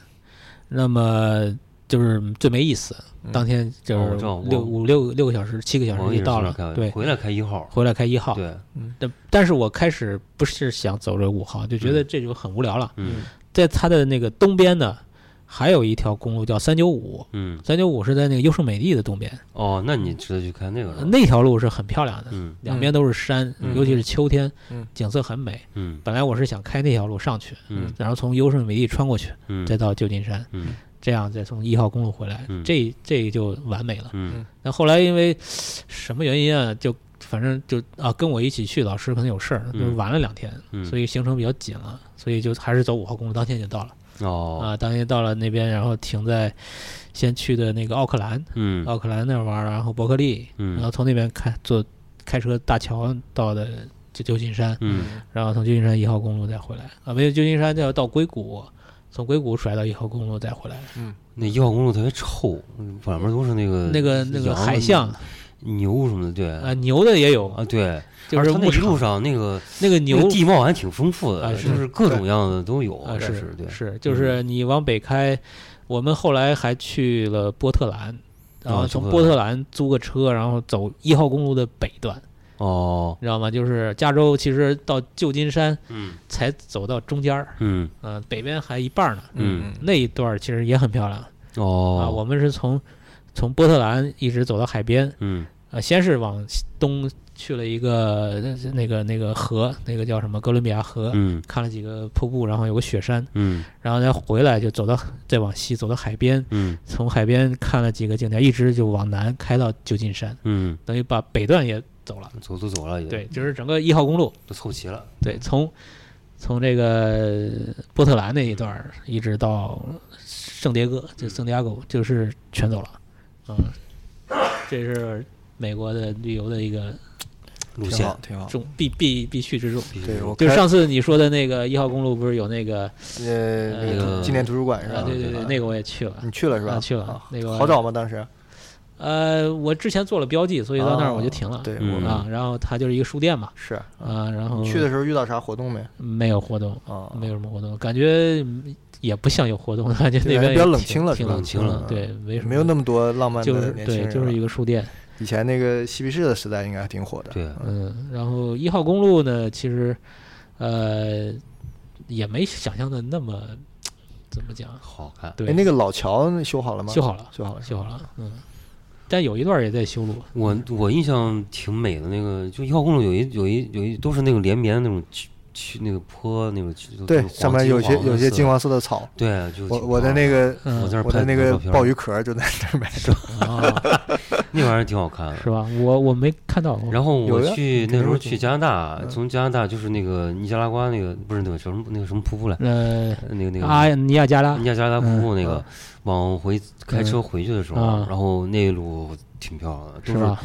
Speaker 4: 那么就是最没意思。
Speaker 2: 嗯
Speaker 4: 当天就
Speaker 3: 哦我
Speaker 4: 是
Speaker 3: 知道我
Speaker 4: 六五六六个小时、七个小
Speaker 3: 我
Speaker 4: 时
Speaker 3: 也
Speaker 4: 就嗯到
Speaker 3: 是
Speaker 4: 了
Speaker 3: 开，
Speaker 4: 对，
Speaker 3: 回来开一号，
Speaker 4: 回来开一号。
Speaker 3: 对，
Speaker 4: 但但是我开始不是想走这五号，就觉得这就很无聊了。
Speaker 3: 嗯
Speaker 4: 在它的那个东边呢，还有一条公路叫三九五，
Speaker 3: 嗯，
Speaker 4: 三九五是在那个优胜美地的东边，
Speaker 3: 哦，那你值得去开那个了，
Speaker 4: 那条路是很漂亮的，
Speaker 3: 嗯
Speaker 4: 两边都是山，
Speaker 2: 嗯
Speaker 4: 尤其是秋天，
Speaker 2: 嗯
Speaker 4: 景色很美。
Speaker 3: 嗯
Speaker 4: 本来我是想开那条路上去，
Speaker 3: 嗯
Speaker 4: 然后从优胜美地穿过去，
Speaker 3: 嗯，
Speaker 4: 再到旧金山，
Speaker 3: 嗯
Speaker 4: 这样再从一号公路回来，
Speaker 3: 嗯
Speaker 4: 这这就完美了。
Speaker 3: 嗯
Speaker 4: 那后来因为什么原因啊，就反正就啊跟我一起去老师可能有事儿，
Speaker 3: 嗯
Speaker 4: 就是晚了两天，
Speaker 3: 嗯，
Speaker 4: 所以行程比较紧了，所以就还是走五号公路，当天就到了
Speaker 3: 以哦，
Speaker 4: 啊。当天到了那边，然后停在先去的那个奥克兰，
Speaker 3: 嗯
Speaker 4: 奥克兰那儿玩儿，然后伯克利，然
Speaker 3: 嗯
Speaker 4: 后从那边开坐开车大桥到的旧旧金山，
Speaker 3: 嗯
Speaker 4: 然后从旧金山一号公路再回来啊，没有旧金山就要到硅谷，从硅谷甩到一号公路再回来，
Speaker 3: 那一号公路特别臭，嗯外面都是那个
Speaker 4: 那个那个
Speaker 3: 羊
Speaker 4: 海象
Speaker 3: 牛什么的，对
Speaker 4: 啊，牛的也有，
Speaker 3: 啊对，
Speaker 4: 就
Speaker 3: 而
Speaker 4: 是
Speaker 3: 嗯它那
Speaker 4: 牧
Speaker 3: 一路
Speaker 4: 场
Speaker 3: 上那个
Speaker 4: 那个
Speaker 3: 那
Speaker 4: 牛
Speaker 3: 个地貌还挺丰富的，
Speaker 4: 啊是
Speaker 3: 就是各种样子都有，
Speaker 4: 啊，
Speaker 3: 但
Speaker 4: 是
Speaker 3: 对，嗯
Speaker 4: 是，就是你往北开，我们后来还去了波特兰，然
Speaker 3: 啊
Speaker 4: 后
Speaker 3: 去
Speaker 4: 从
Speaker 3: 波
Speaker 4: 波
Speaker 3: 特
Speaker 4: 特兰租个车，然后走一号公路的北段，
Speaker 3: 哦，
Speaker 4: 你知道吗？就是加州，其实到旧金山
Speaker 3: 嗯
Speaker 4: 才走到中间儿，
Speaker 3: 嗯
Speaker 4: 呃，北边还一半儿呢。
Speaker 3: 嗯
Speaker 4: 那一段儿其实也很漂亮、啊，
Speaker 3: 哦，
Speaker 4: 我们是从从波特兰一直走到海边，
Speaker 3: 嗯
Speaker 4: 呃，先是往西东去了一个呃那个那个河，那个叫什么哥伦比亚河，
Speaker 3: 嗯
Speaker 4: 看了几个瀑布，然后有个雪山。
Speaker 3: 嗯
Speaker 4: 然后再回来就走到再往西走到海边，
Speaker 3: 嗯
Speaker 4: 从海边看了几个景点，一直就往南开到旧金山，
Speaker 3: 嗯，
Speaker 4: 等于把北段也走了。
Speaker 3: 走都走了也，
Speaker 4: 对，就是整个一号公路，
Speaker 3: 都凑齐了，
Speaker 4: 对，从从这个波特兰那一段儿一直到圣迭戈，就圣地亚哥，就是全走了。嗯，这是美国的旅游的一个
Speaker 3: 路
Speaker 2: 挺
Speaker 3: 线
Speaker 2: 好，挺好。
Speaker 4: 重必必必须之重。
Speaker 3: 必须
Speaker 2: 对
Speaker 3: 是
Speaker 2: 我
Speaker 4: 就是
Speaker 2: 开
Speaker 4: 上次你说的那个一号公路，不是有那个
Speaker 2: 呃那
Speaker 3: 那
Speaker 2: 个
Speaker 3: 个
Speaker 2: 纪念图书馆是吧
Speaker 4: 啊？？对对对，
Speaker 2: 啊
Speaker 4: 那个我也去了
Speaker 2: 你。去了是吧？
Speaker 4: 啊去了
Speaker 2: 啊
Speaker 4: 那个
Speaker 2: 好找吗？当时？
Speaker 4: 呃，我之前做了标记，所以到那儿我就
Speaker 2: 哦
Speaker 4: 停了。
Speaker 2: 对，
Speaker 3: 嗯
Speaker 2: 我
Speaker 4: 啊，然后它就是一个书店嘛，
Speaker 2: 是啊。
Speaker 4: 啊，然后
Speaker 2: 你去的时候遇到啥活动没？
Speaker 4: 没有活动，
Speaker 2: 啊，
Speaker 4: 没有什么活动，感觉嗯也不像有活动， <laughs> 感觉
Speaker 2: 就感
Speaker 4: 那
Speaker 2: 觉
Speaker 4: 边
Speaker 2: 比较
Speaker 4: 也
Speaker 2: 冷
Speaker 4: 挺
Speaker 2: 清了
Speaker 4: 挺
Speaker 2: 是吧
Speaker 4: 冷清了
Speaker 2: 嗯，
Speaker 4: 对，没什么，
Speaker 2: 没有那么多浪漫
Speaker 4: 就
Speaker 2: 的
Speaker 4: 是
Speaker 2: 年轻
Speaker 4: 对，
Speaker 2: 人，
Speaker 4: 就是一个书店，
Speaker 2: 以前那个嬉皮士的时代，应该还挺火的。哎
Speaker 3: 对
Speaker 4: 嗯，然后一号公路呢，其实呃也没想象的那么怎么讲，
Speaker 3: 好看，
Speaker 4: 对
Speaker 2: 哎，，那个老桥那修好了吗？
Speaker 4: 修好了，
Speaker 2: 修好了，
Speaker 4: 修好了，嗯，但有一段也在修路，
Speaker 3: 我我印象挺美的那个，就一号公路有一有一有一都是那个连绵的那种曲曲那个坡那种曲，都
Speaker 2: 对
Speaker 3: 挺，黄
Speaker 2: 上面有些有些金
Speaker 3: 黄
Speaker 2: 黄色的草，
Speaker 3: 的色，对，啊就
Speaker 2: 我
Speaker 3: 挺
Speaker 2: 我的
Speaker 3: 棒
Speaker 2: 那个
Speaker 4: 嗯，
Speaker 3: 我在那儿
Speaker 2: 我的
Speaker 3: 拍
Speaker 2: 那个
Speaker 3: 照片儿
Speaker 2: 鲍鱼壳就在哦那儿买的，
Speaker 4: 哦，
Speaker 3: 那玩意儿挺好看的。
Speaker 4: 是吧？我我没看到，
Speaker 3: 然后我
Speaker 2: 嗯有呀
Speaker 3: 去那
Speaker 2: 肯定
Speaker 3: 时候
Speaker 2: 会
Speaker 3: 去
Speaker 2: 挺
Speaker 3: 加拿大，
Speaker 2: 嗯
Speaker 3: 从加拿大就是那个尼加拉瓜那个不是那个什么那个什么瀑布来，
Speaker 4: 呃，
Speaker 3: 那个那个
Speaker 4: 阿尼亚加拉
Speaker 3: 尼，亚加拉大瀑布那
Speaker 2: 哎嗯
Speaker 3: 个往回开车回去的时候
Speaker 4: 啊，
Speaker 3: 然后那一路挺漂亮的，都
Speaker 4: 是
Speaker 3: 是
Speaker 4: 吧？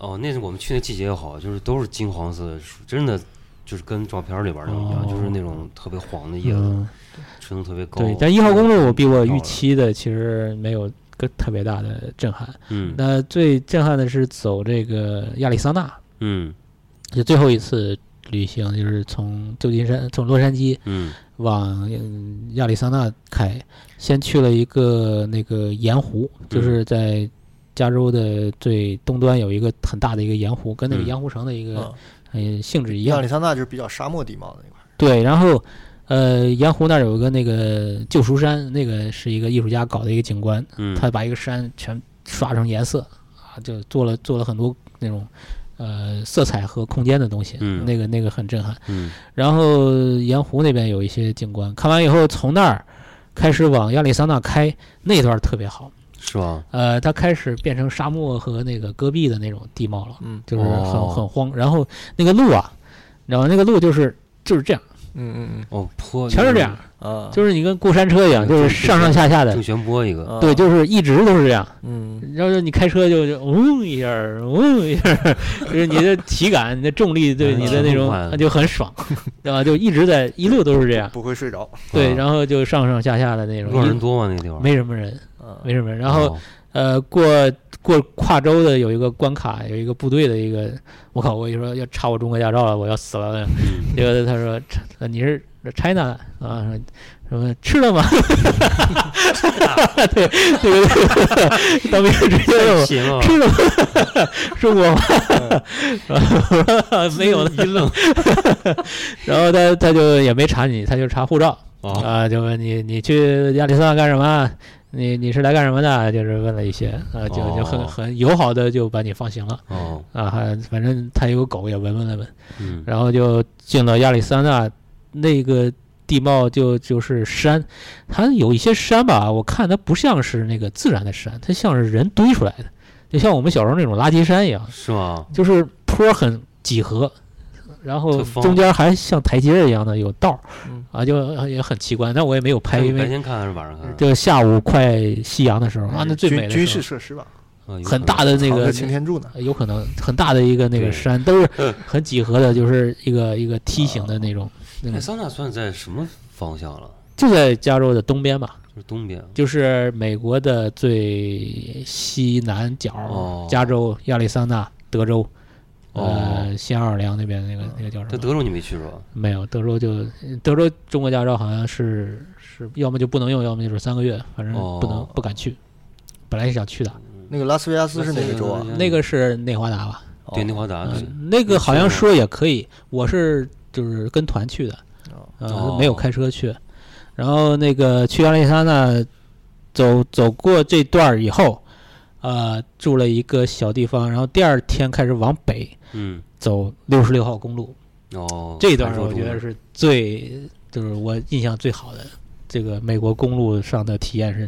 Speaker 3: 哦，那是我们去那季节也好，就是都是金黄色的树，真的就是跟照片里边儿那种一样，就是那种特别黄的叶子，
Speaker 4: 嗯，
Speaker 3: 吹得特别高。
Speaker 4: 对，但一号公路我比
Speaker 3: 挺
Speaker 4: 我
Speaker 3: 漂
Speaker 4: 预
Speaker 3: 亮，
Speaker 4: 期的其实没有个特别大的震撼。
Speaker 3: 嗯
Speaker 4: 那最震撼的是走这个亚利桑那，
Speaker 3: 嗯
Speaker 4: 就最后一次旅行，就是从旧金山从洛杉矶
Speaker 3: 嗯
Speaker 4: 往嗯亚利桑那开，先去了一个那个盐湖，
Speaker 3: 嗯
Speaker 4: 就是在。加州的最东端有一个很大的一个盐湖，跟那个
Speaker 3: 嗯
Speaker 4: 盐湖城的一个
Speaker 2: 嗯
Speaker 4: 呃性质一样
Speaker 2: 亚利。桑那就是比较沙漠地貌的那块儿。
Speaker 4: 对，然后呃，盐湖那儿有一个那个旧书山，那个是一个艺术家搞的一个景观，
Speaker 3: 嗯，
Speaker 4: 他把一个山全刷成颜色啊，就做了做了很多那种呃色彩和空间的东西，
Speaker 3: 嗯
Speaker 4: 那个那个很震撼。
Speaker 3: 嗯
Speaker 4: 然后盐湖那边有一些景观，看完以后从那儿开始往亚利桑那开，那段儿特别好。
Speaker 3: 是吧？
Speaker 4: 呃，它开始变成沙漠和那个戈壁的那种地貌了，
Speaker 2: 嗯
Speaker 4: 就是很、
Speaker 3: 哦
Speaker 4: 很荒。然后那个路啊，然后那个路就是就是这样，
Speaker 2: 嗯嗯
Speaker 3: 哦，坡
Speaker 4: 全是这样，，
Speaker 2: 嗯啊，
Speaker 4: 就是你跟过山车一样，就是上上下下的
Speaker 3: 正，弦波一个，
Speaker 2: 啊
Speaker 4: 对，就是一直都是这样。
Speaker 2: 嗯
Speaker 4: 然后你开车就就嗡一下，嗡一下， <laughs> 就是你的体感、你的重力对你的那种
Speaker 3: 嗯
Speaker 4: 就哎很 <laughs> 爽，对吧？就一直在一路都是这样，
Speaker 2: 不会睡着。
Speaker 4: 对，
Speaker 3: 后
Speaker 4: 然后就上啊上下下的那
Speaker 3: 路
Speaker 4: 种，
Speaker 3: 人
Speaker 4: 一
Speaker 3: 多吗？那个地方哦
Speaker 4: 没什么人，
Speaker 2: 嗯
Speaker 4: 没什么人。然后呃，过过跨州的有一个关卡，有一个部队的一个，我靠，我跟你说要查我中国驾照了，我要死了。结果他说呃你是 China 的啊，说什么吃了吗？对对对对，当兵直接问我
Speaker 3: 行啊，
Speaker 4: 吃了吗？中国吗？我说没有的，
Speaker 3: 一愣
Speaker 4: 然后他他就也没查你，他就查护照
Speaker 3: 啊，
Speaker 4: 啊，就问你你去亚利桑那干什么？啊你你是来干什么的？就是问了一些啊，就就
Speaker 3: 哦
Speaker 4: 很很友好的就把你放行了
Speaker 3: 哦，
Speaker 4: 啊，还反正他有个狗也闻闻了闻，
Speaker 3: 嗯，
Speaker 4: 然后就进了亚利桑那那个。地貌就就是山，它有一些山吧，我看它不像是那个自然的山，它像是人堆出来的，就像我们小时候那种垃圾山一样。
Speaker 3: 是吗？
Speaker 4: 就是坡很几何，然后
Speaker 3: 特方
Speaker 4: 中间还像台阶一样的有道儿
Speaker 2: 嗯
Speaker 4: 啊，就也很奇观。但我也没有拍，
Speaker 3: 那你
Speaker 4: 因
Speaker 3: 白
Speaker 4: 为
Speaker 3: 天看还是晚上看？嗯
Speaker 4: 就下午快夕阳的时候啊，那最
Speaker 2: 军
Speaker 4: 美的
Speaker 2: 军
Speaker 4: 时
Speaker 2: 事设
Speaker 4: 候
Speaker 2: 施吧，
Speaker 3: 啊有
Speaker 4: 很
Speaker 3: 可能
Speaker 4: 大的那
Speaker 2: 藏
Speaker 4: 个
Speaker 2: 着擎天柱呢，
Speaker 4: 呃有可能很大的一个那
Speaker 3: 对嗯
Speaker 4: 个山，都是很几何的，就是一个一个梯形的那种，那
Speaker 3: 爱
Speaker 4: 种
Speaker 3: 哎桑那算在什么方向了？
Speaker 4: 就在加州的东边吧，
Speaker 3: 就是东边。
Speaker 4: 就是美国的最西南角，
Speaker 3: 哦
Speaker 4: 加州、亚利桑那、德州，
Speaker 3: 哦
Speaker 4: 呃，新奥尔良那边那个那个叫
Speaker 3: 在
Speaker 4: 什么？
Speaker 3: 德州你没去是吧？
Speaker 4: 没有，德州就德州中国驾照好像是是要么就不能用，要么就是三个月，反正不能、
Speaker 3: 哦
Speaker 4: 不敢去。本来是想去的，
Speaker 2: 那个拉斯维加斯是哪个州啊？
Speaker 3: 嗯
Speaker 4: 那个是内华达吧？
Speaker 2: 哦
Speaker 3: 对内华达
Speaker 4: 嗯、
Speaker 3: 啊是
Speaker 4: 那个好像说也可以，我是就是跟团去的，
Speaker 2: 哦
Speaker 4: 呃
Speaker 3: 哦，
Speaker 4: 没有开车去。然后那个去亚历山大走走过这段儿以后，呃，住了一个小地方，然后第二天开始往北
Speaker 3: 嗯
Speaker 4: 走六十六号公路，
Speaker 3: 哦，
Speaker 4: 这
Speaker 3: 传
Speaker 4: 段儿
Speaker 3: 说
Speaker 4: 我觉
Speaker 3: 中
Speaker 4: 得
Speaker 3: 的
Speaker 4: 是最就是我印象最好的，这个美国公路上的体验是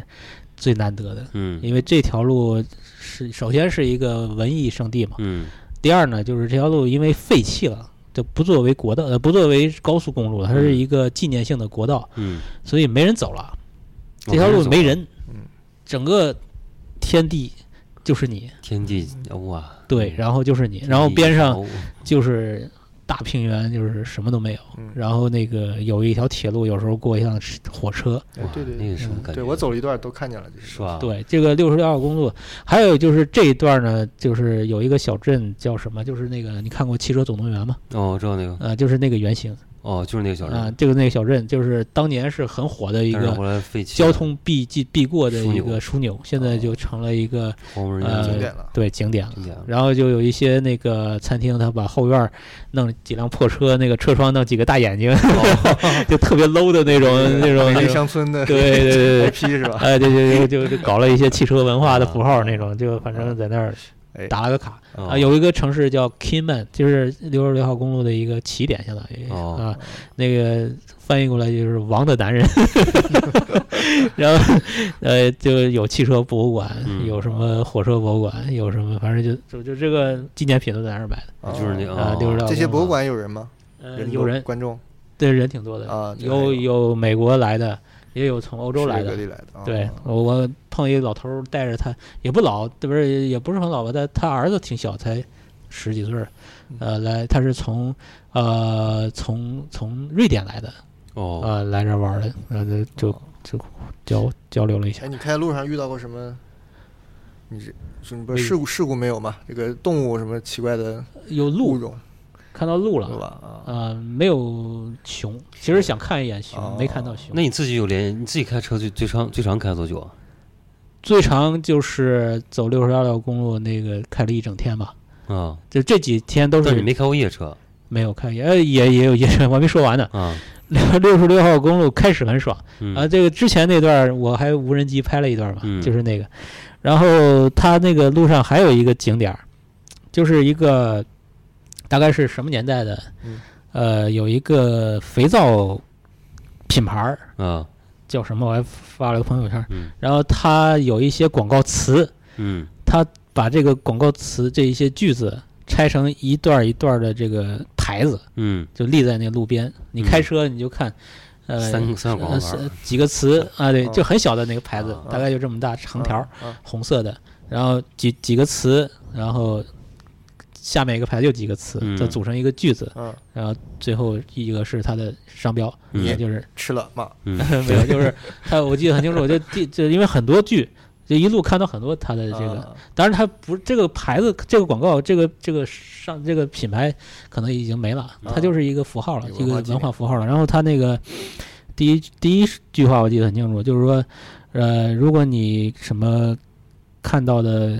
Speaker 4: 最难得的，
Speaker 3: 嗯
Speaker 4: 因为这条路是首先是一个文艺圣地嘛，
Speaker 3: 嗯
Speaker 4: 第二呢，就是这条路因为废弃了，就不作为国道，呃，不作为高速公路，它是一个纪念性的国道，
Speaker 3: 嗯，
Speaker 4: 所以没人走了。
Speaker 3: 哦
Speaker 4: 这条路没
Speaker 3: 走
Speaker 4: 人，
Speaker 2: 嗯
Speaker 4: 整个天地就是你，
Speaker 3: 天地哇，哦
Speaker 4: 对，然后就是你，然后边上
Speaker 2: 哎
Speaker 4: 就是大平原，就是什么都没有。
Speaker 2: 嗯
Speaker 4: 然后那个有一条铁路，有时候过一趟火车。
Speaker 2: 哎对对
Speaker 3: 那
Speaker 2: 对，
Speaker 3: 个什么感觉？
Speaker 2: 对我走了一段都看见了，这
Speaker 3: 是吧？，
Speaker 4: 对，这个六十六号公路，还有就是这一段呢，就是有一个小镇叫什么？就是那个你看过《汽车总动员》吗？
Speaker 3: 哦，我知道那个，
Speaker 4: 呃，就是那个原型。
Speaker 3: 哦，就是那个小
Speaker 4: 啊、
Speaker 3: 镇，
Speaker 4: 这个那个小镇就是当年是很火的一
Speaker 3: 但是
Speaker 4: 个
Speaker 3: 后来废弃了，
Speaker 4: 交通必必必过的一个枢纽，哦现在就成了一个
Speaker 3: 荒无人
Speaker 4: 呃
Speaker 2: 景
Speaker 3: 烟
Speaker 2: 点了。
Speaker 4: 对景点了。
Speaker 3: 景点了。
Speaker 4: 然后就有一些那个餐厅，他把后院儿弄几辆破车，那个车窗弄几个大眼睛， <laughs> 就特别 low 的那种那种
Speaker 2: 美
Speaker 4: 那
Speaker 2: 丽
Speaker 4: 种，
Speaker 2: 乡村的
Speaker 4: 对对对 <laughs> 对，
Speaker 2: IP 是吧？
Speaker 4: 哎，对对对，就就搞了一些汽车文化的符号那种，就反正在那儿
Speaker 2: 哎
Speaker 4: 打了个卡
Speaker 3: 哦
Speaker 4: 啊。有一个城市叫 Kinman，就是六十六号公路的一个起点，相当于
Speaker 3: 哦
Speaker 4: 啊，那个翻译过来就是“王的男人”， <laughs> 然后呃，就有汽车博物馆，
Speaker 3: 嗯
Speaker 4: 有什么火车博物馆，有什么，反正就就就这个纪念品都在那儿买的
Speaker 2: 啊
Speaker 3: 就是那个
Speaker 4: 啊
Speaker 3: 哦。
Speaker 4: 六十六
Speaker 2: 这些博物馆有人吗？
Speaker 4: 呃，
Speaker 2: 多
Speaker 4: 有人
Speaker 2: 观众
Speaker 4: 对人挺多的，
Speaker 2: 啊这还
Speaker 4: 有
Speaker 2: 有
Speaker 4: 有美国来的，也有从欧洲来
Speaker 2: 世界
Speaker 4: 的
Speaker 2: 各。地来
Speaker 3: 哦
Speaker 2: 的，啊
Speaker 4: 对，我我碰一老头儿带着他，也不老，对不是也不是很老吧，但他儿子挺小，才十几岁儿，
Speaker 3: 嗯
Speaker 4: 呃，来他是从呃从从瑞典来的，
Speaker 3: 哦，
Speaker 4: 啊，来这儿玩儿的，然后就就就交交流了一下
Speaker 2: 哎，。你开路上遇到过什么？你这什么
Speaker 4: 没有
Speaker 2: 事故事故没有吗？这个动物什么奇怪的
Speaker 4: 有
Speaker 2: 物
Speaker 4: 鹿，
Speaker 2: 种
Speaker 4: 看到鹿了
Speaker 2: 是吧？？啊，
Speaker 4: 啊，没有熊，其实想看一眼熊，没看到熊
Speaker 3: 哦那。你自己有联，你自己开车最最长最长开多久啊？
Speaker 4: 最长就是走六十二条公路，那个开了一整天吧。
Speaker 3: 啊，
Speaker 4: 就这几天都
Speaker 3: 但你
Speaker 4: 是
Speaker 3: 没开过夜车
Speaker 4: 没有看，也也也有也是我还没说完呢。
Speaker 3: 啊？
Speaker 4: <laughs> 六十六号公路开始很爽
Speaker 3: 嗯
Speaker 4: 啊，这个之前那段儿我还无人机拍了一段嘛，
Speaker 3: 嗯
Speaker 4: 就是那个。然后它那个路上还有一个景点儿，就是一个大概是什么年代的
Speaker 2: 嗯，
Speaker 4: 呃，有一个肥皂品牌儿
Speaker 3: 啊，
Speaker 4: 叫什么？我还发了个朋友圈儿，
Speaker 3: 嗯
Speaker 4: 然后它有一些广告词，
Speaker 3: 嗯
Speaker 4: 它把这个广告词这一些句子拆成一段儿一段儿的这个牌子，
Speaker 3: 嗯，
Speaker 4: 就立在那路边。你开
Speaker 3: 嗯
Speaker 4: 车你就看，呃，
Speaker 3: 三三个广
Speaker 4: 呃，
Speaker 3: 告牌
Speaker 4: 是
Speaker 3: 儿，嗯
Speaker 4: 几个词啊，对，
Speaker 2: 啊
Speaker 4: 就很小的那个牌子
Speaker 3: 啊，
Speaker 4: 大概就这么大，长条儿，
Speaker 3: 嗯
Speaker 2: 啊啊
Speaker 4: 红色的，然后几几个词，然后下面一个牌子又几个词
Speaker 3: 嗯，
Speaker 4: 就组成一个句子，
Speaker 2: 嗯，
Speaker 4: 然后最后一个是它的商标，
Speaker 3: 嗯
Speaker 4: 也就是 <laughs>
Speaker 2: 吃了嘛，
Speaker 3: 嗯
Speaker 4: 没有，就是它，我记得很清楚，就第就因为很多剧。就一路看到很多它的这
Speaker 3: 嗯
Speaker 4: 个，
Speaker 2: 啊
Speaker 4: 当然它不这个牌子、这个广告、这个这个上这个品牌可能已经没了，它就是一个符号了，
Speaker 2: 啊有
Speaker 4: 一个
Speaker 2: 文化纪
Speaker 4: 文化
Speaker 2: 念
Speaker 4: 符号了。然后它那个第一第一句话我记得很清楚，就是说，呃，如果你什么看到的，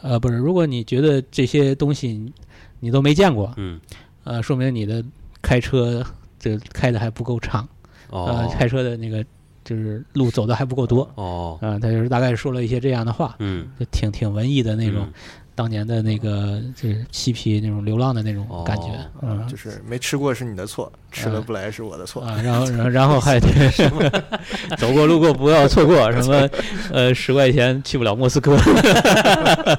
Speaker 4: 呃，不是，如果你觉得这些东西你都没见过，
Speaker 3: 嗯
Speaker 4: 呃，说明你的开车这开的还不够长，呃，
Speaker 3: 哦
Speaker 4: 开车的那个就是路走的还不够多，
Speaker 3: 哦
Speaker 4: 啊、他就是大概说了一些这样的话，
Speaker 3: 嗯
Speaker 4: 就挺挺文艺的那种。当年的那个就是嬉皮那种流浪的那种感觉，
Speaker 3: 哦
Speaker 4: 嗯，
Speaker 2: 就是没吃过是你的错，吃了不来是我的错。
Speaker 4: 啊，然后然后然后还
Speaker 2: <laughs>
Speaker 4: 走过路过不要错过什么，呃，十块钱去不了莫斯科，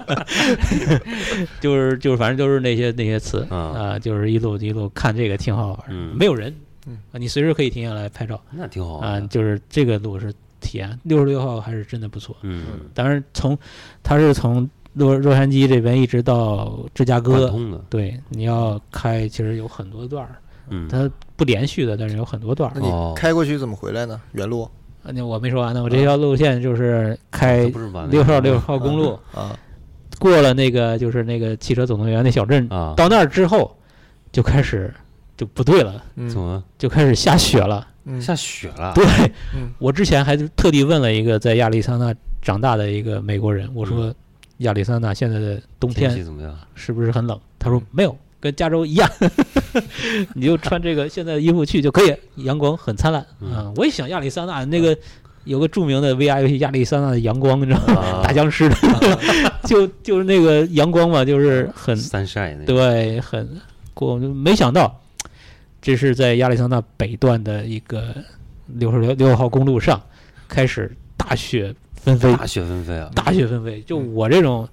Speaker 4: <laughs> 就是就是反正就是那些那些词
Speaker 3: 啊
Speaker 4: 啊，就是一路一路看这个挺好玩儿，
Speaker 3: 嗯
Speaker 4: 没有人
Speaker 2: 嗯，
Speaker 4: 啊你随时可以停下来拍照
Speaker 3: 那挺好
Speaker 4: 啊，
Speaker 3: 的
Speaker 4: 就是这个路是体验六十六号还是真的不错，
Speaker 3: 嗯
Speaker 4: 当然从它是从洛洛杉矶这边一直到芝加
Speaker 3: 贯
Speaker 4: 哥，
Speaker 3: 通的，
Speaker 4: 对，你要开其实有很多段儿，
Speaker 3: 嗯，
Speaker 4: 它不连续的，但是有很多段
Speaker 2: 那
Speaker 4: 儿。
Speaker 2: 你
Speaker 3: 哦
Speaker 2: 开过去怎么回来呢？原路
Speaker 4: 啊那我没说完呢，我这条路线就是
Speaker 3: 这
Speaker 4: 开
Speaker 3: 嗯不是完了
Speaker 4: 六号六号公
Speaker 3: 嗯
Speaker 4: 路，
Speaker 2: 啊，
Speaker 4: 过了那个就是那个汽车总动员那小镇，
Speaker 3: 啊，
Speaker 4: 到那儿之后就开始就不对了，
Speaker 3: 怎
Speaker 2: 嗯，
Speaker 3: 么
Speaker 4: 就开始下雪了。
Speaker 2: 嗯
Speaker 3: 下雪了？
Speaker 4: 对
Speaker 2: 嗯
Speaker 4: 我之前还特地问了一个在亚利桑那长大的一个美国人，我
Speaker 3: 嗯
Speaker 4: 说亚利桑那现在的冬
Speaker 3: 天
Speaker 4: 天
Speaker 3: 气怎么
Speaker 4: <laughs>
Speaker 3: 样？
Speaker 4: 是不是很冷？他说没有，跟加州一 <laughs> 样，你就穿这个现在的衣服去就可以，阳光很灿烂啊、
Speaker 3: 嗯
Speaker 4: 我也想亚利桑那那个有个著名的 VR 游戏《亚利桑那的阳光》，你知道吗？打
Speaker 3: 啊
Speaker 4: 僵尸的， <laughs> 就就是那个阳光嘛，就是很
Speaker 3: 三晒那个，
Speaker 4: 对，很过，没想到这是在亚利桑那北段的一个六十六六号公路上开始大雪纷飞，
Speaker 3: 大雪纷飞啊，
Speaker 4: 大雪纷飞。就我这种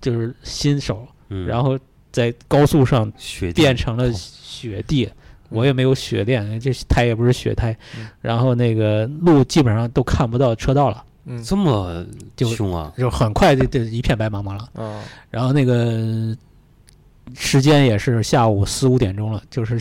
Speaker 4: 就是新手，
Speaker 3: 嗯，
Speaker 4: 然后在高速上
Speaker 3: 雪地
Speaker 4: 变成了雪地，我也没有雪链，这胎也不是雪胎
Speaker 2: 嗯，
Speaker 4: 然后那个路基本上都看不到车道了，
Speaker 2: 嗯
Speaker 3: 这么
Speaker 4: 就
Speaker 3: 凶啊？
Speaker 4: 就很快就就一片白茫茫了。
Speaker 2: 啊，
Speaker 4: 然后那个时间也是下午四五点钟了，就是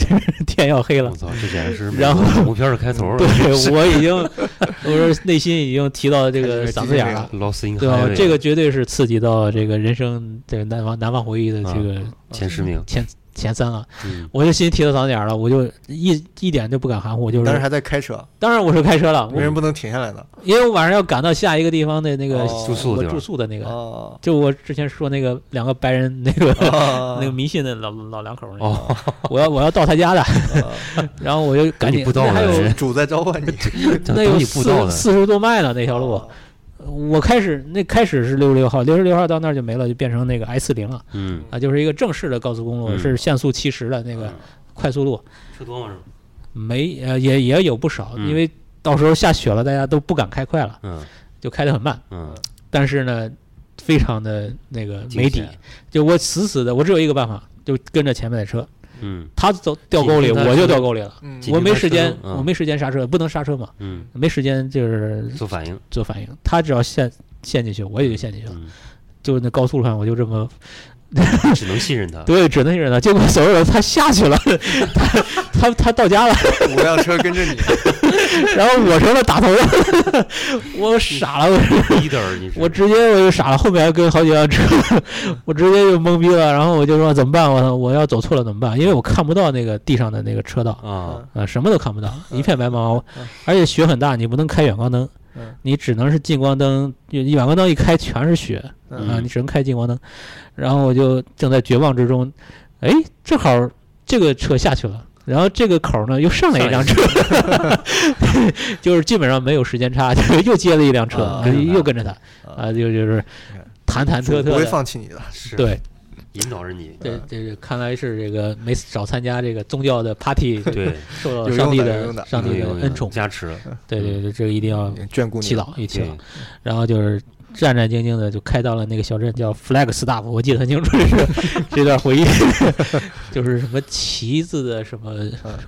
Speaker 4: 天要黑了
Speaker 3: 我。操，这简直
Speaker 4: <laughs>
Speaker 3: 是
Speaker 4: 然后
Speaker 3: 恐怖片的开头啊！
Speaker 4: 对，我已经，我说内心已经提到这个嗓子眼儿了，
Speaker 3: Lost in
Speaker 4: 对吧
Speaker 3: Highway，？
Speaker 4: 这个绝对是刺激到这个人生这个难忘难忘回忆的这个
Speaker 3: 啊前十
Speaker 4: <laughs>
Speaker 3: 名，
Speaker 4: 前前三啊了。
Speaker 3: 嗯，
Speaker 4: 我就心提到嗓子眼儿了，我就一一点就不敢含糊，我就
Speaker 2: 当时
Speaker 4: 是
Speaker 2: 还在开车，
Speaker 4: 当然我是开车了，
Speaker 2: 为什
Speaker 4: 我
Speaker 2: 么不能停下来呢？
Speaker 4: 因为我晚上要赶到下一个地方的那个
Speaker 2: 哦
Speaker 3: 住宿
Speaker 4: 我
Speaker 3: 地方
Speaker 4: 住宿的那个， <laughs>
Speaker 2: 哦，
Speaker 4: 就我之前说那个两个白人那个那
Speaker 2: 那
Speaker 4: 个迷信的老老两口儿那个。
Speaker 3: 哦，
Speaker 4: 我要我要到他家的， <laughs>
Speaker 2: 个
Speaker 4: 然后我就赶紧
Speaker 3: 你不到
Speaker 4: 那还
Speaker 3: 了
Speaker 4: 有
Speaker 3: 人
Speaker 2: 啊主在召唤你，啊
Speaker 4: 那
Speaker 3: 等
Speaker 4: 有
Speaker 3: 你步道
Speaker 4: 四
Speaker 3: 的，
Speaker 4: 四十多迈呢那 <laughs> 条
Speaker 2: 哦
Speaker 4: 路，我开始那开始是六十六号，六十六号到那儿就没了，就变成那个 I 四零了
Speaker 3: 嗯，
Speaker 4: 啊，就是一个正式的高速公路，
Speaker 3: 嗯
Speaker 4: 是限速七十的那
Speaker 2: 嗯
Speaker 4: 个快速路，
Speaker 3: 车多吗？
Speaker 4: 没呃也也有不少，
Speaker 3: 嗯
Speaker 4: 因为到时候下雪了，大家都不敢开快了，
Speaker 3: 嗯
Speaker 4: 就开得很慢，
Speaker 3: 嗯，
Speaker 4: 但是呢，非常的那个
Speaker 3: 惊
Speaker 4: 没底
Speaker 3: 险，
Speaker 4: 就我死死的，我只有一个办法，就跟着前面的车，
Speaker 3: 嗯
Speaker 4: 他走掉沟里，
Speaker 3: 紧跟他
Speaker 4: 我就
Speaker 3: 车
Speaker 4: 掉沟里了。
Speaker 2: 嗯
Speaker 3: 紧
Speaker 4: 我
Speaker 3: 跟
Speaker 4: 没
Speaker 3: 他
Speaker 4: 时
Speaker 3: 车
Speaker 4: 间，
Speaker 3: 嗯
Speaker 4: 我没时间刹车，不能刹车嘛，
Speaker 3: 嗯，
Speaker 4: 没时间就是
Speaker 3: 做反应，
Speaker 4: 做反应。他只要陷陷进去，我也就陷进去了。
Speaker 3: 嗯，
Speaker 4: 就那高速上，我就这么
Speaker 3: 只能信任他。
Speaker 4: 对，只能忍了。结果所有人他下去了，他他他到家了，
Speaker 2: 五辆车跟着你，
Speaker 4: 然后我成了 <laughs> 打头的，我傻了，我
Speaker 3: leader，你是
Speaker 4: 我直接我就傻了，后面还跟好几辆车，我直接就懵逼了。然后我就说怎么办？我我要走错了怎么办？因为我看不到那个地上的那个车道。
Speaker 3: <laughs> 啊，
Speaker 4: 啊，什么都看不到，一片白茫茫
Speaker 2: 嗯，
Speaker 4: 而且雪很大，你不能开远光灯
Speaker 2: 嗯，
Speaker 4: 你只能是近光灯，远光灯一开全是雪啊，
Speaker 3: 嗯
Speaker 4: 你只能开近光灯。然后我就正在绝望之中，哎，正好这个车下去了。然后这个口呢又上来一辆车， <laughs> 就是基本上没有时间差，就是 <laughs> 又接了一辆车，
Speaker 2: 啊
Speaker 4: 跟又跟着他
Speaker 2: 啊，
Speaker 4: 啊，就就是忐忐忑
Speaker 2: 主不
Speaker 4: 忑
Speaker 2: 会
Speaker 4: 的。
Speaker 2: 放嗯弃你的，
Speaker 3: 是
Speaker 4: 对，
Speaker 3: 引导着你，
Speaker 4: 这这这看来是这个没少参加这个宗教的 party，
Speaker 2: <laughs>
Speaker 3: 对，
Speaker 4: 受到
Speaker 2: 有
Speaker 4: 上帝
Speaker 2: 用的有用
Speaker 4: 的
Speaker 2: 的
Speaker 4: 上帝的
Speaker 3: 嗯有有
Speaker 4: 恩宠。
Speaker 3: 加
Speaker 4: <laughs>
Speaker 3: 持，
Speaker 4: 对对对，这个一定要
Speaker 2: 眷顾你
Speaker 4: 呃祈
Speaker 2: 的，
Speaker 4: 祷，一祈
Speaker 3: 对
Speaker 4: 祷。，然后就是战战兢兢的就开到了那个小镇，叫 Flag Staff，我记得很清楚，这是这段回忆， <laughs> 就是什么旗子的什么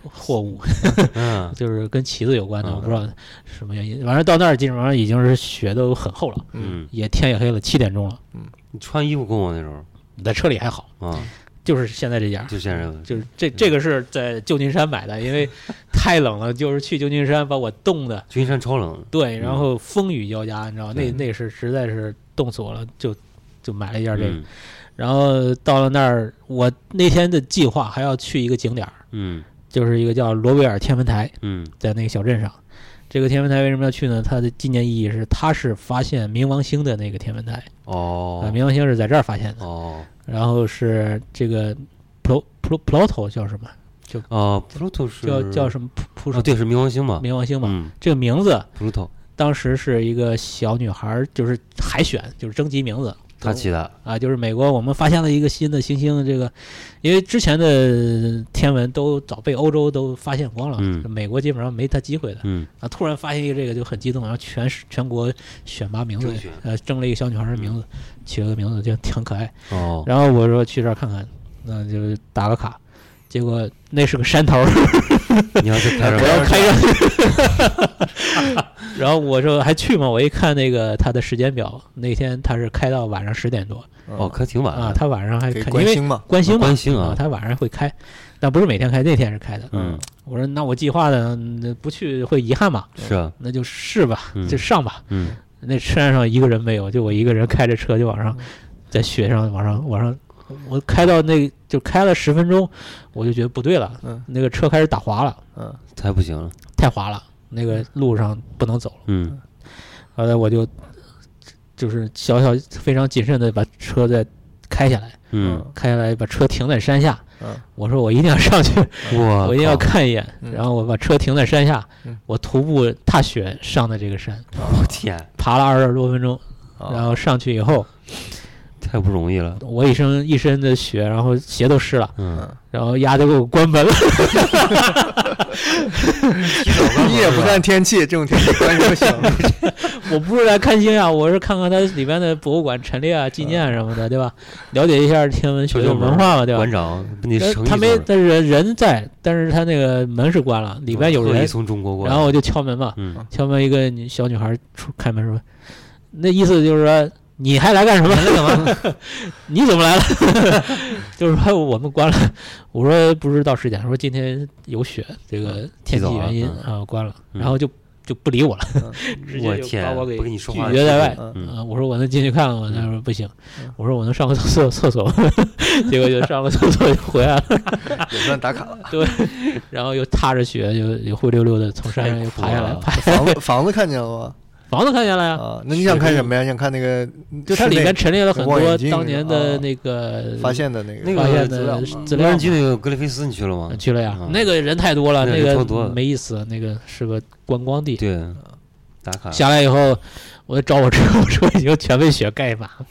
Speaker 4: 货物， <laughs>
Speaker 3: 嗯，
Speaker 4: 就是跟旗子有关的，
Speaker 3: 嗯
Speaker 4: 我不知道什么原因。反正到那儿基本上已经是雪都很厚了，
Speaker 2: 嗯，
Speaker 3: 嗯，
Speaker 4: 也天也黑了，七点钟了。
Speaker 3: 你穿衣服够吗？那时候
Speaker 4: 你在车里还好，
Speaker 3: 啊，
Speaker 4: 就是现在这样。
Speaker 3: 就现在
Speaker 4: 就是这这个是在旧金山买的，
Speaker 3: <laughs>
Speaker 4: 因为太冷了，就是去旧金山把我冻的，
Speaker 3: 军山超冷，
Speaker 4: 对，
Speaker 3: 嗯
Speaker 4: 然后风雨交加，你知道，
Speaker 3: 对
Speaker 4: 那那是实在是冻死我了，就就买了一件这个。
Speaker 3: 嗯
Speaker 4: 然后到了那儿，我那天的计划还要去一个景点儿，
Speaker 3: 嗯
Speaker 4: 就是一个叫罗维尔天文台，
Speaker 3: 嗯
Speaker 4: 在那个小镇上。这个天文台为什么要去呢？它的纪念意义是，它是发现冥王星的那个天文台啊、
Speaker 3: 哦
Speaker 4: 冥王星是在这儿发现的。
Speaker 3: 哦
Speaker 4: 然后是这个 Pl Pl Pluto 叫什么？
Speaker 3: 哦，Pluto 是
Speaker 4: 叫叫什么普普什
Speaker 3: 啊？
Speaker 4: 么
Speaker 3: 对，是冥王星嘛，
Speaker 4: 冥王星嘛？
Speaker 3: 嗯
Speaker 4: 这个名字
Speaker 3: ，Pluto
Speaker 4: 当时是一个小女孩儿，就是海选，就是征集名字。
Speaker 3: 他起
Speaker 4: <laughs>
Speaker 3: 的，
Speaker 4: 啊，就是美国，我们发现了一个新的行星，这个因为之前的天文都早被欧洲都发现光了，
Speaker 3: 嗯
Speaker 4: 美国基本上没他机会的
Speaker 3: 嗯
Speaker 4: 啊。突然发现一个这个就很激动，然后全市全国选拔名字
Speaker 3: 征选，嗯
Speaker 4: 呃，争了一个小女孩的名字，起了个名字就挺可爱。
Speaker 3: 哦，
Speaker 4: 然后我说去这儿看看，那就打个卡，结果那是个山头儿，
Speaker 3: 你要是开
Speaker 4: <laughs>
Speaker 2: 不
Speaker 3: 着
Speaker 4: 我要
Speaker 2: 要
Speaker 4: 开上去。 <laughs> 然后我说还去吗？我一看那个他的时间表，那天他是开到晚上十点多，
Speaker 3: 哦，开挺晚
Speaker 4: 啊，
Speaker 3: 了，
Speaker 4: 他晚上还
Speaker 2: 嗯给
Speaker 4: 开，因
Speaker 2: 关
Speaker 4: 为
Speaker 2: 心嘛，
Speaker 4: 关心嘛，
Speaker 3: 关心啊
Speaker 4: 啊，，他晚上会开，但不是每天开，那天是开的。
Speaker 3: 嗯，
Speaker 4: 我说那我计划的那不去会遗憾嘛，
Speaker 3: 是啊，
Speaker 4: 那就试吧，
Speaker 3: 嗯
Speaker 4: 就上吧。
Speaker 3: 嗯，
Speaker 4: 那车上一个人没有，就我一个人开着车就往上，在雪上往上往上，我开到那就开了十分钟，我就觉得不对了，
Speaker 2: 嗯
Speaker 4: 那个车开始打滑了，
Speaker 2: 嗯，
Speaker 3: 太不行了，
Speaker 4: 太滑了，那个路上不能走了。
Speaker 3: 嗯
Speaker 4: 后来我就就是小小非常谨慎的把车再开下来，
Speaker 3: 嗯，
Speaker 4: 开下来把车停在山下。
Speaker 2: 嗯啊
Speaker 4: 我说我一定要上去，
Speaker 3: 哇，
Speaker 4: 嗯我一定要
Speaker 3: 靠，
Speaker 4: 看一眼。
Speaker 2: 嗯
Speaker 4: 然后我把车停在山下，
Speaker 2: 嗯
Speaker 4: 我徒步踏雪上的这个山，
Speaker 3: 我天，
Speaker 4: 爬了二十多分钟，然
Speaker 2: 啊，
Speaker 4: 后上去以后，
Speaker 3: 太不容易了，
Speaker 4: 我一身一身的雪，然后鞋都湿了，
Speaker 3: 嗯，
Speaker 4: 然后丫都给我关门了。 <laughs>
Speaker 2: 你也不看天气，这种天气关什么
Speaker 4: <laughs>
Speaker 2: 心？
Speaker 4: 我不是来看星啊，我是看看它里面的博物馆陈列啊、纪念啊什么的，对吧？了解一下天文学
Speaker 3: 求
Speaker 4: 的
Speaker 3: 求门
Speaker 4: 文化嘛，对吧
Speaker 3: 馆？长，你
Speaker 4: 但
Speaker 3: 诚意
Speaker 4: 呃他没，
Speaker 3: 从
Speaker 4: 但是人人在，但是他那个门是关了，里边有
Speaker 3: 特意
Speaker 4: 人，
Speaker 3: 从中国过来，
Speaker 4: 然后我就敲门嘛，
Speaker 3: 嗯，
Speaker 4: 敲门一个女小女孩出开门说，那意思就是说你还来干什么？来干嘛？ <laughs> 你怎么来了？ <laughs> 就是说我们关了。我说不是到十点，说今天有雪，这个天气原因
Speaker 3: 嗯提早
Speaker 4: 啊关了，
Speaker 3: 嗯
Speaker 4: 然后就就不理我了，直
Speaker 3: 我
Speaker 4: 接就把
Speaker 3: 天，
Speaker 4: 我给
Speaker 3: 不跟你说话，
Speaker 4: 拒绝在外。
Speaker 3: 嗯，
Speaker 4: 啊，我说我能进去看看吗？他
Speaker 3: 嗯
Speaker 4: 说不行
Speaker 2: 嗯。
Speaker 4: 我说我能上个厕所厕所吗， <laughs> 结果就上了厕所就回来了，
Speaker 2: 也算打卡了。
Speaker 4: 然后又踏着雪又又灰溜溜的从山上
Speaker 3: 太
Speaker 4: 又
Speaker 3: 苦
Speaker 4: 爬下来
Speaker 3: 了，
Speaker 4: 爬
Speaker 2: 房子房子看见了吗？
Speaker 4: <laughs> 房子看见了呀，
Speaker 2: 啊，那你想看什么呀？想看那个
Speaker 4: 就它
Speaker 2: 室
Speaker 4: 里
Speaker 2: 内
Speaker 4: 面陈列了很
Speaker 2: 望远
Speaker 4: 多
Speaker 2: 镜
Speaker 4: 当年的
Speaker 2: 啊
Speaker 4: 那个
Speaker 2: 发现的那个
Speaker 3: 那
Speaker 4: 发
Speaker 3: 个
Speaker 4: 现
Speaker 2: 资料
Speaker 4: 的
Speaker 2: 嘛
Speaker 4: 资
Speaker 3: 无
Speaker 4: 料呃
Speaker 3: 人机那个格雷菲斯你去了吗
Speaker 4: 嘛。？去了呀
Speaker 3: 啊，
Speaker 4: 那个人太多了，
Speaker 3: 那
Speaker 4: 那
Speaker 3: 人超多
Speaker 4: 个
Speaker 3: 了
Speaker 4: 没意思，那个是个观光地。
Speaker 3: 对，啊打卡，
Speaker 4: 下来以后，我找我车，我车已经全被雪盖满了。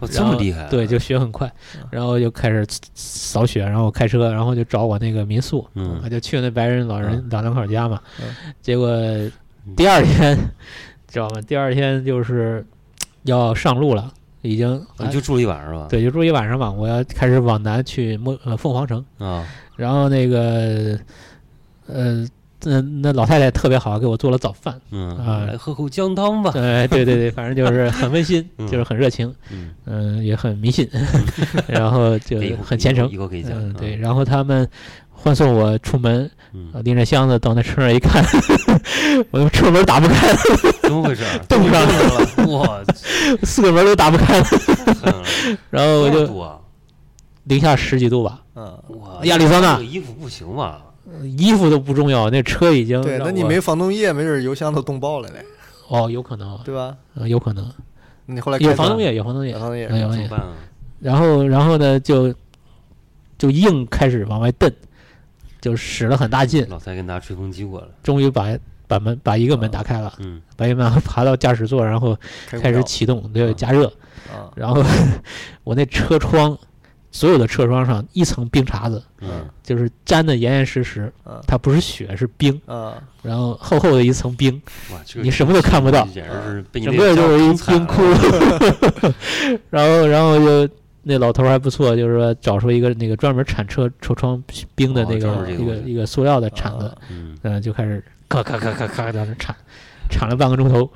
Speaker 3: 哦这
Speaker 4: 然后
Speaker 3: 么厉害啊，
Speaker 4: 对，就学很快
Speaker 2: 嗯，
Speaker 4: 然后就开始扫雪，然后我开车，然后就找我那个民宿，啊
Speaker 3: 嗯
Speaker 4: 我就去那白人老人老两口家嘛
Speaker 2: 嗯，
Speaker 4: 结果第二天， <laughs> 知道吗？第二天就是要上路了，已经
Speaker 3: 哦
Speaker 4: 啊
Speaker 3: 你就住了一晚上吧？
Speaker 4: 对，就住一晚上嘛，我要开始往南去莫呃凤凰城，
Speaker 3: 啊，
Speaker 4: 然后那个呃。那那老太太特别好，给我做了早
Speaker 3: <laughs>
Speaker 4: 饭。
Speaker 3: 嗯
Speaker 4: 啊
Speaker 3: 来喝口姜汤吧。
Speaker 4: 对对对对，反正就是很温馨，
Speaker 3: <laughs> 嗯
Speaker 4: 就是很热情，
Speaker 3: 嗯，
Speaker 4: 嗯、也很迷
Speaker 3: <laughs>
Speaker 4: 信，然后就
Speaker 3: 给一口
Speaker 4: 很虔诚
Speaker 3: 一。口给你讲。
Speaker 4: 嗯，对，
Speaker 3: 啊，
Speaker 4: 然后他们欢送我出门，
Speaker 3: 嗯，
Speaker 4: 啊拎着箱子到那车上一看， <laughs> 我的车门打不开，
Speaker 3: 怎么回事啊？
Speaker 4: <laughs> 冻上
Speaker 3: 了，
Speaker 4: <laughs>
Speaker 3: 哇，
Speaker 4: 四个门都打不开了，
Speaker 3: 狠了！
Speaker 4: 然后我
Speaker 3: 这么
Speaker 4: 就
Speaker 3: 多啊，
Speaker 4: 零下十几度吧，
Speaker 2: 啊，
Speaker 3: 哇，
Speaker 4: 亚利桑那
Speaker 3: 这个衣服不行吧？
Speaker 4: 衣服都不重要，那车已经
Speaker 2: 对，
Speaker 4: 让
Speaker 2: 那你
Speaker 4: 我
Speaker 2: 没防冻液，没准油箱都冻爆了嘞，
Speaker 4: 哦，有可能，
Speaker 2: 对吧？
Speaker 4: 呃有可能
Speaker 2: 你后来
Speaker 4: 有
Speaker 2: 开
Speaker 4: 防
Speaker 2: 发
Speaker 4: 冻液，有防冻液
Speaker 2: 有，防冻液
Speaker 4: 嗯，有
Speaker 3: 怎
Speaker 4: 防冻
Speaker 3: 么
Speaker 4: 液，
Speaker 3: 办啊？
Speaker 4: 然后然后呢就就硬开始往外蹬，就使了很大劲，
Speaker 3: 老蔡给拿吹风机过来，
Speaker 4: 终于把把门把一个门打开了，
Speaker 3: 嗯嗯，
Speaker 4: 把一个门 <laughs> 爬到驾驶座，然后
Speaker 2: 开
Speaker 4: 开
Speaker 2: 不
Speaker 4: 始
Speaker 2: 了
Speaker 4: 启动，对，
Speaker 3: 嗯
Speaker 4: 加热。
Speaker 2: 啊，
Speaker 4: 然后我那车窗，所有的车窗上一层冰碴子，
Speaker 3: 嗯，
Speaker 4: 就是粘的严严实实
Speaker 2: 嗯，
Speaker 4: 它不是雪是冰，
Speaker 2: 啊，
Speaker 4: 然后厚厚的一层冰，
Speaker 3: 哇，这个
Speaker 4: 你什么都看不到
Speaker 3: 简直是被你
Speaker 4: 整个就是一冰窟
Speaker 3: 哭。。
Speaker 4: <laughs> 然后，然后就那老头儿还不错，就是说找出一个那个专门铲车车窗冰的
Speaker 3: 哦
Speaker 4: 那个、
Speaker 3: 专门这个
Speaker 4: 一个
Speaker 3: 东西
Speaker 4: 一个塑料的铲子，
Speaker 2: 啊
Speaker 3: 嗯，
Speaker 4: 嗯、就开始咔咔咔咔咔在那铲，铲了半个
Speaker 3: <laughs>
Speaker 4: 钟头，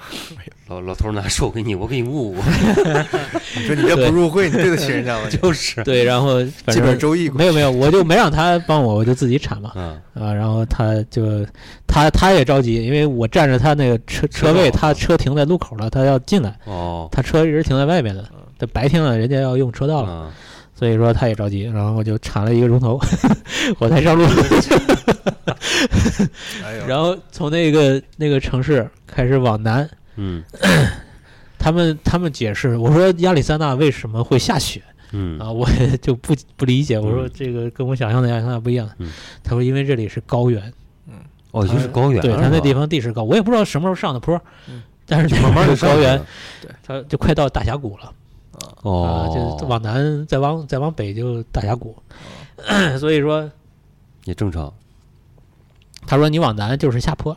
Speaker 3: 老老头儿拿手给你，我给你捂捂，
Speaker 2: 你说你这不入会，你对得起人家吗？
Speaker 4: <laughs>
Speaker 2: 你
Speaker 3: <laughs> 就是，
Speaker 4: 对，然后反
Speaker 2: 基本
Speaker 4: 正
Speaker 2: 周易
Speaker 4: 没有没有，我就没让他帮我，我就自己铲嘛。
Speaker 3: 嗯，
Speaker 4: 啊，然后他就他他也着急，因为我占着他那个车车
Speaker 3: 车
Speaker 4: 位，
Speaker 3: 道啊
Speaker 4: 他车停在路口了，他要进来，
Speaker 3: 哦，
Speaker 4: 他车一直停在外面的。但白天了，人家要用车道了，
Speaker 3: 嗯，
Speaker 4: 所以说他也着急。然后我就铲了一个钟头， <laughs> 我才上路。
Speaker 2: <laughs> 哎呦，
Speaker 4: <laughs> 然后从那个那个城市开始往南，
Speaker 3: 嗯，
Speaker 4: 他们他们解释，我说亚利桑那为什么会下雪
Speaker 3: 嗯，
Speaker 4: 啊？我 <laughs> 也就不不理解，我说
Speaker 3: 嗯
Speaker 4: 这个跟我想象的亚利桑那不一样
Speaker 3: 嗯。
Speaker 4: 他说因为这里是高原，
Speaker 3: 哦，就是高原，
Speaker 4: 对他
Speaker 3: 是
Speaker 4: 那
Speaker 3: 吧
Speaker 4: 地方地势高，我也不知道什么时候上的坡
Speaker 2: 嗯，
Speaker 4: 但是
Speaker 3: 慢慢
Speaker 4: 的
Speaker 3: 就上
Speaker 4: 高
Speaker 3: 去
Speaker 4: 原
Speaker 3: 了。
Speaker 4: 它就快到大峡谷了啊，
Speaker 3: 哦，
Speaker 4: 就往南再往再往北就大峡谷， <clears throat> 所以说
Speaker 3: 也正常，
Speaker 4: 他说你往南就是下坡，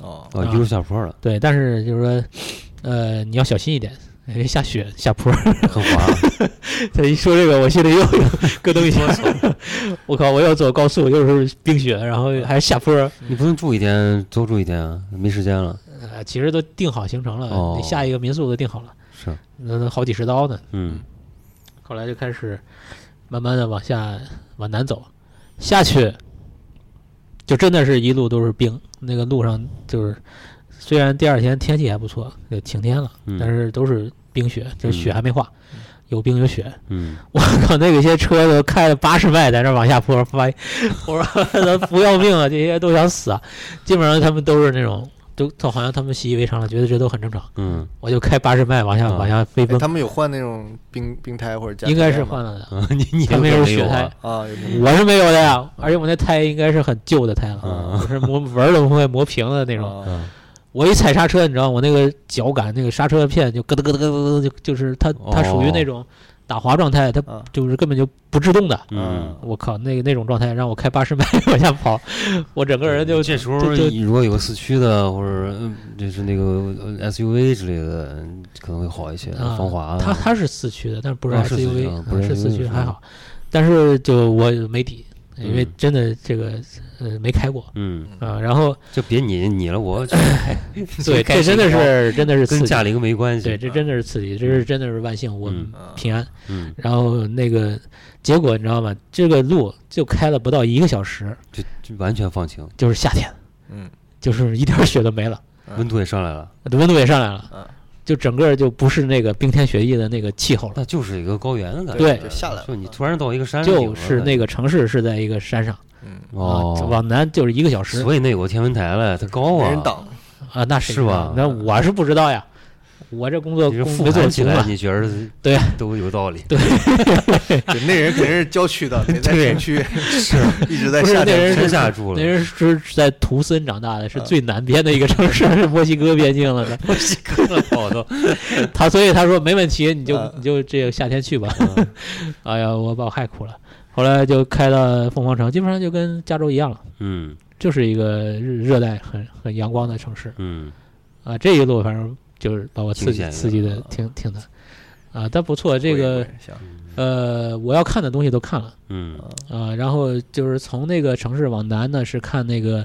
Speaker 2: 哦，
Speaker 3: 哦，
Speaker 4: 啊
Speaker 3: 一路下坡了，
Speaker 4: 对，但是就是说，呃，你要小心一点，因为下雪下坡。
Speaker 3: 很滑，
Speaker 4: <laughs> 他一说这个，我
Speaker 3: <laughs>
Speaker 4: 心里又咯噔一下， <laughs> 我靠，我要走高速又是冰雪，然后还下坡，
Speaker 3: 你不能住一天，多住一天啊，没时间了，
Speaker 4: 呃，其实都定好行程了，
Speaker 3: 哦
Speaker 4: 你下一个民宿都定好了，
Speaker 3: 是，
Speaker 4: 那那好几十刀呢，
Speaker 3: 嗯，
Speaker 4: 后来就开始慢慢的往下往南走，下去就真的是一路都是冰，那个路上就是虽然第二天天气还不错，就晴天了，
Speaker 3: 嗯
Speaker 4: 但是都是冰雪，
Speaker 2: 嗯
Speaker 4: 就是雪还没化，有冰有雪。
Speaker 3: 嗯，
Speaker 4: 我靠，那个些车都开了八十迈在那儿往下坡，发 <laughs> 我说他不要命啊，这些都想死啊！基本上他们都是那种，都都好像他们习以为常了，觉得这都很正常。
Speaker 3: 嗯
Speaker 4: 我就开八十迈往下
Speaker 3: 啊
Speaker 4: 往下飞奔
Speaker 2: 哎，他们有换那种冰冰胎或者加
Speaker 4: 嗯应该是
Speaker 2: 冰胎
Speaker 4: 换
Speaker 2: 吗
Speaker 4: 了的。
Speaker 3: 啊， <laughs> 你你
Speaker 4: 嗯他
Speaker 3: 有
Speaker 4: 们
Speaker 3: 可
Speaker 4: 有
Speaker 3: 没有
Speaker 4: 雪
Speaker 3: 啊
Speaker 4: 胎？
Speaker 2: 啊，有冰
Speaker 4: 我是没有的呀，而且我那胎应该是很旧的胎了，就是磨纹儿都快磨平了那种。
Speaker 2: 啊
Speaker 3: 啊
Speaker 4: 我一踩刹车，你知道，我那个脚感，那个刹车片就咯噔咯噔咯噔咯噔，就就是它
Speaker 3: 哦
Speaker 4: 它属于那种打滑状态，它
Speaker 2: 啊
Speaker 4: 就是根本就不制动的。
Speaker 3: 嗯，
Speaker 4: 我靠，那个那种状态让我开八十迈往下跑，我整个人就
Speaker 3: 这时
Speaker 4: 就
Speaker 3: 候
Speaker 4: 就
Speaker 3: 你如果有个四驱的，或者嗯就是那个呃 SUV 之类的，可能会好一些，
Speaker 4: 啊
Speaker 3: 防滑的。
Speaker 4: 它它是四驱的，但是不是
Speaker 3: 啊是四驱
Speaker 4: SUV，、
Speaker 3: 啊不是
Speaker 4: 是
Speaker 3: SUV
Speaker 4: 四驱
Speaker 3: 是吧
Speaker 4: 还好。但是就我没底，因为
Speaker 3: 嗯
Speaker 4: 真的这个呃没开过
Speaker 3: 嗯，
Speaker 4: 啊。然
Speaker 3: <laughs>
Speaker 4: 后
Speaker 3: 就别你你了
Speaker 4: <laughs>
Speaker 3: 我去，
Speaker 4: 对，这真的是真的是刺
Speaker 3: 跟
Speaker 4: 激，
Speaker 3: 驾龄没关系。
Speaker 4: 对，这真的是刺激，这是真的是万幸我
Speaker 3: 嗯
Speaker 2: 啊
Speaker 4: 平安。
Speaker 3: 嗯，
Speaker 4: 然后那个结果你知道吗？这个路就开了不到一个小时，
Speaker 3: 就就完全放晴，
Speaker 4: 就是夏天，
Speaker 2: 嗯，
Speaker 4: 就是一点儿雪都没了，
Speaker 2: 啊
Speaker 3: 温度也上来了，
Speaker 4: 温度也上来了，
Speaker 2: 嗯
Speaker 4: 就整个就不是那个冰天雪地的那个气候了，
Speaker 3: 那就是一个高原的感觉。
Speaker 4: 对
Speaker 2: 就下来了
Speaker 3: 就你突然到一个山顶了，
Speaker 4: 就是那个城市是在一个山上。
Speaker 2: 嗯，
Speaker 4: 啊，
Speaker 3: 哦，
Speaker 4: 往南就是一个小时
Speaker 3: 所以那有个天文台了，它高
Speaker 2: 没
Speaker 3: 啊，
Speaker 2: 人挡，
Speaker 4: 啊，那谁
Speaker 3: 是
Speaker 4: 知
Speaker 3: 吧
Speaker 4: 道那我是不知道呀，我这工作
Speaker 3: 你是
Speaker 4: 工
Speaker 3: 复
Speaker 4: 没做
Speaker 3: 盘
Speaker 4: 足
Speaker 3: 起来，
Speaker 4: 啊，
Speaker 3: 你觉得
Speaker 4: <laughs> 对
Speaker 3: 都有道理。
Speaker 2: 对那人肯定是郊区
Speaker 4: <laughs>
Speaker 2: 的，没在
Speaker 4: 对
Speaker 2: 城区，是 <laughs> 一直在
Speaker 4: 不是
Speaker 2: 夏
Speaker 4: <laughs> 那
Speaker 2: 天
Speaker 4: 人
Speaker 3: 山
Speaker 4: 是
Speaker 3: 下住了，
Speaker 4: 那
Speaker 3: 嗯
Speaker 4: 人是是在图森长大的，是最南边的一个城市，是墨西哥边境了的。
Speaker 3: <laughs> 跑到
Speaker 4: 他所以他说没问题，你就
Speaker 3: 嗯
Speaker 2: 啊
Speaker 4: 你就这个夏天去吧。 <laughs> 哎呀，我把我害苦了。后来就开到凤凰城，基本上就跟加州一样了，
Speaker 3: 嗯
Speaker 4: 就是一个热热带很很阳光的城市。
Speaker 3: 嗯
Speaker 4: 啊，这一路反正就是把我刺
Speaker 3: 惊
Speaker 4: 激
Speaker 3: 险
Speaker 4: 刺激
Speaker 3: 了
Speaker 4: 的挺挺的，啊，但不错，这
Speaker 2: 过瘾
Speaker 4: 个
Speaker 2: 过瘾行
Speaker 4: 呃，我要看的东西都看了 <laughs>
Speaker 3: 嗯
Speaker 4: 啊、然后就是从那个城市往南呢是看那个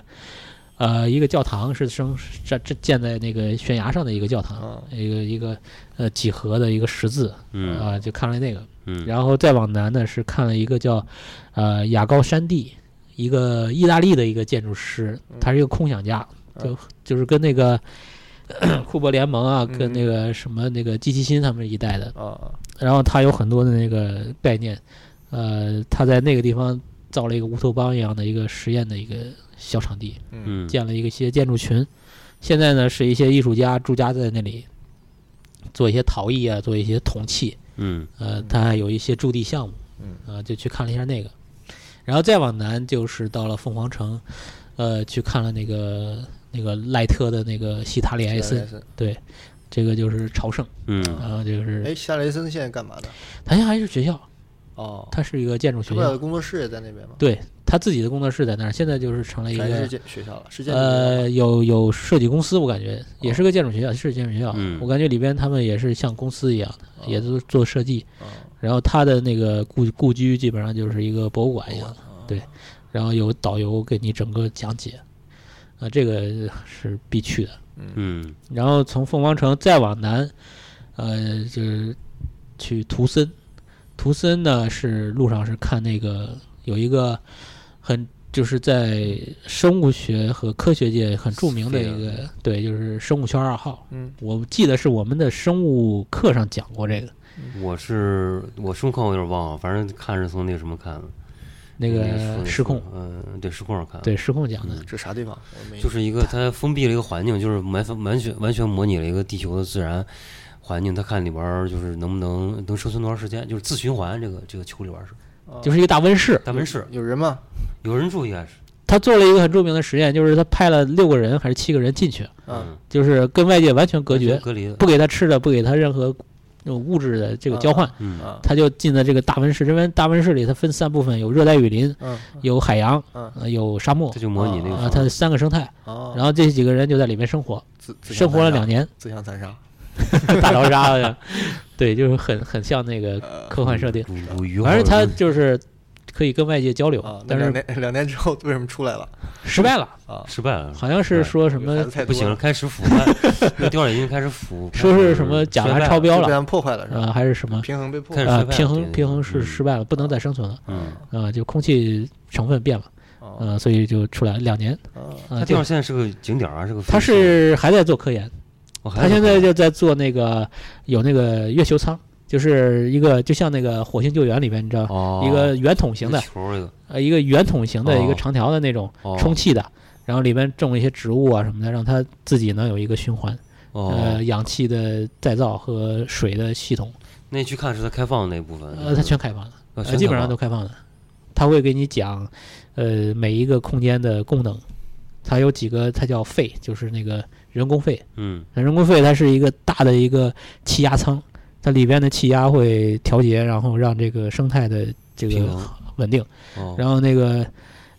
Speaker 4: 呃一个教堂是生这这建在那个悬崖上的一个教堂，
Speaker 2: 啊
Speaker 4: 一个一个呃几何的一个十字
Speaker 3: 嗯
Speaker 4: 啊、就看了那个，
Speaker 3: 嗯，
Speaker 4: 然后再往南呢是看了一个叫呃雅高山地。一个意大利的一个建筑师，
Speaker 3: 嗯
Speaker 4: 他是一个空想家，就就是跟那个 <clears throat> 咳库珀联盟啊，
Speaker 3: 嗯
Speaker 4: 跟那个什么那个季其新他们一代的，
Speaker 2: 啊
Speaker 4: 然后他有很多的那个概念，呃，他在那个地方造了一个乌托邦一样的一个实验的一个小场地，
Speaker 2: 嗯
Speaker 3: 嗯
Speaker 4: 建了一个一些建筑群。现在呢，是一些艺术家驻扎在那里，做一些陶艺啊，做一些铜器，
Speaker 3: 嗯
Speaker 4: 呃，
Speaker 2: 嗯
Speaker 4: 他还有一些驻地项目，
Speaker 2: 嗯
Speaker 4: 啊、就去看了一下那个，然后再往南就是到了凤凰城，呃，去看了那个那个赖特的那个希塔里埃森，
Speaker 2: 森，
Speaker 4: 这个就是朝圣，
Speaker 3: 嗯
Speaker 4: 啊、就是
Speaker 2: 哎，希拉雷森现在干嘛的？
Speaker 4: 他现在还是学校，
Speaker 2: 哦，
Speaker 4: 他是一个建筑
Speaker 2: 他
Speaker 4: 学
Speaker 2: 们俩的
Speaker 4: 校，
Speaker 2: 工作室也在那边吗？
Speaker 4: 对他自己的工作室在那儿，现在就是成了一
Speaker 2: 全是
Speaker 4: 个
Speaker 2: 建学校了，是建筑学校吗哦
Speaker 4: 呃有有设计公司，我感觉也是个建筑学校，是建筑学校
Speaker 3: 嗯，
Speaker 4: 我感觉里边他们也是像公司一样的，也
Speaker 2: 哦
Speaker 4: 都是做设计，
Speaker 2: 哦
Speaker 4: 然后他的那个故故居基本上就是一个博物馆一样的，
Speaker 2: 哦
Speaker 4: 对然后有导游给你整个讲解，啊，这个是必去的。
Speaker 3: 嗯
Speaker 4: 然后从凤凰城再往南，呃，就是去图森。图森呢是路上是看那个有一个很就是在生物学和科学界很著名的一个对，就是生物圈二号。
Speaker 2: 嗯
Speaker 4: 我记得是我们的生物课上讲过这个，
Speaker 3: 我是我声控有点忘了，反正看是从那什么看的，
Speaker 4: 那
Speaker 3: 从
Speaker 4: 个
Speaker 3: 那
Speaker 4: 失控，
Speaker 3: 嗯，对，失控上看的，
Speaker 4: 对失控讲的，
Speaker 3: 嗯，
Speaker 2: 这啥地方？我没
Speaker 3: 就是一个它封闭了一个环境，就是完全完全完全模拟了一个地球的自然环境，它看里边儿就是能不能能生存多长时间，就是自循环这个这个球里边儿是
Speaker 2: 哦
Speaker 4: 就是一个大温室。
Speaker 3: 大门市
Speaker 2: 有人吗？
Speaker 3: 有人住应该是，
Speaker 4: 他做了一个很著名的实验，就是他派了六个人还是七个人进去，
Speaker 2: 嗯，
Speaker 3: 嗯，
Speaker 4: 就是跟外界完全隔
Speaker 3: 完全
Speaker 4: 绝，
Speaker 3: 隔离的，
Speaker 4: 不给他吃的，不给他任何那种物质的这个交换，
Speaker 3: 嗯
Speaker 2: 啊
Speaker 4: 他就进了这个大温室。这边大温室里，它分三部分，有热带雨林，
Speaker 2: 嗯
Speaker 4: 有海洋，
Speaker 2: 嗯
Speaker 4: 呃有沙漠
Speaker 3: 这，就模拟那个
Speaker 4: 啊，
Speaker 3: 房
Speaker 4: 它
Speaker 3: 子
Speaker 4: 的三个生态。
Speaker 2: 哦，
Speaker 4: 然后这几个人就在里面生活，
Speaker 2: 自自相
Speaker 4: 生活了
Speaker 2: 残杀
Speaker 4: 两年， <laughs>
Speaker 2: 自相残杀，
Speaker 4: 大逃杀
Speaker 2: <laughs>
Speaker 4: 好像，对，就是很很像那个
Speaker 2: 呃
Speaker 4: 科幻设定。
Speaker 3: 捕捕鱼，
Speaker 4: 反正
Speaker 3: 它
Speaker 4: 他就是可以跟外界交流
Speaker 2: 啊，，那
Speaker 4: 但
Speaker 2: 两
Speaker 4: 是
Speaker 2: 年两年之后为什么出来了？
Speaker 4: 失败了，
Speaker 2: 啊，
Speaker 3: 失败了，
Speaker 4: 好像是说什
Speaker 2: 孩
Speaker 4: 么
Speaker 2: 子太多
Speaker 3: 不行了，
Speaker 2: 了，
Speaker 3: 开始腐败，那调已经开始腐，
Speaker 4: 说是什么钾
Speaker 3: 开
Speaker 4: 含
Speaker 3: 始
Speaker 4: 超标
Speaker 2: 就被
Speaker 4: 了
Speaker 2: 他们破坏了是吧？
Speaker 4: 啊，还是什么
Speaker 2: 平衡被破
Speaker 3: 开
Speaker 2: 坏
Speaker 3: 始，失败
Speaker 4: 啊
Speaker 3: 了
Speaker 4: 平衡
Speaker 3: 对
Speaker 4: 平衡
Speaker 3: 嗯
Speaker 4: 是失败了，不能再生存了
Speaker 3: 嗯，
Speaker 4: 啊，就空气成分变了
Speaker 2: 啊
Speaker 4: 啊，所以就出来两年
Speaker 2: 啊，
Speaker 4: 啊，
Speaker 3: 它
Speaker 4: 就
Speaker 3: 调现在哦是个景点儿啊，是个
Speaker 4: 他是还在做科研。
Speaker 3: 我还
Speaker 4: 他现在
Speaker 3: 在
Speaker 4: 就在做那个有那个月球舱，就是一个就像那个《火星救援》里边，你知道，
Speaker 3: 哦
Speaker 4: 一个圆筒型
Speaker 3: 一个
Speaker 4: 的，
Speaker 3: 球儿一个
Speaker 4: 呃，一个圆筒型的、
Speaker 3: 哦
Speaker 4: 一个长条的那种
Speaker 3: 哦
Speaker 4: 充气的，然后里边种一些植物啊什么的，让它自己能有一个循环，
Speaker 3: 哦
Speaker 4: 呃，，氧气的再造和水的系统，
Speaker 3: 那你去看是它开放的那部分，
Speaker 4: 呃，它全开放了，
Speaker 3: 呃
Speaker 4: 呃基本上都开放了，它会给你讲，呃，每一个空间的功能，它有几个，它叫肺，就是那个人工肺。
Speaker 3: 嗯
Speaker 4: 人工肺它是一个大的一个气压舱，它里边的气压会调节，然后让这个生态的这
Speaker 3: 平
Speaker 4: 个
Speaker 3: 衡
Speaker 4: 稳定。
Speaker 3: 哦，
Speaker 4: 然后那个 <clears throat>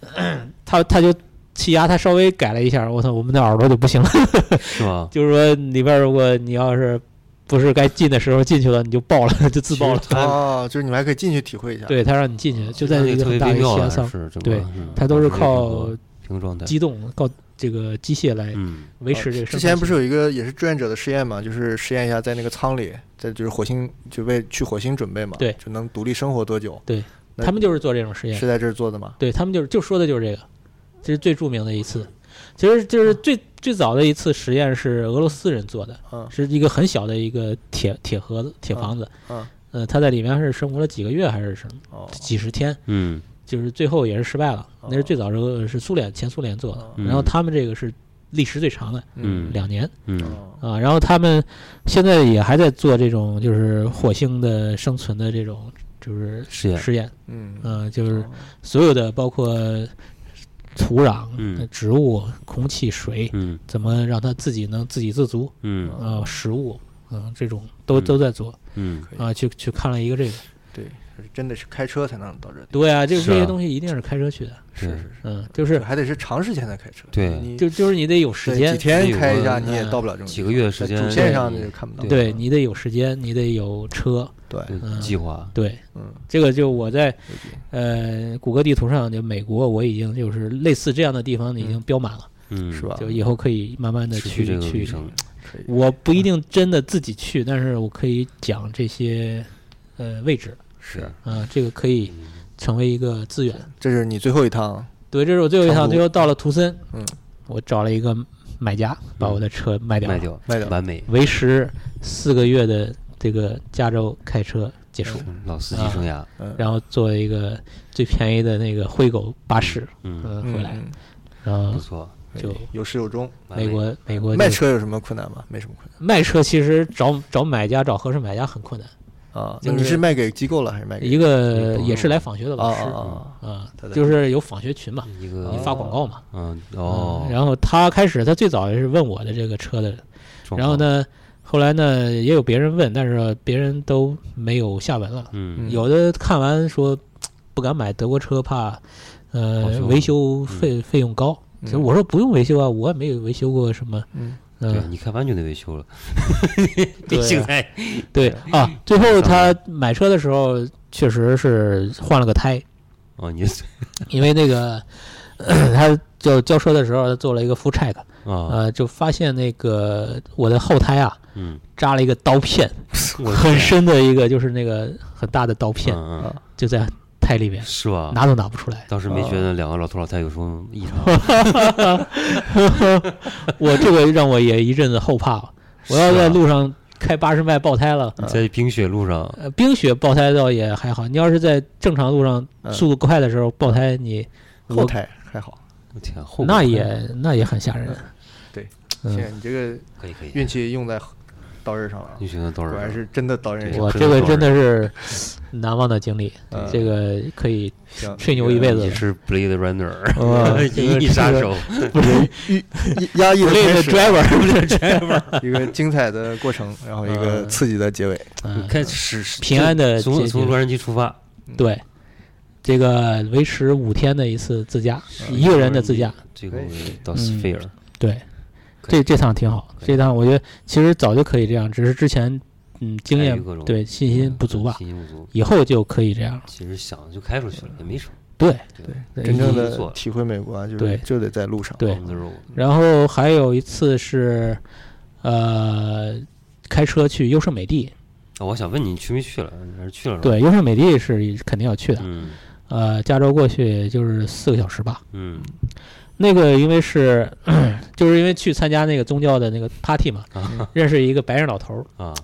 Speaker 4: 它它就气压它稍微改了一下，我操，我们的耳朵就不行了。 <laughs>
Speaker 3: 是吧？
Speaker 4: 就是说里边如果你要是不是该进的时候进去了，你就爆了， <laughs> 就自爆了
Speaker 3: 其。实它
Speaker 2: 哦，就是你们还可以进去体会一下，
Speaker 4: 对，它让你进去，就在
Speaker 3: 它
Speaker 4: 一
Speaker 3: 那
Speaker 4: 个
Speaker 3: 特
Speaker 4: 很
Speaker 3: 别
Speaker 4: 大的
Speaker 3: 微
Speaker 4: 气
Speaker 3: 妙
Speaker 4: 压
Speaker 3: 的
Speaker 4: 舱，
Speaker 3: 是整个
Speaker 4: 对
Speaker 3: 嗯
Speaker 4: 它都是
Speaker 3: 保
Speaker 4: 靠
Speaker 3: 持这个平衡平衡状态，
Speaker 4: 机动、靠这个机械来
Speaker 3: 嗯
Speaker 4: 维持这个生态系统。
Speaker 2: 之前不是有一个也是志愿者的实验嘛，就是实验一下在那个舱里，在就是火星就为去火星准备嘛，
Speaker 4: 对
Speaker 2: 就能独立生活多久？那
Speaker 4: 他们就是做这种实验，
Speaker 2: 是在这儿做的吗？
Speaker 4: 对他们就是就说的就是这个，这是最著名的一次。其实就是最最早的一次实验是俄罗斯人做的，
Speaker 2: 嗯
Speaker 4: 是一个很小的一个铁铁盒子、铁房子。
Speaker 2: 嗯
Speaker 4: 呃，他在里面是生活了几个月还是什么
Speaker 2: 哦，
Speaker 4: 几十天，
Speaker 3: 嗯
Speaker 4: 就是最后也是失败了。
Speaker 2: 哦
Speaker 4: 那是最早是俄是苏联前苏联做的，
Speaker 2: 哦
Speaker 3: 嗯
Speaker 4: 然后他们这个是历时最长的
Speaker 3: 嗯
Speaker 4: 两年
Speaker 3: 嗯
Speaker 2: 哦
Speaker 4: 啊。然后他们现在也还在做这种就是火星的生存的这种就是
Speaker 3: 实验
Speaker 4: 实验，
Speaker 2: 嗯，
Speaker 4: 呃，就是所有的包括土壤、呃
Speaker 3: 嗯
Speaker 4: 植物、空气、水，
Speaker 3: 嗯
Speaker 4: 怎么让它自己能自给自足？
Speaker 3: 嗯
Speaker 4: 呃，食物，嗯、这种都
Speaker 3: 嗯
Speaker 4: 都在做
Speaker 3: 嗯
Speaker 2: 可以
Speaker 4: 啊、去去看了一个这个。
Speaker 2: 对，就是真的是开车才能到这里，
Speaker 4: 对啊，这
Speaker 3: 是
Speaker 4: 这
Speaker 3: 啊
Speaker 4: 些东西一定是开车去的，
Speaker 2: 是
Speaker 3: 是
Speaker 2: 是是，
Speaker 4: 嗯，就是
Speaker 2: 还得是长时间的开车，
Speaker 3: 对
Speaker 2: 你
Speaker 4: 就就是你得有时
Speaker 2: 对
Speaker 4: 间
Speaker 2: 几，
Speaker 3: 嗯
Speaker 2: 天开一
Speaker 3: 有
Speaker 2: 下
Speaker 4: 个
Speaker 2: 你也到不了这种
Speaker 3: 几个月时
Speaker 2: 在
Speaker 3: 间
Speaker 2: 主线上你就看不到，
Speaker 4: 对你得有时间，你得有车，
Speaker 2: 对，
Speaker 3: 对
Speaker 4: 嗯
Speaker 3: 计划
Speaker 4: 对，
Speaker 2: 嗯，
Speaker 4: 这个就我在
Speaker 2: 有几
Speaker 4: 呃谷歌地图上，就美国我已经就是类似这样的地方已经标满了，
Speaker 3: 嗯
Speaker 2: 是吧？
Speaker 4: 就以后可以慢慢的
Speaker 3: 持续
Speaker 4: 去
Speaker 3: 这个旅
Speaker 4: 去
Speaker 3: 程，嗯
Speaker 2: 可以，
Speaker 4: 我不一定真的自己去，但是我可以讲这些呃位置
Speaker 2: 是，
Speaker 4: 啊、这个可以
Speaker 3: 嗯
Speaker 4: 成为一个资源。
Speaker 2: 这是你最后一趟，
Speaker 4: 对，这是我最后一
Speaker 2: 长
Speaker 4: 趟，
Speaker 2: 途
Speaker 4: 最后到了图森，
Speaker 2: 嗯，
Speaker 4: 我找了一个买家，把我的车卖
Speaker 3: 嗯
Speaker 4: 掉，
Speaker 3: 卖掉
Speaker 2: 卖掉
Speaker 3: 完美，
Speaker 4: 为时四个月的这个加州开车结束，
Speaker 3: 嗯老
Speaker 4: 啊
Speaker 3: 司机生涯，
Speaker 2: 嗯，
Speaker 4: 然后坐一个最便宜的那个灰狗巴士，
Speaker 3: 嗯，
Speaker 4: 呃，
Speaker 2: 嗯
Speaker 4: 回来，
Speaker 2: 嗯
Speaker 4: 然后
Speaker 3: 不错，
Speaker 4: 就
Speaker 2: 有始有终。
Speaker 3: 完
Speaker 4: 美
Speaker 3: 美
Speaker 4: 国美国
Speaker 2: 卖
Speaker 4: 就
Speaker 2: 车有什么困难吗？没什么困
Speaker 4: 卖车其实找找买家找合适买家很困难，
Speaker 2: 难啊。
Speaker 4: 就
Speaker 2: 那你
Speaker 4: 是
Speaker 2: 是卖给机构了还是卖给
Speaker 4: 一个
Speaker 3: 嗯
Speaker 4: 也是来访学的
Speaker 2: 啊
Speaker 4: 老师
Speaker 2: 啊啊？
Speaker 4: 啊
Speaker 2: 他，在
Speaker 4: 就是有访学群嘛，
Speaker 3: 一个
Speaker 4: 你发广告嘛。
Speaker 3: 嗯哦
Speaker 4: 嗯，然后他开始，他最早是问我的这个车的，
Speaker 3: 状
Speaker 4: 然后
Speaker 3: 况，
Speaker 4: 呢，后来呢也有别人问，但是别人都没有下文了。
Speaker 3: 嗯
Speaker 2: 嗯
Speaker 4: 有的看完说不敢买德国车，怕
Speaker 3: 保
Speaker 4: 呃
Speaker 3: 修
Speaker 4: 维修费费用高。
Speaker 2: 啊嗯
Speaker 4: 其实我说不用维修啊，我也没有维修过什么。
Speaker 2: 嗯
Speaker 3: 对
Speaker 4: 嗯，
Speaker 3: 你开完就得维修了，
Speaker 4: 对啊
Speaker 3: 现在
Speaker 4: 对啊，
Speaker 3: 嗯
Speaker 4: 最后他买车的时候确实是换了个胎，
Speaker 3: 哦，
Speaker 4: 啊
Speaker 3: 你
Speaker 4: 因为那个 <clears throat> 他就交车的时候他做了一个 full check，
Speaker 3: 啊，
Speaker 4: 呃，就发现那个我的后胎啊
Speaker 3: 嗯，
Speaker 4: 扎了一个刀片，
Speaker 3: 我啊
Speaker 4: 很深的一个就是那个很大的刀片，
Speaker 3: 嗯嗯
Speaker 2: 啊
Speaker 4: 就在胎里边，
Speaker 3: 是吧？
Speaker 4: 拿都拿不
Speaker 3: <laughs>
Speaker 4: 出来。 <laughs>
Speaker 3: 当时没觉得
Speaker 4: 呃
Speaker 3: 两个老头老太有什么异常，
Speaker 4: 我这个让我也一阵子后怕了，我要
Speaker 3: 是啊
Speaker 4: 在路上开八十迈爆胎了。
Speaker 2: 嗯
Speaker 3: 在冰雪路上，
Speaker 4: 呃，冰雪爆胎倒也还好，你要是在正常路上
Speaker 2: 嗯
Speaker 4: 速度快的时候爆胎，你我
Speaker 2: 后台还好，
Speaker 3: 我天，后
Speaker 4: 那
Speaker 3: 果
Speaker 4: 也那也很吓人。
Speaker 2: 对，现在
Speaker 4: 嗯，
Speaker 2: 你这个
Speaker 3: 可以可以，
Speaker 2: 运气用在刀刃上了啊，
Speaker 3: 你觉得多
Speaker 2: 果
Speaker 3: 少
Speaker 2: 然
Speaker 3: 人？
Speaker 2: 是真的刀刃
Speaker 3: 对
Speaker 2: 上
Speaker 4: 我
Speaker 3: 很
Speaker 4: 这个
Speaker 3: 多
Speaker 4: 真的是难忘的经历，
Speaker 2: 嗯
Speaker 4: 这个可以
Speaker 2: 行，
Speaker 4: 吹牛一辈子呃
Speaker 3: 你是 Blade Runner，
Speaker 4: 哇
Speaker 3: <laughs> 银翼杀
Speaker 4: <laughs>
Speaker 3: 手，
Speaker 4: 不是
Speaker 2: 压抑的开
Speaker 4: Blade
Speaker 2: 始
Speaker 4: Driver，不 <laughs>
Speaker 2: <laughs>
Speaker 4: 是
Speaker 2: 一个精彩的过程，然后一个
Speaker 4: 嗯
Speaker 2: 刺激的结尾。
Speaker 4: 嗯
Speaker 3: 开始
Speaker 4: 平安的
Speaker 3: 从
Speaker 4: 结
Speaker 3: 从
Speaker 4: 局
Speaker 3: 洛杉矶出发，
Speaker 4: 对，这个维持五天的一次自驾，一个人的自驾，，
Speaker 3: 这个
Speaker 2: 可以
Speaker 4: 嗯
Speaker 3: 到西菲尔，
Speaker 4: 对，
Speaker 3: 可以
Speaker 4: 这这趟挺好，
Speaker 3: 可以
Speaker 4: 这趟我觉得其实早就可以这样，只是之前嗯经
Speaker 3: 碍
Speaker 4: 验
Speaker 3: 于各种
Speaker 4: 对信心不足吧，
Speaker 3: 信心不足，
Speaker 4: 以后就可以这样了。
Speaker 3: 其实想就开出去了也没什么，
Speaker 4: 对
Speaker 2: 对，真正
Speaker 3: 做
Speaker 2: 的体会美国啊，就
Speaker 4: 对
Speaker 2: 是就得在路上。
Speaker 4: 对
Speaker 3: on the road，
Speaker 4: 然后还有一次是，呃，开车去优胜美地，
Speaker 3: 啊我想问你去没去了？你还是去了？，
Speaker 4: 对，优胜美地是肯定要去的。
Speaker 3: 嗯
Speaker 4: 呃，加州过去就是四个小时吧。
Speaker 3: 嗯
Speaker 4: 那个因为是， <clears throat> 就是因为去参加那个宗教的那个 party 嘛，
Speaker 3: 啊
Speaker 4: 认识一个白人老头儿。
Speaker 3: 啊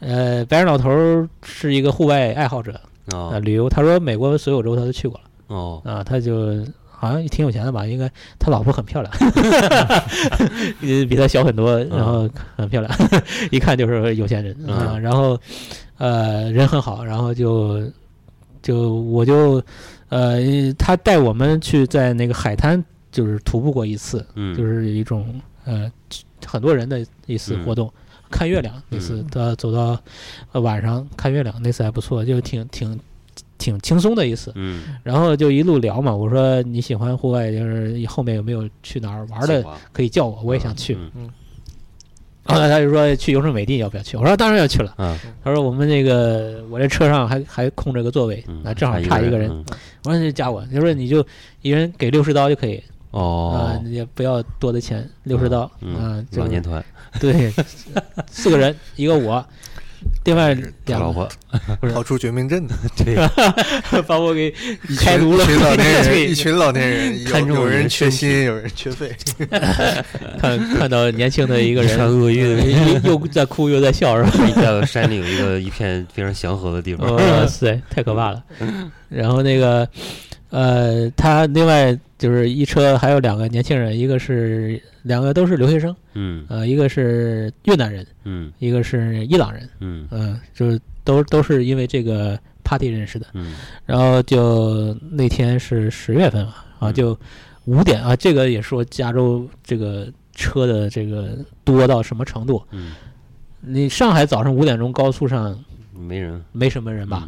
Speaker 4: 呃，白人老头儿是一个户外爱好者啊、
Speaker 3: 啊
Speaker 4: 旅游。他说美国所有州他都去过了
Speaker 3: 哦，
Speaker 4: 啊、他就好像挺有钱的吧，应该他老婆很
Speaker 3: <laughs>
Speaker 4: 漂亮，呃比他小很多，然后很漂亮，一看就是有钱人啊、
Speaker 3: 嗯嗯
Speaker 4: 然后呃，人很好，然后就就我就呃，他带我们去在那个海滩就是徒步过一次，
Speaker 3: 嗯，
Speaker 4: 就是一种呃很多人的一次活动，看月亮那次
Speaker 3: 嗯，
Speaker 4: 他走到呃晚上看月亮那次还不错，就挺挺挺轻松的一次。
Speaker 3: 嗯
Speaker 4: 然后就一路聊嘛，我说你喜欢户外，就是后面有没有去哪儿玩的
Speaker 3: 计划
Speaker 4: 可以叫我，我也想去。
Speaker 3: 嗯
Speaker 4: 后来他就说去优胜美地要不要去？我说当然要去了。
Speaker 3: 啊，
Speaker 4: 他说我们那个我这车上还还空着个座位
Speaker 3: 嗯，
Speaker 4: 啊，正好
Speaker 3: 差
Speaker 4: 差一个人。
Speaker 3: 嗯
Speaker 4: 我说那就加我，他说你就一人给六十刀就可以，啊
Speaker 3: 哦，，
Speaker 4: 也不要多的钱，六十刀，
Speaker 3: 嗯
Speaker 4: 啊，就
Speaker 3: 老
Speaker 4: 是
Speaker 3: 年团，
Speaker 4: 对，四个人，一个我，另外
Speaker 3: 他
Speaker 4: 两
Speaker 3: 老
Speaker 4: 个
Speaker 3: 婆，
Speaker 2: 逃出绝命镇的
Speaker 3: 对，
Speaker 4: 把我给
Speaker 2: 一
Speaker 4: <laughs> 开
Speaker 2: 群
Speaker 4: 颅了
Speaker 2: 一群老年
Speaker 4: <laughs> 对
Speaker 2: 人，一群老年
Speaker 4: <laughs>
Speaker 2: 人，
Speaker 3: 看中
Speaker 2: 有有
Speaker 3: 我
Speaker 2: 人
Speaker 3: 的
Speaker 2: 缺心，有人缺肺。
Speaker 4: 看看到年轻的一个人，
Speaker 3: 厄运
Speaker 4: <laughs> 又又在哭又在笑，是吧？
Speaker 3: 你在山里有一个一片非常祥和的地方，
Speaker 4: 哇塞，呃太可怕了。然后那个，呃，他另外就是一车还有两个年轻人，一个是两个都是留学生，
Speaker 3: 嗯
Speaker 4: 呃，一个是越南人，
Speaker 3: 嗯
Speaker 4: 一个是伊朗人，
Speaker 3: 嗯
Speaker 4: 嗯、就是都都是因为这个 party 认识的。
Speaker 3: 嗯
Speaker 4: 然后就那天是十月份嘛，啊，
Speaker 3: 嗯
Speaker 4: 就五点啊，这个也说加州这个车的这个多到什么程度？
Speaker 3: 嗯，
Speaker 4: 你上海早上五点钟高速上
Speaker 3: 没人
Speaker 4: 没什么人吧？？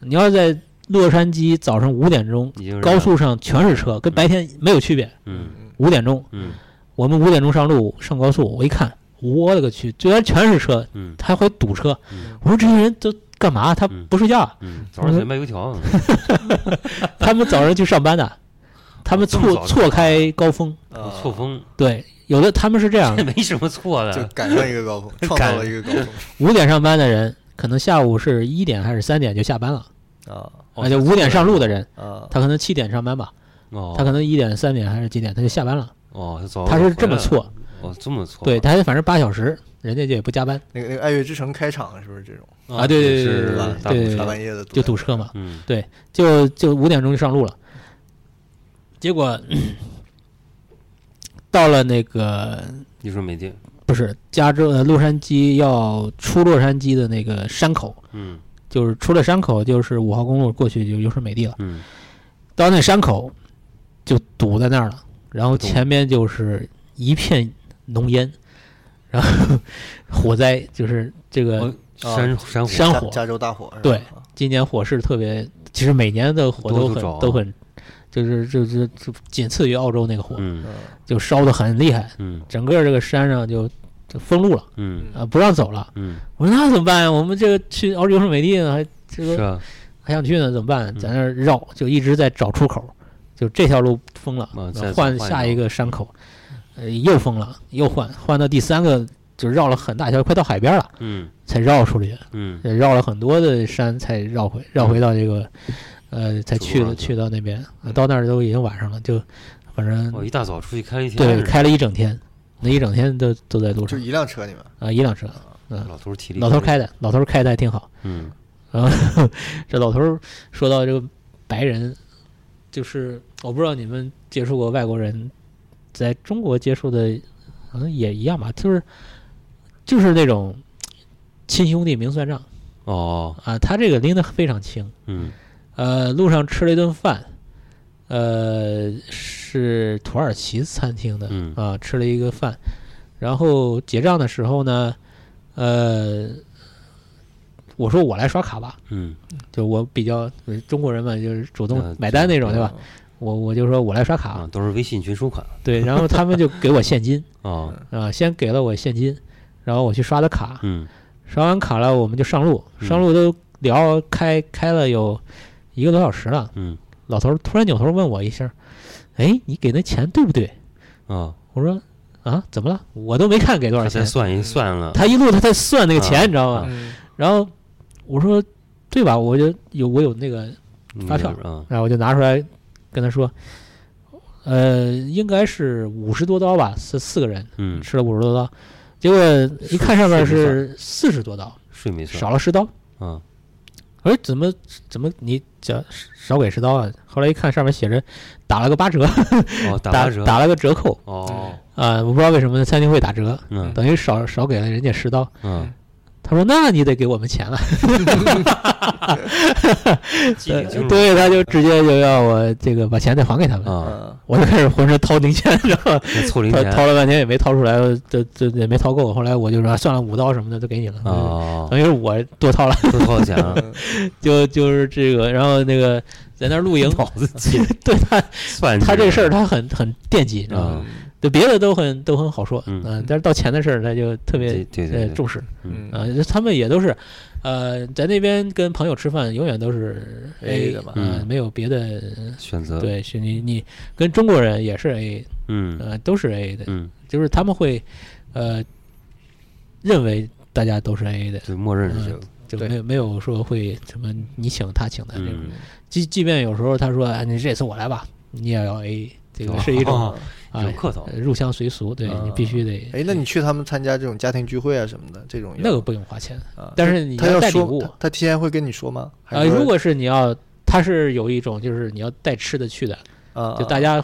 Speaker 4: 你要是在洛杉矶早上五点钟
Speaker 3: 嗯已经是
Speaker 4: 高速上全是车，跟白天没有区别。
Speaker 3: 嗯
Speaker 4: 五点钟，
Speaker 3: 嗯
Speaker 4: 我们五点钟上路上高速，我一看，我勒个去，居然全是车，
Speaker 3: 嗯
Speaker 4: 还会堵车
Speaker 3: 嗯。
Speaker 4: 我说这些人都干嘛？他
Speaker 3: 嗯
Speaker 4: 不睡觉啊？
Speaker 3: 嗯，早上起来卖油条，
Speaker 4: 他们早上去上班
Speaker 3: <laughs>
Speaker 4: 的，他们
Speaker 3: 哦这么早就上
Speaker 4: 错错
Speaker 3: 班
Speaker 4: 开高峰。
Speaker 2: 啊
Speaker 3: 错峰，
Speaker 4: 对，有的他们是这样
Speaker 3: 这
Speaker 4: 的：
Speaker 3: 没什么错
Speaker 2: 就
Speaker 3: 的，
Speaker 2: 赶上一个高
Speaker 4: <laughs>
Speaker 2: 峰，创造了一个高
Speaker 4: 五点上班的人，可能下午是一点还是三点就下班了，
Speaker 2: 峰啊
Speaker 4: 而且五点上路的人，
Speaker 2: 啊！
Speaker 4: 他可能七点上班吧，
Speaker 3: 哦，
Speaker 4: 他可能一点、三点还是几点他就下班了，
Speaker 3: 哦，他早
Speaker 4: 他是这么错，
Speaker 3: 哦，这么错，
Speaker 4: 对，他反正八小时，人家就也不加班，
Speaker 2: 那个那个《爱乐之城》开场是不是这种
Speaker 4: 啊对对对
Speaker 3: 是
Speaker 4: 对
Speaker 3: 吧
Speaker 4: 对
Speaker 3: 大部
Speaker 4: 对
Speaker 3: 分
Speaker 2: 大半夜的
Speaker 4: 就堵车嘛，
Speaker 3: 嗯
Speaker 4: 就就五点钟就上路了，结果 <clears throat> 到了那个
Speaker 3: 你说没电，
Speaker 4: 不是加州呃洛杉矶要出洛杉矶的那个山口，
Speaker 3: 嗯
Speaker 4: 就是出了山口，就是五号公路过去就优胜美地了。
Speaker 3: 嗯
Speaker 4: 到那山口就堵在那儿了，然后前面就是一片浓烟，然后火灾就是这
Speaker 3: 哦
Speaker 4: 个
Speaker 3: 山山火
Speaker 4: 山火
Speaker 2: 加，加州大火是吧啊
Speaker 4: 对今年火势特别，其实每年的火都
Speaker 3: 多
Speaker 4: 很
Speaker 3: 多着啊
Speaker 4: 都很，就是就是就仅次于澳洲那个火，
Speaker 3: 嗯
Speaker 4: 就烧得很厉害，
Speaker 3: 嗯
Speaker 4: 整个这个山上就就封路了，
Speaker 3: 嗯
Speaker 4: 呃，不让走了。
Speaker 3: 嗯，
Speaker 4: 我说那怎么办呀？我们这个去澳洲优胜美地呢，还这个
Speaker 3: 是嗯啊，
Speaker 4: 还想去呢，怎么办？在那儿绕，就一直在找出口，就这条路封了，
Speaker 3: 啊
Speaker 4: 然后
Speaker 3: 再
Speaker 4: 换
Speaker 3: 换一
Speaker 4: 下
Speaker 3: 条
Speaker 4: 一个山口，呃，又封了，又换，换到第三个就绕了很大一条，快到海边了
Speaker 3: 嗯
Speaker 4: 才绕出去，
Speaker 3: 嗯
Speaker 4: 呃绕了很多的山才绕回，绕回到这个，呃，才
Speaker 3: 主路
Speaker 4: 去
Speaker 3: 上
Speaker 4: 了
Speaker 3: 去
Speaker 4: 去到那边，呃到那儿都已经晚上了，就反正
Speaker 3: 哦我一大早出去开了一天，
Speaker 4: 对开了一整天，那一整天都都在路
Speaker 2: 就
Speaker 4: 上
Speaker 2: 一辆车里面
Speaker 4: 啊，一辆车，
Speaker 3: 老头儿体力，
Speaker 4: 老头儿，开的，老头儿开的还挺好。
Speaker 3: 嗯
Speaker 4: 这老头儿说到这个白人，就是我不知道你们接触过外国人，在中国接触的，好像也一样吧，就是就是那种亲兄弟明算账
Speaker 3: 哦
Speaker 4: 啊，他这个拎得非常轻。
Speaker 3: 嗯
Speaker 4: 呃，路上吃了一顿饭，呃，是土耳其餐厅的
Speaker 3: 嗯
Speaker 4: 啊，吃了一个饭，然后结账的时候呢，呃，我说我来刷卡吧，
Speaker 3: 嗯
Speaker 4: 就我比较就是中国人嘛，就是主动
Speaker 3: 嗯
Speaker 4: 买单那种，
Speaker 3: 对
Speaker 4: 对吧？？我我就说我来
Speaker 3: 啊
Speaker 4: 刷卡，，
Speaker 3: 都是微信群收款
Speaker 4: 对，然后他们就给我现金
Speaker 3: 啊，
Speaker 4: 啊，先给了我现金，然后我去刷的卡，
Speaker 3: 嗯
Speaker 4: 刷完卡了我们就上路，
Speaker 3: 嗯
Speaker 4: 上路都聊开开了有一个多小时了，
Speaker 3: 嗯
Speaker 4: 老头儿突然扭头问我一声：“哎，你给那钱对不对
Speaker 3: 啊，？”
Speaker 4: 我说：“啊，怎么了？我都没看给多少
Speaker 3: 他再
Speaker 4: 钱。
Speaker 3: 算一算了”，
Speaker 4: 他一路他在算那个钱，
Speaker 3: 啊
Speaker 4: 你知道吗？
Speaker 5: 嗯
Speaker 4: 然后我说：“对吧？我就有我有那个
Speaker 3: 嗯
Speaker 4: 发票
Speaker 3: 啊，
Speaker 4: 然后我就拿出来跟他说，呃，应该是五十多刀吧，是四个人
Speaker 3: 嗯，
Speaker 4: 吃了五十多刀，结果一看上面是四十多刀，
Speaker 3: 税没算
Speaker 4: 少了十刀。
Speaker 3: 啊，
Speaker 4: 我说怎么怎么你这少给十刀啊？后来一看上面写着打了个八折，
Speaker 3: 哦，打
Speaker 4: 打
Speaker 3: 八折，
Speaker 4: 打了个折扣
Speaker 3: 哦，
Speaker 4: 啊、我不知道为什么餐厅会打折，
Speaker 3: 嗯
Speaker 4: 等于少少给了人家十刀。
Speaker 3: 嗯，
Speaker 4: 他说：“那你得给我们钱
Speaker 3: <laughs>
Speaker 4: 了。
Speaker 3: 记挺
Speaker 4: <laughs>
Speaker 3: 清”楚
Speaker 4: 对，他就直接就要我这个把钱再还给他们。
Speaker 3: 啊，
Speaker 2: 嗯，
Speaker 4: <laughs> 我就开始浑身掏零钱，然后
Speaker 3: 那凑零
Speaker 4: 掏
Speaker 3: 钱
Speaker 4: 掏了半天也没掏出来，这这也没掏够。后来我就说啊算了，五刀什么的都给你了，
Speaker 3: 啊，
Speaker 4: 等于是我多掏了，
Speaker 3: 多掏钱啊，
Speaker 4: 嗯就就是这个。然后那个在那儿露营，
Speaker 3: 脑子啊紧，
Speaker 4: <laughs> 对他
Speaker 3: 算计
Speaker 4: 他这事儿他很很惦记，你知道
Speaker 2: 嗯
Speaker 4: 吗？
Speaker 3: 啊，
Speaker 4: 对别的都很都很好说，
Speaker 3: 嗯
Speaker 4: 呃但是到钱的事儿他就
Speaker 3: 对
Speaker 4: 特别
Speaker 3: 对
Speaker 4: 呃
Speaker 3: 对，
Speaker 4: 重视，
Speaker 5: 嗯
Speaker 4: 啊，他们也都是，呃，在那边跟朋友吃饭永远都是
Speaker 2: A
Speaker 4: A
Speaker 2: 的嘛
Speaker 4: 呃
Speaker 3: 嗯
Speaker 4: 没有别的。
Speaker 3: 选择，
Speaker 4: 对，是你你跟中国人也是 A，
Speaker 3: 嗯
Speaker 4: 呃，都是 A 的，
Speaker 3: 嗯，
Speaker 4: 就是他们会呃认为大家都是 A 的，
Speaker 3: 就默认是这个，
Speaker 4: 就
Speaker 5: 对
Speaker 4: 没有没有说会什么你请嗯他请的这种。
Speaker 3: 嗯，
Speaker 4: 即即便有时候他说啊，你这次我来吧，你也要 A，这个是一种、
Speaker 3: 哦
Speaker 4: 啊
Speaker 3: 有嗯客套，
Speaker 4: 入乡随俗，对、你必须得。
Speaker 2: 哎，那你去他们参加这种家庭聚会啊什么的，这种有
Speaker 4: 那个不用花钱，
Speaker 2: 啊，
Speaker 4: 但是你
Speaker 2: 他要
Speaker 4: 带礼
Speaker 2: 说
Speaker 4: 物
Speaker 2: 他，他提前会跟你说吗？还
Speaker 4: 啊，
Speaker 2: 是说
Speaker 4: 如果是你要。他是有一种，就是你要带吃的去的，
Speaker 2: 啊，
Speaker 4: 就大家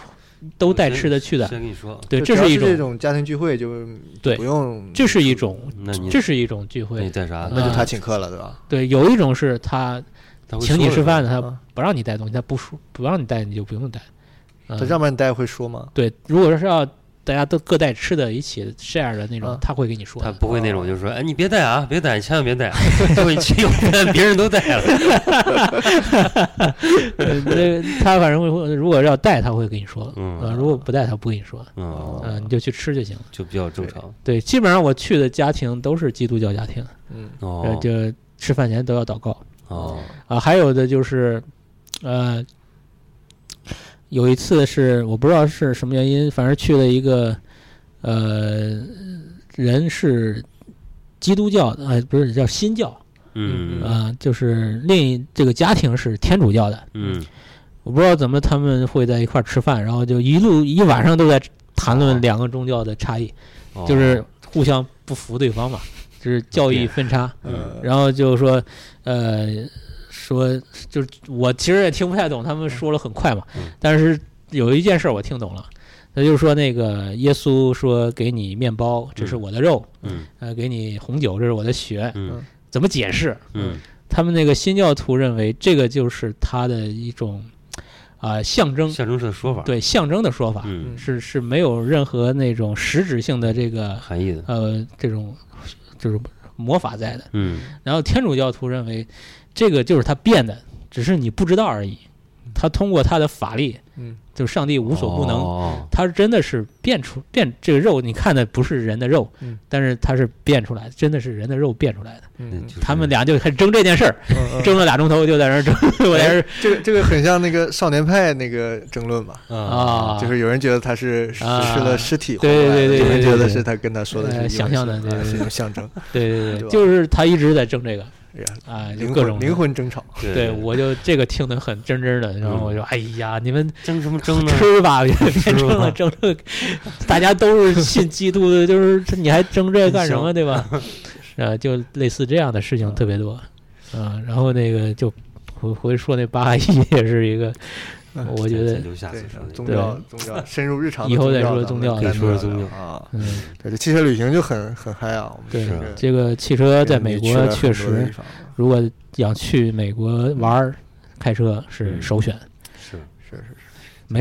Speaker 4: 都带吃的去的，
Speaker 3: 先跟你说，
Speaker 4: 对，
Speaker 2: 这
Speaker 4: 这是一
Speaker 2: 这
Speaker 4: 种，
Speaker 2: 种家庭聚会，就是
Speaker 4: 对
Speaker 2: 不用，
Speaker 4: 这是一种，
Speaker 3: 那你
Speaker 4: 这是一种聚
Speaker 3: 那你
Speaker 4: 会。
Speaker 3: 带啥？
Speaker 2: 那就
Speaker 4: 啊
Speaker 2: 他请客了，对吧？
Speaker 4: 对，有一种是他
Speaker 3: 他会
Speaker 4: 请你
Speaker 3: 说
Speaker 4: 吃
Speaker 3: 的
Speaker 4: 饭的，他
Speaker 2: 啊
Speaker 4: 不让你带东西，他不说不让你带，你就不用带。嗯
Speaker 2: 他要不然你待会说吗？
Speaker 4: 对，如果是要大家都各带吃的，一起 share 的那种
Speaker 2: 啊，
Speaker 4: 他会跟你说
Speaker 3: 嗯他
Speaker 4: <laughs> 的。
Speaker 3: 不会那种，就是说，哎，你别带啊，别带，千万别带啊， <laughs> 结果你去有带，别人都带了，
Speaker 4: 呃那他反正会会，如果要带，他会跟你说；呃，
Speaker 3: 嗯
Speaker 4: 如果不带，他不跟你说。
Speaker 3: 嗯，
Speaker 4: 嗯，你就去吃就行了。
Speaker 3: 就比较正常
Speaker 4: 对，基本上我去的家庭都是基督教家庭，
Speaker 2: 嗯，
Speaker 4: 呃，
Speaker 3: 哦
Speaker 4: 就吃饭前都要祷告
Speaker 3: 哦，
Speaker 4: 啊。还有的就是，呃，有一次是我不知道是什么原因，反正去了一个呃人是基督教的，呃，不是叫新教，
Speaker 3: 嗯
Speaker 4: 啊，就是另一这个家庭是天主教的，
Speaker 3: 嗯，
Speaker 4: 我不知道怎么他们会在一块儿吃饭，然后就一路一晚上都在谈论两个宗教的差异，
Speaker 3: 哦
Speaker 4: 就是互相不服对
Speaker 3: <laughs>
Speaker 4: 方嘛，就是教义
Speaker 3: 对
Speaker 4: 分差，
Speaker 3: 嗯
Speaker 4: 然后就说，呃，说就是我其实也听不太懂，他们说了很快嘛
Speaker 3: 嗯，
Speaker 4: 但是有一件事儿我听懂了，那就是说那个耶稣说给你面包，这是
Speaker 3: 嗯
Speaker 4: 我的肉，
Speaker 3: 嗯
Speaker 4: 呃，给你红酒，这是我的血，
Speaker 3: 嗯
Speaker 4: 怎么解释？
Speaker 3: 嗯
Speaker 4: 他们那个新教徒认为这个就是他的一种啊、象
Speaker 3: 嗯，
Speaker 4: 征，
Speaker 3: 象征式的说法，
Speaker 4: 对象征的说法，
Speaker 3: 嗯，
Speaker 4: 是是没有任何那种实质性的这个
Speaker 3: 含义的，
Speaker 4: 呃这种就是魔法在的。
Speaker 3: 嗯
Speaker 4: 然后天主教徒认为这个就是他变的，只是你不知道而已。他通过他的法力，
Speaker 2: 嗯，
Speaker 4: 就是上帝无所不能，
Speaker 3: 哦
Speaker 4: 他真的是变出变这个肉，你看的不是人的肉，
Speaker 2: 嗯
Speaker 4: 但是他是变出来的，真的是人的肉变出来的。
Speaker 3: 那
Speaker 2: 嗯
Speaker 3: 就是
Speaker 4: 他们俩就开始争这
Speaker 2: <laughs>
Speaker 4: 件事儿，
Speaker 2: 嗯哎
Speaker 4: 争了俩钟头，就在那儿争，我在这
Speaker 2: <laughs> 这个
Speaker 4: 儿
Speaker 2: 这个很像那个少年派那个争论吧，
Speaker 3: 啊
Speaker 4: 啊，
Speaker 2: 哎就是有人觉得他是吃
Speaker 4: 啊
Speaker 2: 了尸体活
Speaker 4: 对
Speaker 2: 过来的，
Speaker 4: 对对
Speaker 2: 有
Speaker 4: 对
Speaker 2: 人
Speaker 4: 对
Speaker 2: 觉得
Speaker 4: 对
Speaker 2: 是他跟他说的
Speaker 4: 呃
Speaker 2: 是一
Speaker 4: 想
Speaker 2: 回
Speaker 4: 象
Speaker 2: 事
Speaker 4: 的
Speaker 2: 儿
Speaker 4: 对
Speaker 2: 啊
Speaker 4: 对
Speaker 2: 是一
Speaker 4: 对
Speaker 2: 种象征，哎
Speaker 4: 对对
Speaker 2: 对吧
Speaker 4: 对，就是他一直在争这个
Speaker 2: 呀，
Speaker 4: 啊，就
Speaker 2: 灵
Speaker 4: 各种
Speaker 2: 魂灵。魂争吵，
Speaker 3: 对
Speaker 4: 对，我就这个听得很真真的，然
Speaker 2: 嗯
Speaker 4: 后我就哎呀，你们
Speaker 3: 争什么争呢？
Speaker 4: <laughs> 吃
Speaker 3: <laughs>
Speaker 4: 吧，别别争
Speaker 3: 吧
Speaker 4: 了，争这个，大家都是信基督的，就是这你还争这干什么，对
Speaker 3: <laughs>
Speaker 4: 吧？呃，就类似这样的事情特别多，啊，然后那个就回回说那八阿姨也是一个，我觉
Speaker 3: 咱
Speaker 4: 得
Speaker 3: 留下
Speaker 2: 嗯对啊
Speaker 3: 次说那
Speaker 2: 宗
Speaker 3: 个，
Speaker 2: 教宗教深入日常的
Speaker 4: 以后再
Speaker 2: 教
Speaker 4: 说
Speaker 2: 咱
Speaker 4: 宗
Speaker 2: 们
Speaker 4: 教
Speaker 2: 单
Speaker 3: 可以说
Speaker 2: 独
Speaker 3: 是
Speaker 2: 聊
Speaker 3: 宗
Speaker 2: 聊啊，
Speaker 4: 嗯，
Speaker 2: 对，这汽车旅行就很很嗨啊，我们
Speaker 4: 对
Speaker 3: 是啊
Speaker 4: 这个汽车在呃美国确
Speaker 2: 去了很多的
Speaker 4: 实
Speaker 2: 地，方啊
Speaker 4: 如果想去美国玩儿，开车是
Speaker 2: 嗯
Speaker 4: 首选，
Speaker 3: 是
Speaker 2: 是是是，
Speaker 4: 没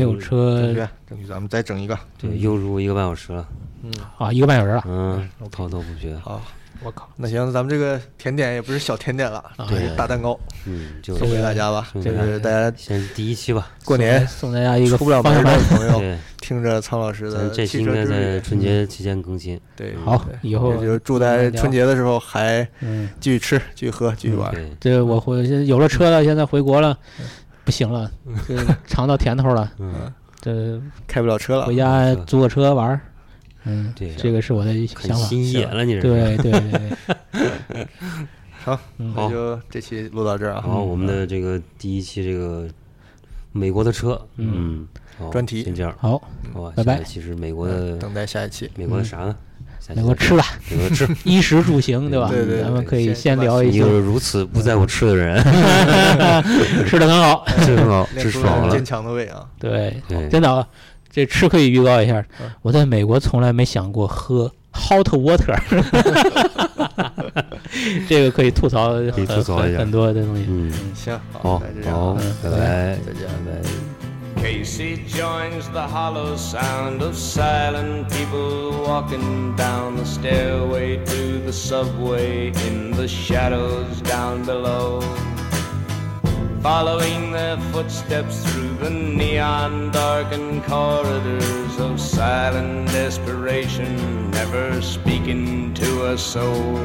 Speaker 2: 嗯
Speaker 4: 有车
Speaker 2: 正确正确，咱们再整一个，
Speaker 3: 对，嗯又入一个半小时
Speaker 4: <laughs>
Speaker 3: 了，
Speaker 2: 嗯，
Speaker 4: 啊，一个半小时了，
Speaker 3: 嗯，
Speaker 2: OK
Speaker 3: 滔滔不绝，
Speaker 2: 好，
Speaker 4: 我靠，
Speaker 2: 啊那行，咱们这个甜点也不是小甜点了，
Speaker 4: 啊
Speaker 2: 这是大蛋糕
Speaker 3: 嗯，就
Speaker 2: 送给大家吧，
Speaker 3: 送
Speaker 2: 就
Speaker 3: 给大
Speaker 2: 是
Speaker 4: 家
Speaker 2: 大家
Speaker 3: 先第一期吧，
Speaker 2: 过年
Speaker 4: 哎送大家一个
Speaker 2: 出不了
Speaker 4: 方
Speaker 2: 门
Speaker 4: 向
Speaker 2: 的
Speaker 4: 盘，
Speaker 2: 朋友，
Speaker 3: 对，
Speaker 2: 听着苍老师的
Speaker 3: 咱这期应
Speaker 2: 哎呃汽车
Speaker 3: 该
Speaker 2: 之
Speaker 3: 在
Speaker 2: 旅，
Speaker 4: 嗯
Speaker 3: 春节期间更新，
Speaker 2: 对，
Speaker 4: 好
Speaker 2: 对，
Speaker 4: 以后
Speaker 2: 也就祝大家春节的时候还
Speaker 4: 嗯。
Speaker 2: 继续吃、继续喝、继续玩。
Speaker 3: 对，嗯
Speaker 4: 这我回有了车了，现在回国了，
Speaker 6: 不行了，这尝到甜头了，
Speaker 3: 嗯，
Speaker 6: 这
Speaker 2: 开不了车
Speaker 3: 啊
Speaker 2: 了
Speaker 6: 回，家租个车玩儿。嗯，
Speaker 3: 对，
Speaker 6: 这个是我的
Speaker 3: 很
Speaker 6: 想法。
Speaker 3: 心野了，你这是。
Speaker 6: 对对对对，
Speaker 2: 那就这期录到这儿啊。
Speaker 3: 好，我们的这个第一期这个美国的车，嗯，好
Speaker 2: 专题
Speaker 3: 先这样，
Speaker 6: 好，
Speaker 3: 好吧，
Speaker 6: 拜拜
Speaker 3: 下一期是美国
Speaker 2: 嗯，
Speaker 3: 的
Speaker 2: 等待下一期。
Speaker 3: 美国的啥呢？下期
Speaker 6: 美国吃吧，
Speaker 3: 美国吃，
Speaker 6: 衣食住行，对吧？
Speaker 3: 对对对
Speaker 6: 咱们可以
Speaker 2: 先
Speaker 6: 先
Speaker 2: 把
Speaker 6: 聊一
Speaker 3: 你
Speaker 6: 下
Speaker 3: 就，是如此不在乎吃
Speaker 6: <laughs>
Speaker 3: 的人，
Speaker 6: 吃的很好。
Speaker 3: 真好，
Speaker 2: 练
Speaker 3: 吃
Speaker 2: 出
Speaker 3: 爽
Speaker 2: 了
Speaker 3: 了
Speaker 2: 坚。强的胃啊！
Speaker 6: 对，
Speaker 3: 对，
Speaker 6: 真的啊，这吃可以预告一下
Speaker 2: 嗯，
Speaker 6: 我在美国从来没想过喝 hot
Speaker 3: <laughs>
Speaker 6: water，这个可以吐槽很，
Speaker 3: 可以吐槽一
Speaker 6: 很
Speaker 3: 下
Speaker 6: 很多的东西。
Speaker 3: 嗯，
Speaker 2: 行，好，
Speaker 3: 好
Speaker 2: 那就这样
Speaker 3: 好
Speaker 2: 啊，，
Speaker 3: 拜拜，
Speaker 2: 再见。
Speaker 3: 拜拜。
Speaker 7: Casey joins the hollow sound of silent people walking down the stairway to the subway in the shadows down below. Following their footsteps through the neon darkened corridors of silent desperation, never speaking to a soul.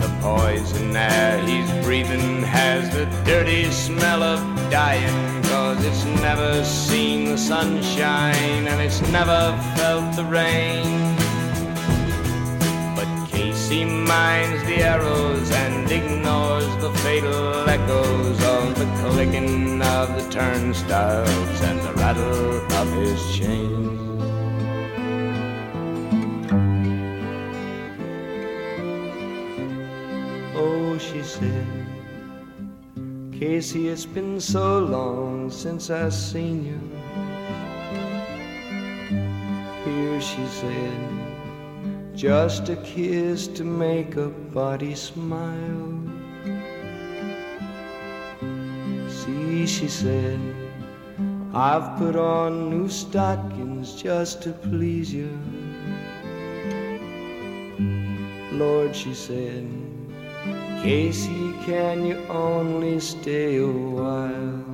Speaker 7: The poison air he's breathing has the dirty smell of dying. Cause it's never seen the sunshine and it's never felt the rain. But Casey mines the arrows and ignores the fatal echoes of the clicking of the turnstiles and the rattle of his chains. Oh, she said, Casey, it's been so long since I seen you. Here, she said, just a kiss to make a body smile. See, she said, I've put on new stockings just to please you. Lord, she said, Casey, can you only stay a while?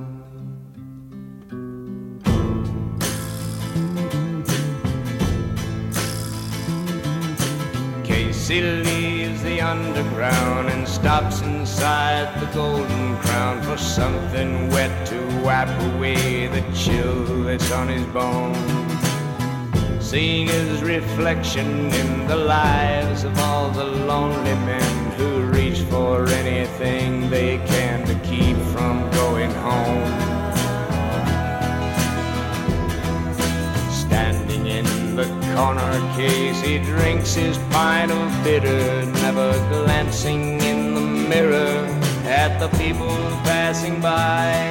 Speaker 7: Casey leaves the underground and stops inside the Golden Crown for something wet to wipe away the chill that's on his bones seeing his reflection in the lives of all the lonely men who reach for anything they can to keep from going home. Standing in the corner case, he drinks his pint of bitter, never glancing in the mirror at the people passing by.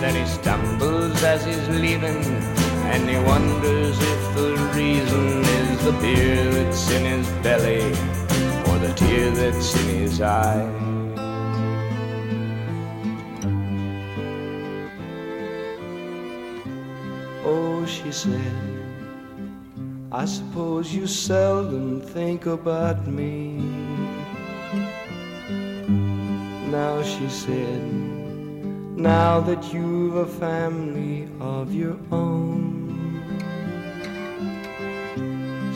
Speaker 7: Then he stumbles as he's leaving, and he wonders if the reason is the beer that's in his belly or the tear that's in his eye. Oh, she said, I suppose you seldom think about me. Now she said, now that you've a family of your own.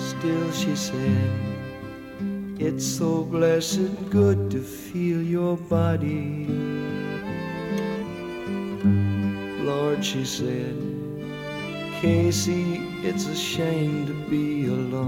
Speaker 7: Still, she said, it's so blessed good to feel your body. Lord, she said, Casey, it's a shame to be alone.